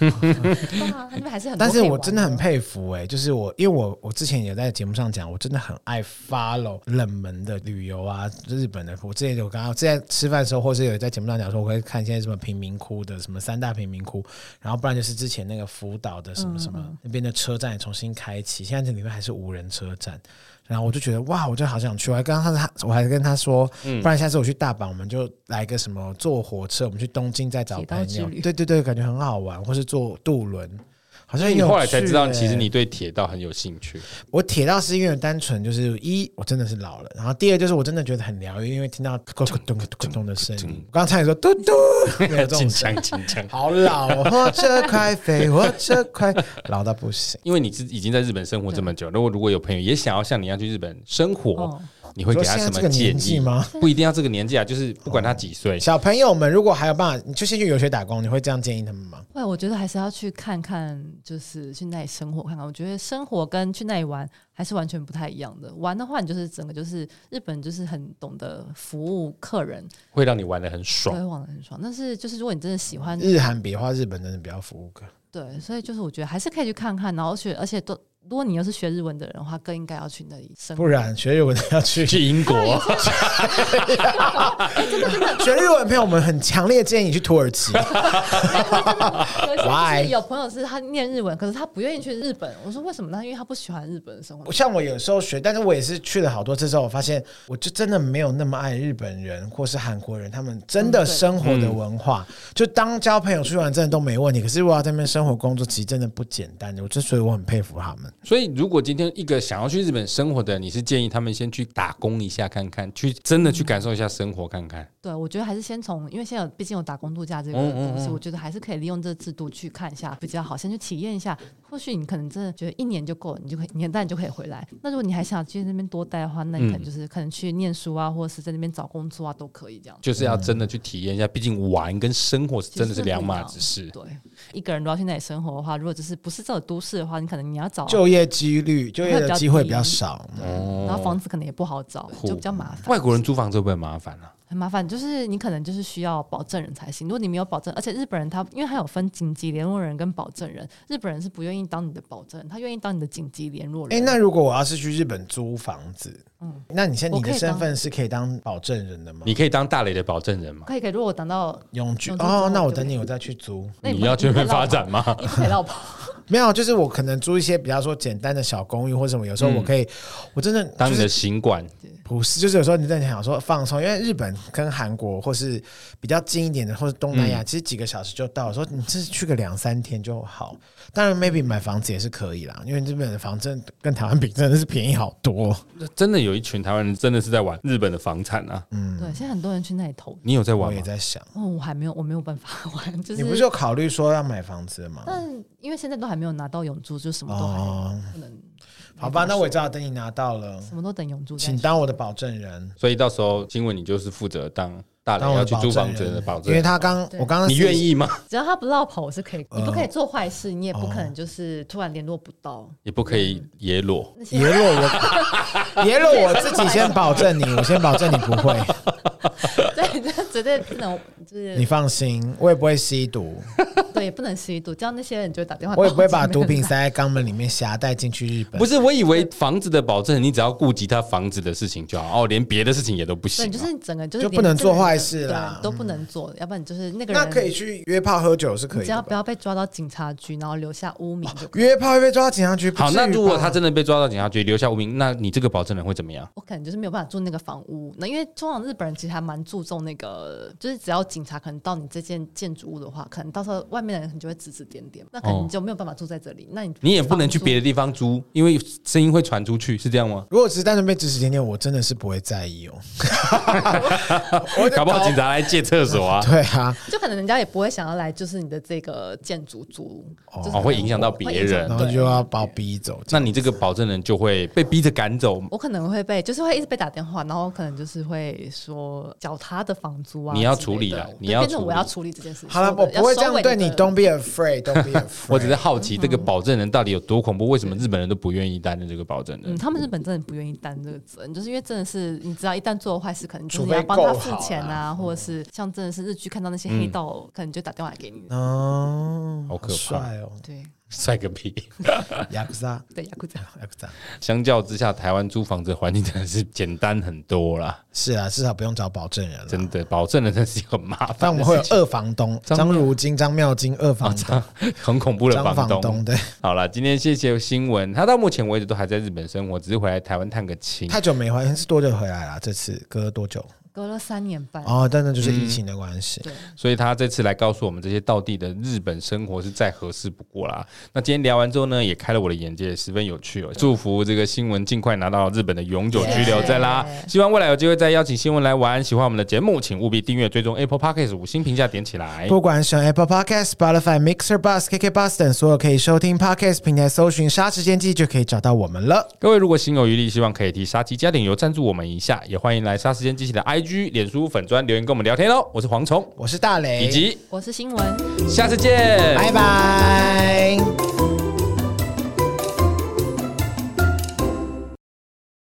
Speaker 3: 对啊，那边还是很多
Speaker 2: 但
Speaker 3: 可以玩。
Speaker 2: 是我真的很佩服哎、就是我，因为我我之前也在节目上讲，我真的很爱 follow 冷门的旅游啊，日本的。我之前有刚刚在吃饭的时候，或是有在节目上讲说，我会看现在什么贫民窟的什么三大贫民窟，然后不然就是之前那个福岛的什么
Speaker 3: 嗯
Speaker 2: 什么、那边的车站也重新开启，现在这里面还是无人车站。然后我就觉得哇，我就好想去。我还跟他，我还跟他说，不然下次我去大阪，我们就来个什么坐火车，我们去东京再找
Speaker 3: 铁道
Speaker 2: 朋
Speaker 3: 之
Speaker 2: 友。
Speaker 3: 旅
Speaker 2: 对对对，感觉很好玩，或是坐渡轮。好好像
Speaker 1: 所以你
Speaker 2: 有
Speaker 1: 后来才
Speaker 2: 趣
Speaker 1: 知道，
Speaker 2: 欸
Speaker 1: 其实你对铁道很有兴趣。
Speaker 2: 我铁道是因为单纯就是一我真的是老了，然后第二就是我真的觉得很疗愈，因为听到咕咕咚咕咚咕咚的声音。我刚刚差点说嘟嘟，没
Speaker 1: (laughs)
Speaker 2: 有这种
Speaker 1: 紧
Speaker 2: 声音
Speaker 1: 张紧张，
Speaker 2: 好老哦，活着快飞，活着快，老到不行。
Speaker 1: 因为你是已经在日本生活这么久，如果如果有朋友也想要像你一样去日本生活
Speaker 3: 哦，
Speaker 1: 你会给他
Speaker 2: 你说
Speaker 1: 什
Speaker 2: 现在
Speaker 1: 么
Speaker 2: 这个
Speaker 1: 建
Speaker 2: 年
Speaker 1: 议
Speaker 2: 纪吗？
Speaker 1: 不一定要这个年纪啊，就是不管他几岁，
Speaker 2: 小朋友们，如果还有办法，你就先去游学打工，你会这样建议他们吗？
Speaker 3: 对，我觉得还是要去看看，就是去那里生活看看。我觉得生活跟去那里玩还是完全不太一样的。玩的话，你就是整个就是日本就是很懂得服务客人，
Speaker 1: 会让你玩的很
Speaker 3: 对，
Speaker 1: 爽。
Speaker 3: 玩的很爽。但是就是如果你真的喜欢，
Speaker 2: 日韩比的话，日本真的比较服务客。
Speaker 3: 对，所以就是我觉得还是可以去看看，然后去，而且都如果你又是学日文的人的话，更应该要去那里生活。
Speaker 2: 不然学日文的要
Speaker 3: 嗯
Speaker 2: 去 (laughs)
Speaker 1: 去英国，
Speaker 2: 学日文的朋友，我们很强烈建议你去土耳其。 (laughs)
Speaker 3: 有一些
Speaker 2: Why？
Speaker 3: 就是有朋友是他念日文，可是他不愿意去日本。我说为什么呢？因为他不喜欢日本的生活。
Speaker 2: 像我有时候学，但是我也是去了好多次之后，我发现我就真的没有那么爱日本人或是韩国人，他们真的
Speaker 3: 嗯对
Speaker 2: 生活的文化。就当交朋友出去玩，真的都没问题。可是如果要在那边生活工作，其实真的不简单的。我之所以我很佩服他们，
Speaker 1: (laughs) 所以如果今天一个想要去日本生活的人，你是建议他们先去打工一下看看，去真的去
Speaker 3: 嗯
Speaker 1: 感受一下生活看看。
Speaker 3: 对，我觉得还是先从，因为现在有毕竟有打工度假这个
Speaker 1: 嗯嗯
Speaker 3: 东西，
Speaker 1: 嗯
Speaker 3: 我觉得还是可以利用这个制度去看一下比较好，先去体验一下。或许你可能真的觉得一年就够了，你就可以年代你就可以回来。那如果你还想去那边多待的话，那你
Speaker 1: 嗯
Speaker 3: 可能就是可能去念书啊，或者是在那边找工作啊，都可以这样。
Speaker 1: 就是要
Speaker 2: 嗯
Speaker 1: 真的去体验一下，毕竟玩跟生活真的是两码子
Speaker 3: 其
Speaker 1: 事
Speaker 3: 实。真的不一样对，一个人如果要去那里生活的话，如果只是不是这种都市的话，你可能你要找，
Speaker 2: 就业几率、就业的机会比较少。哦
Speaker 3: 然后房子可能也不好找，
Speaker 1: 酷
Speaker 3: 就比较麻烦。
Speaker 1: 哦外国人租房子会不会很麻烦啊？
Speaker 3: 很麻烦，就是你可能就是需要保证人才行。如果你没有保证，而且日本人他因为他有分紧急联络人跟保证人，日本人是不愿意当你的保证人，他愿意当你的紧急联络
Speaker 2: 哎、
Speaker 3: 人。
Speaker 2: 那如果我要是去日本租房子，嗯，那你现在
Speaker 3: 我
Speaker 2: 你
Speaker 3: 可
Speaker 2: 的
Speaker 3: 以
Speaker 2: 身
Speaker 3: 当
Speaker 2: 份是可以当保证人的吗？
Speaker 1: 你可以当大雷的保证人吗？
Speaker 3: 可以可以，如果我等到
Speaker 2: 永居
Speaker 3: 永居之
Speaker 2: 哦
Speaker 3: 后，
Speaker 2: 那我
Speaker 3: 就
Speaker 2: 等
Speaker 3: 可以
Speaker 2: 你，我再去租。
Speaker 3: 那
Speaker 1: 你
Speaker 3: 不
Speaker 1: 要全面发，
Speaker 3: 不
Speaker 1: 展
Speaker 2: (laughs)
Speaker 1: 吗？
Speaker 3: 你不可以落跑，
Speaker 2: 没有，就是我可能租一些，比方说简单的小公寓或什么。有时候我可以，我真的
Speaker 1: 当
Speaker 2: 就
Speaker 1: 你
Speaker 2: 是
Speaker 1: 的行管，
Speaker 2: 不是，就是有时候你真的想说放松，因为日本跟韩国或是比较近一点的，或是东南亚，
Speaker 1: 嗯
Speaker 2: 其实几个小时就到。说你这去个两三天就好。当然，maybe 买房子也是可以啦，因为日本的房真的跟台湾比真的是便宜好多。
Speaker 1: 真的有一群台湾人真的是在玩日本的房产啊！
Speaker 3: 对，现在很多人去那里投，
Speaker 1: 你有在
Speaker 2: 嗯我
Speaker 1: 玩
Speaker 2: 也
Speaker 1: 吗？
Speaker 2: 在想，
Speaker 3: 哦，我还没有，我没有办法玩，就
Speaker 2: 你不是
Speaker 3: 是。嗯
Speaker 2: 有考虑说要买房子吗？
Speaker 3: 但因为现在都还没有拿到永住，就什么都还、
Speaker 2: 哦，
Speaker 3: 不能，
Speaker 2: 好吧，那我也知道，等你拿到了，
Speaker 3: 什么都等永住再
Speaker 2: 请
Speaker 3: 说。
Speaker 2: 当我的保证人。
Speaker 1: 所以到时候新闻你就是负责当大雷
Speaker 2: 当我
Speaker 1: 要
Speaker 2: 的
Speaker 1: 去
Speaker 2: 保
Speaker 1: 租
Speaker 2: 证
Speaker 1: 房
Speaker 2: 人，
Speaker 1: 子的保证
Speaker 2: 因为
Speaker 1: 人，
Speaker 2: 他刚我刚刚
Speaker 1: 你愿意吗？
Speaker 3: 只要他不落跑，我是可
Speaker 2: 呃
Speaker 3: 以。你不可以做坏事，你也
Speaker 2: 哦
Speaker 3: 不可能就是突然联络不到。 (laughs)
Speaker 1: 也不可
Speaker 2: 嗯
Speaker 1: 以野裸，
Speaker 3: 那些
Speaker 2: 耶洛我
Speaker 3: (laughs)
Speaker 2: 耶洛我自己先保证你，我先保证你不会，
Speaker 3: 对，这绝对不能，就是
Speaker 2: 你放心，我也不会吸毒，
Speaker 3: 对，不能吸毒，这样那些人就会打电话。
Speaker 2: 我也不会把毒品。塞在肛门里面夹带进去日本。
Speaker 1: 不是？我以为房子的保证，你只要顾及他房子的事情就好，哦，连别的事情也都不行
Speaker 3: (laughs)
Speaker 1: 啊。
Speaker 3: 对，就是整个就是
Speaker 2: 就
Speaker 3: 连
Speaker 2: 不能
Speaker 3: 这个
Speaker 2: 做坏
Speaker 3: 人
Speaker 2: 事啦嗯
Speaker 3: 对都不能做，要不然就是那个人
Speaker 2: 那可以，去约炮喝酒是可以
Speaker 3: 只要
Speaker 2: 的
Speaker 3: 不
Speaker 2: 吧。
Speaker 3: 要被抓到警察局，然后留下污名
Speaker 2: (laughs)
Speaker 3: 就可以。
Speaker 2: 约炮会被抓到警察局，
Speaker 1: 好，
Speaker 2: 不至于
Speaker 1: 那如果
Speaker 2: 吧
Speaker 1: 他真的被抓到警察局留下无名，那你这个保证人会怎么样？
Speaker 3: 我可能就是没有办法住那个房屋，那因为通常日本人其实还蛮注重那个，就是只要警察可能到你这间建筑物的话，可能到时候外面的人可能就会指指点点，那可能
Speaker 1: 哦
Speaker 3: 你就没有办法住在这里。那你
Speaker 1: 你也不能去
Speaker 3: 房租
Speaker 1: 别的地方租，因为声音会传出去，是这样吗？
Speaker 2: 如果只是单纯被指指点点，我真的是不会在意哦。
Speaker 1: 搞不好警察来借厕所
Speaker 2: (laughs)
Speaker 1: 啊！
Speaker 2: (laughs) 对啊，
Speaker 3: 就可能人家也不会想要来，就是你的这个建筑租，就是
Speaker 1: 哦，
Speaker 3: 可能
Speaker 1: 会影响到
Speaker 3: 会
Speaker 1: 别
Speaker 3: 影响
Speaker 1: 人
Speaker 2: 然。后就要把我逼走。
Speaker 1: 那你这个保证人就会被逼着赶走，
Speaker 2: 嗯
Speaker 3: 我可能会被，就是会一直被打电话，然后可能就是会说缴他的房租啊之类的。
Speaker 1: 你要处理啦
Speaker 3: 对
Speaker 1: 你要
Speaker 3: 变成
Speaker 1: 处
Speaker 3: 我
Speaker 1: 理
Speaker 3: 要处理这件事情。
Speaker 2: 好了，
Speaker 3: 的
Speaker 2: 我不会
Speaker 3: 要
Speaker 2: 这样
Speaker 3: 收尾
Speaker 2: 对你。
Speaker 3: 的
Speaker 2: Don't be afraid，Don't be (laughs) afraid。
Speaker 1: 我只是好奇这个保证人到底有多恐怖，为什么日本人都不愿意担任这个保证人
Speaker 3: 嗯，？他们日本真的不愿意担这个责任，就是因为真的是你知道，一旦做了坏事，可能就
Speaker 2: 除
Speaker 3: 是你
Speaker 2: 非
Speaker 3: 要帮他
Speaker 2: 够
Speaker 3: 付
Speaker 2: 好
Speaker 3: 钱
Speaker 2: 啦嗯
Speaker 3: 啊，或者是像真的是日剧看到那些黑道，可能就打电话来
Speaker 2: (laughs)
Speaker 3: 给
Speaker 1: 嗯
Speaker 3: 你。
Speaker 2: 哦，
Speaker 1: 好可怕
Speaker 2: 帅哦，
Speaker 3: 对
Speaker 1: 帅个屁！
Speaker 2: 雅克萨，
Speaker 3: 对，雅库这样。
Speaker 2: 雅克萨。
Speaker 1: 相较之下，台湾租房子的环境真的是简单很多啦，
Speaker 2: 是啊，至少不用找保证人了。
Speaker 1: 真的，保证人真的是一个很麻
Speaker 2: 啊
Speaker 1: 烦
Speaker 2: 但
Speaker 1: 的
Speaker 2: 我们会
Speaker 1: 事
Speaker 2: 有
Speaker 1: 情，
Speaker 2: 二房东
Speaker 1: 张
Speaker 2: 张如金、张妙金二房东、
Speaker 1: 很恐怖的
Speaker 2: 张
Speaker 1: 房
Speaker 2: 房
Speaker 1: 东。
Speaker 2: 东，对，
Speaker 1: 好了，今天谢谢新闻，他到目前为止都还在日本生活，只是回来台湾探个亲。
Speaker 2: 太久没回来，是多久回来了？这次隔了多久？
Speaker 3: 隔了三年半。
Speaker 2: 哦，但那就是疫情的关系。
Speaker 3: 嗯对，
Speaker 1: 所以他这次来告诉我们这些道地的日本生活是再合适不过啦。那今天聊完之后呢，也开了我的眼界，十分有趣哦。祝福这个新闻尽快拿到日本的永久居留证啦！希望未来有机会再邀请新闻来玩。喜欢我们的节目，请务必订阅、追踪 Apple Podcast 五星评价点起来。
Speaker 2: 不管是用 Apple Podcast、Spotify、Mixer、Bus、KK Bus 等所有可以收听 Podcast 平台，搜寻“杀时间机”就可以找到我们了。
Speaker 1: 各位如果心有余力，希望可以替杀鸡加点油赞助我们一下，也欢迎来杀时间机器的 IG、脸书粉砖留言跟我们聊天哦。我是蝗虫，
Speaker 2: 我是大雷，
Speaker 1: 以及
Speaker 3: 我是新闻。
Speaker 1: 下次见，
Speaker 2: 拜拜。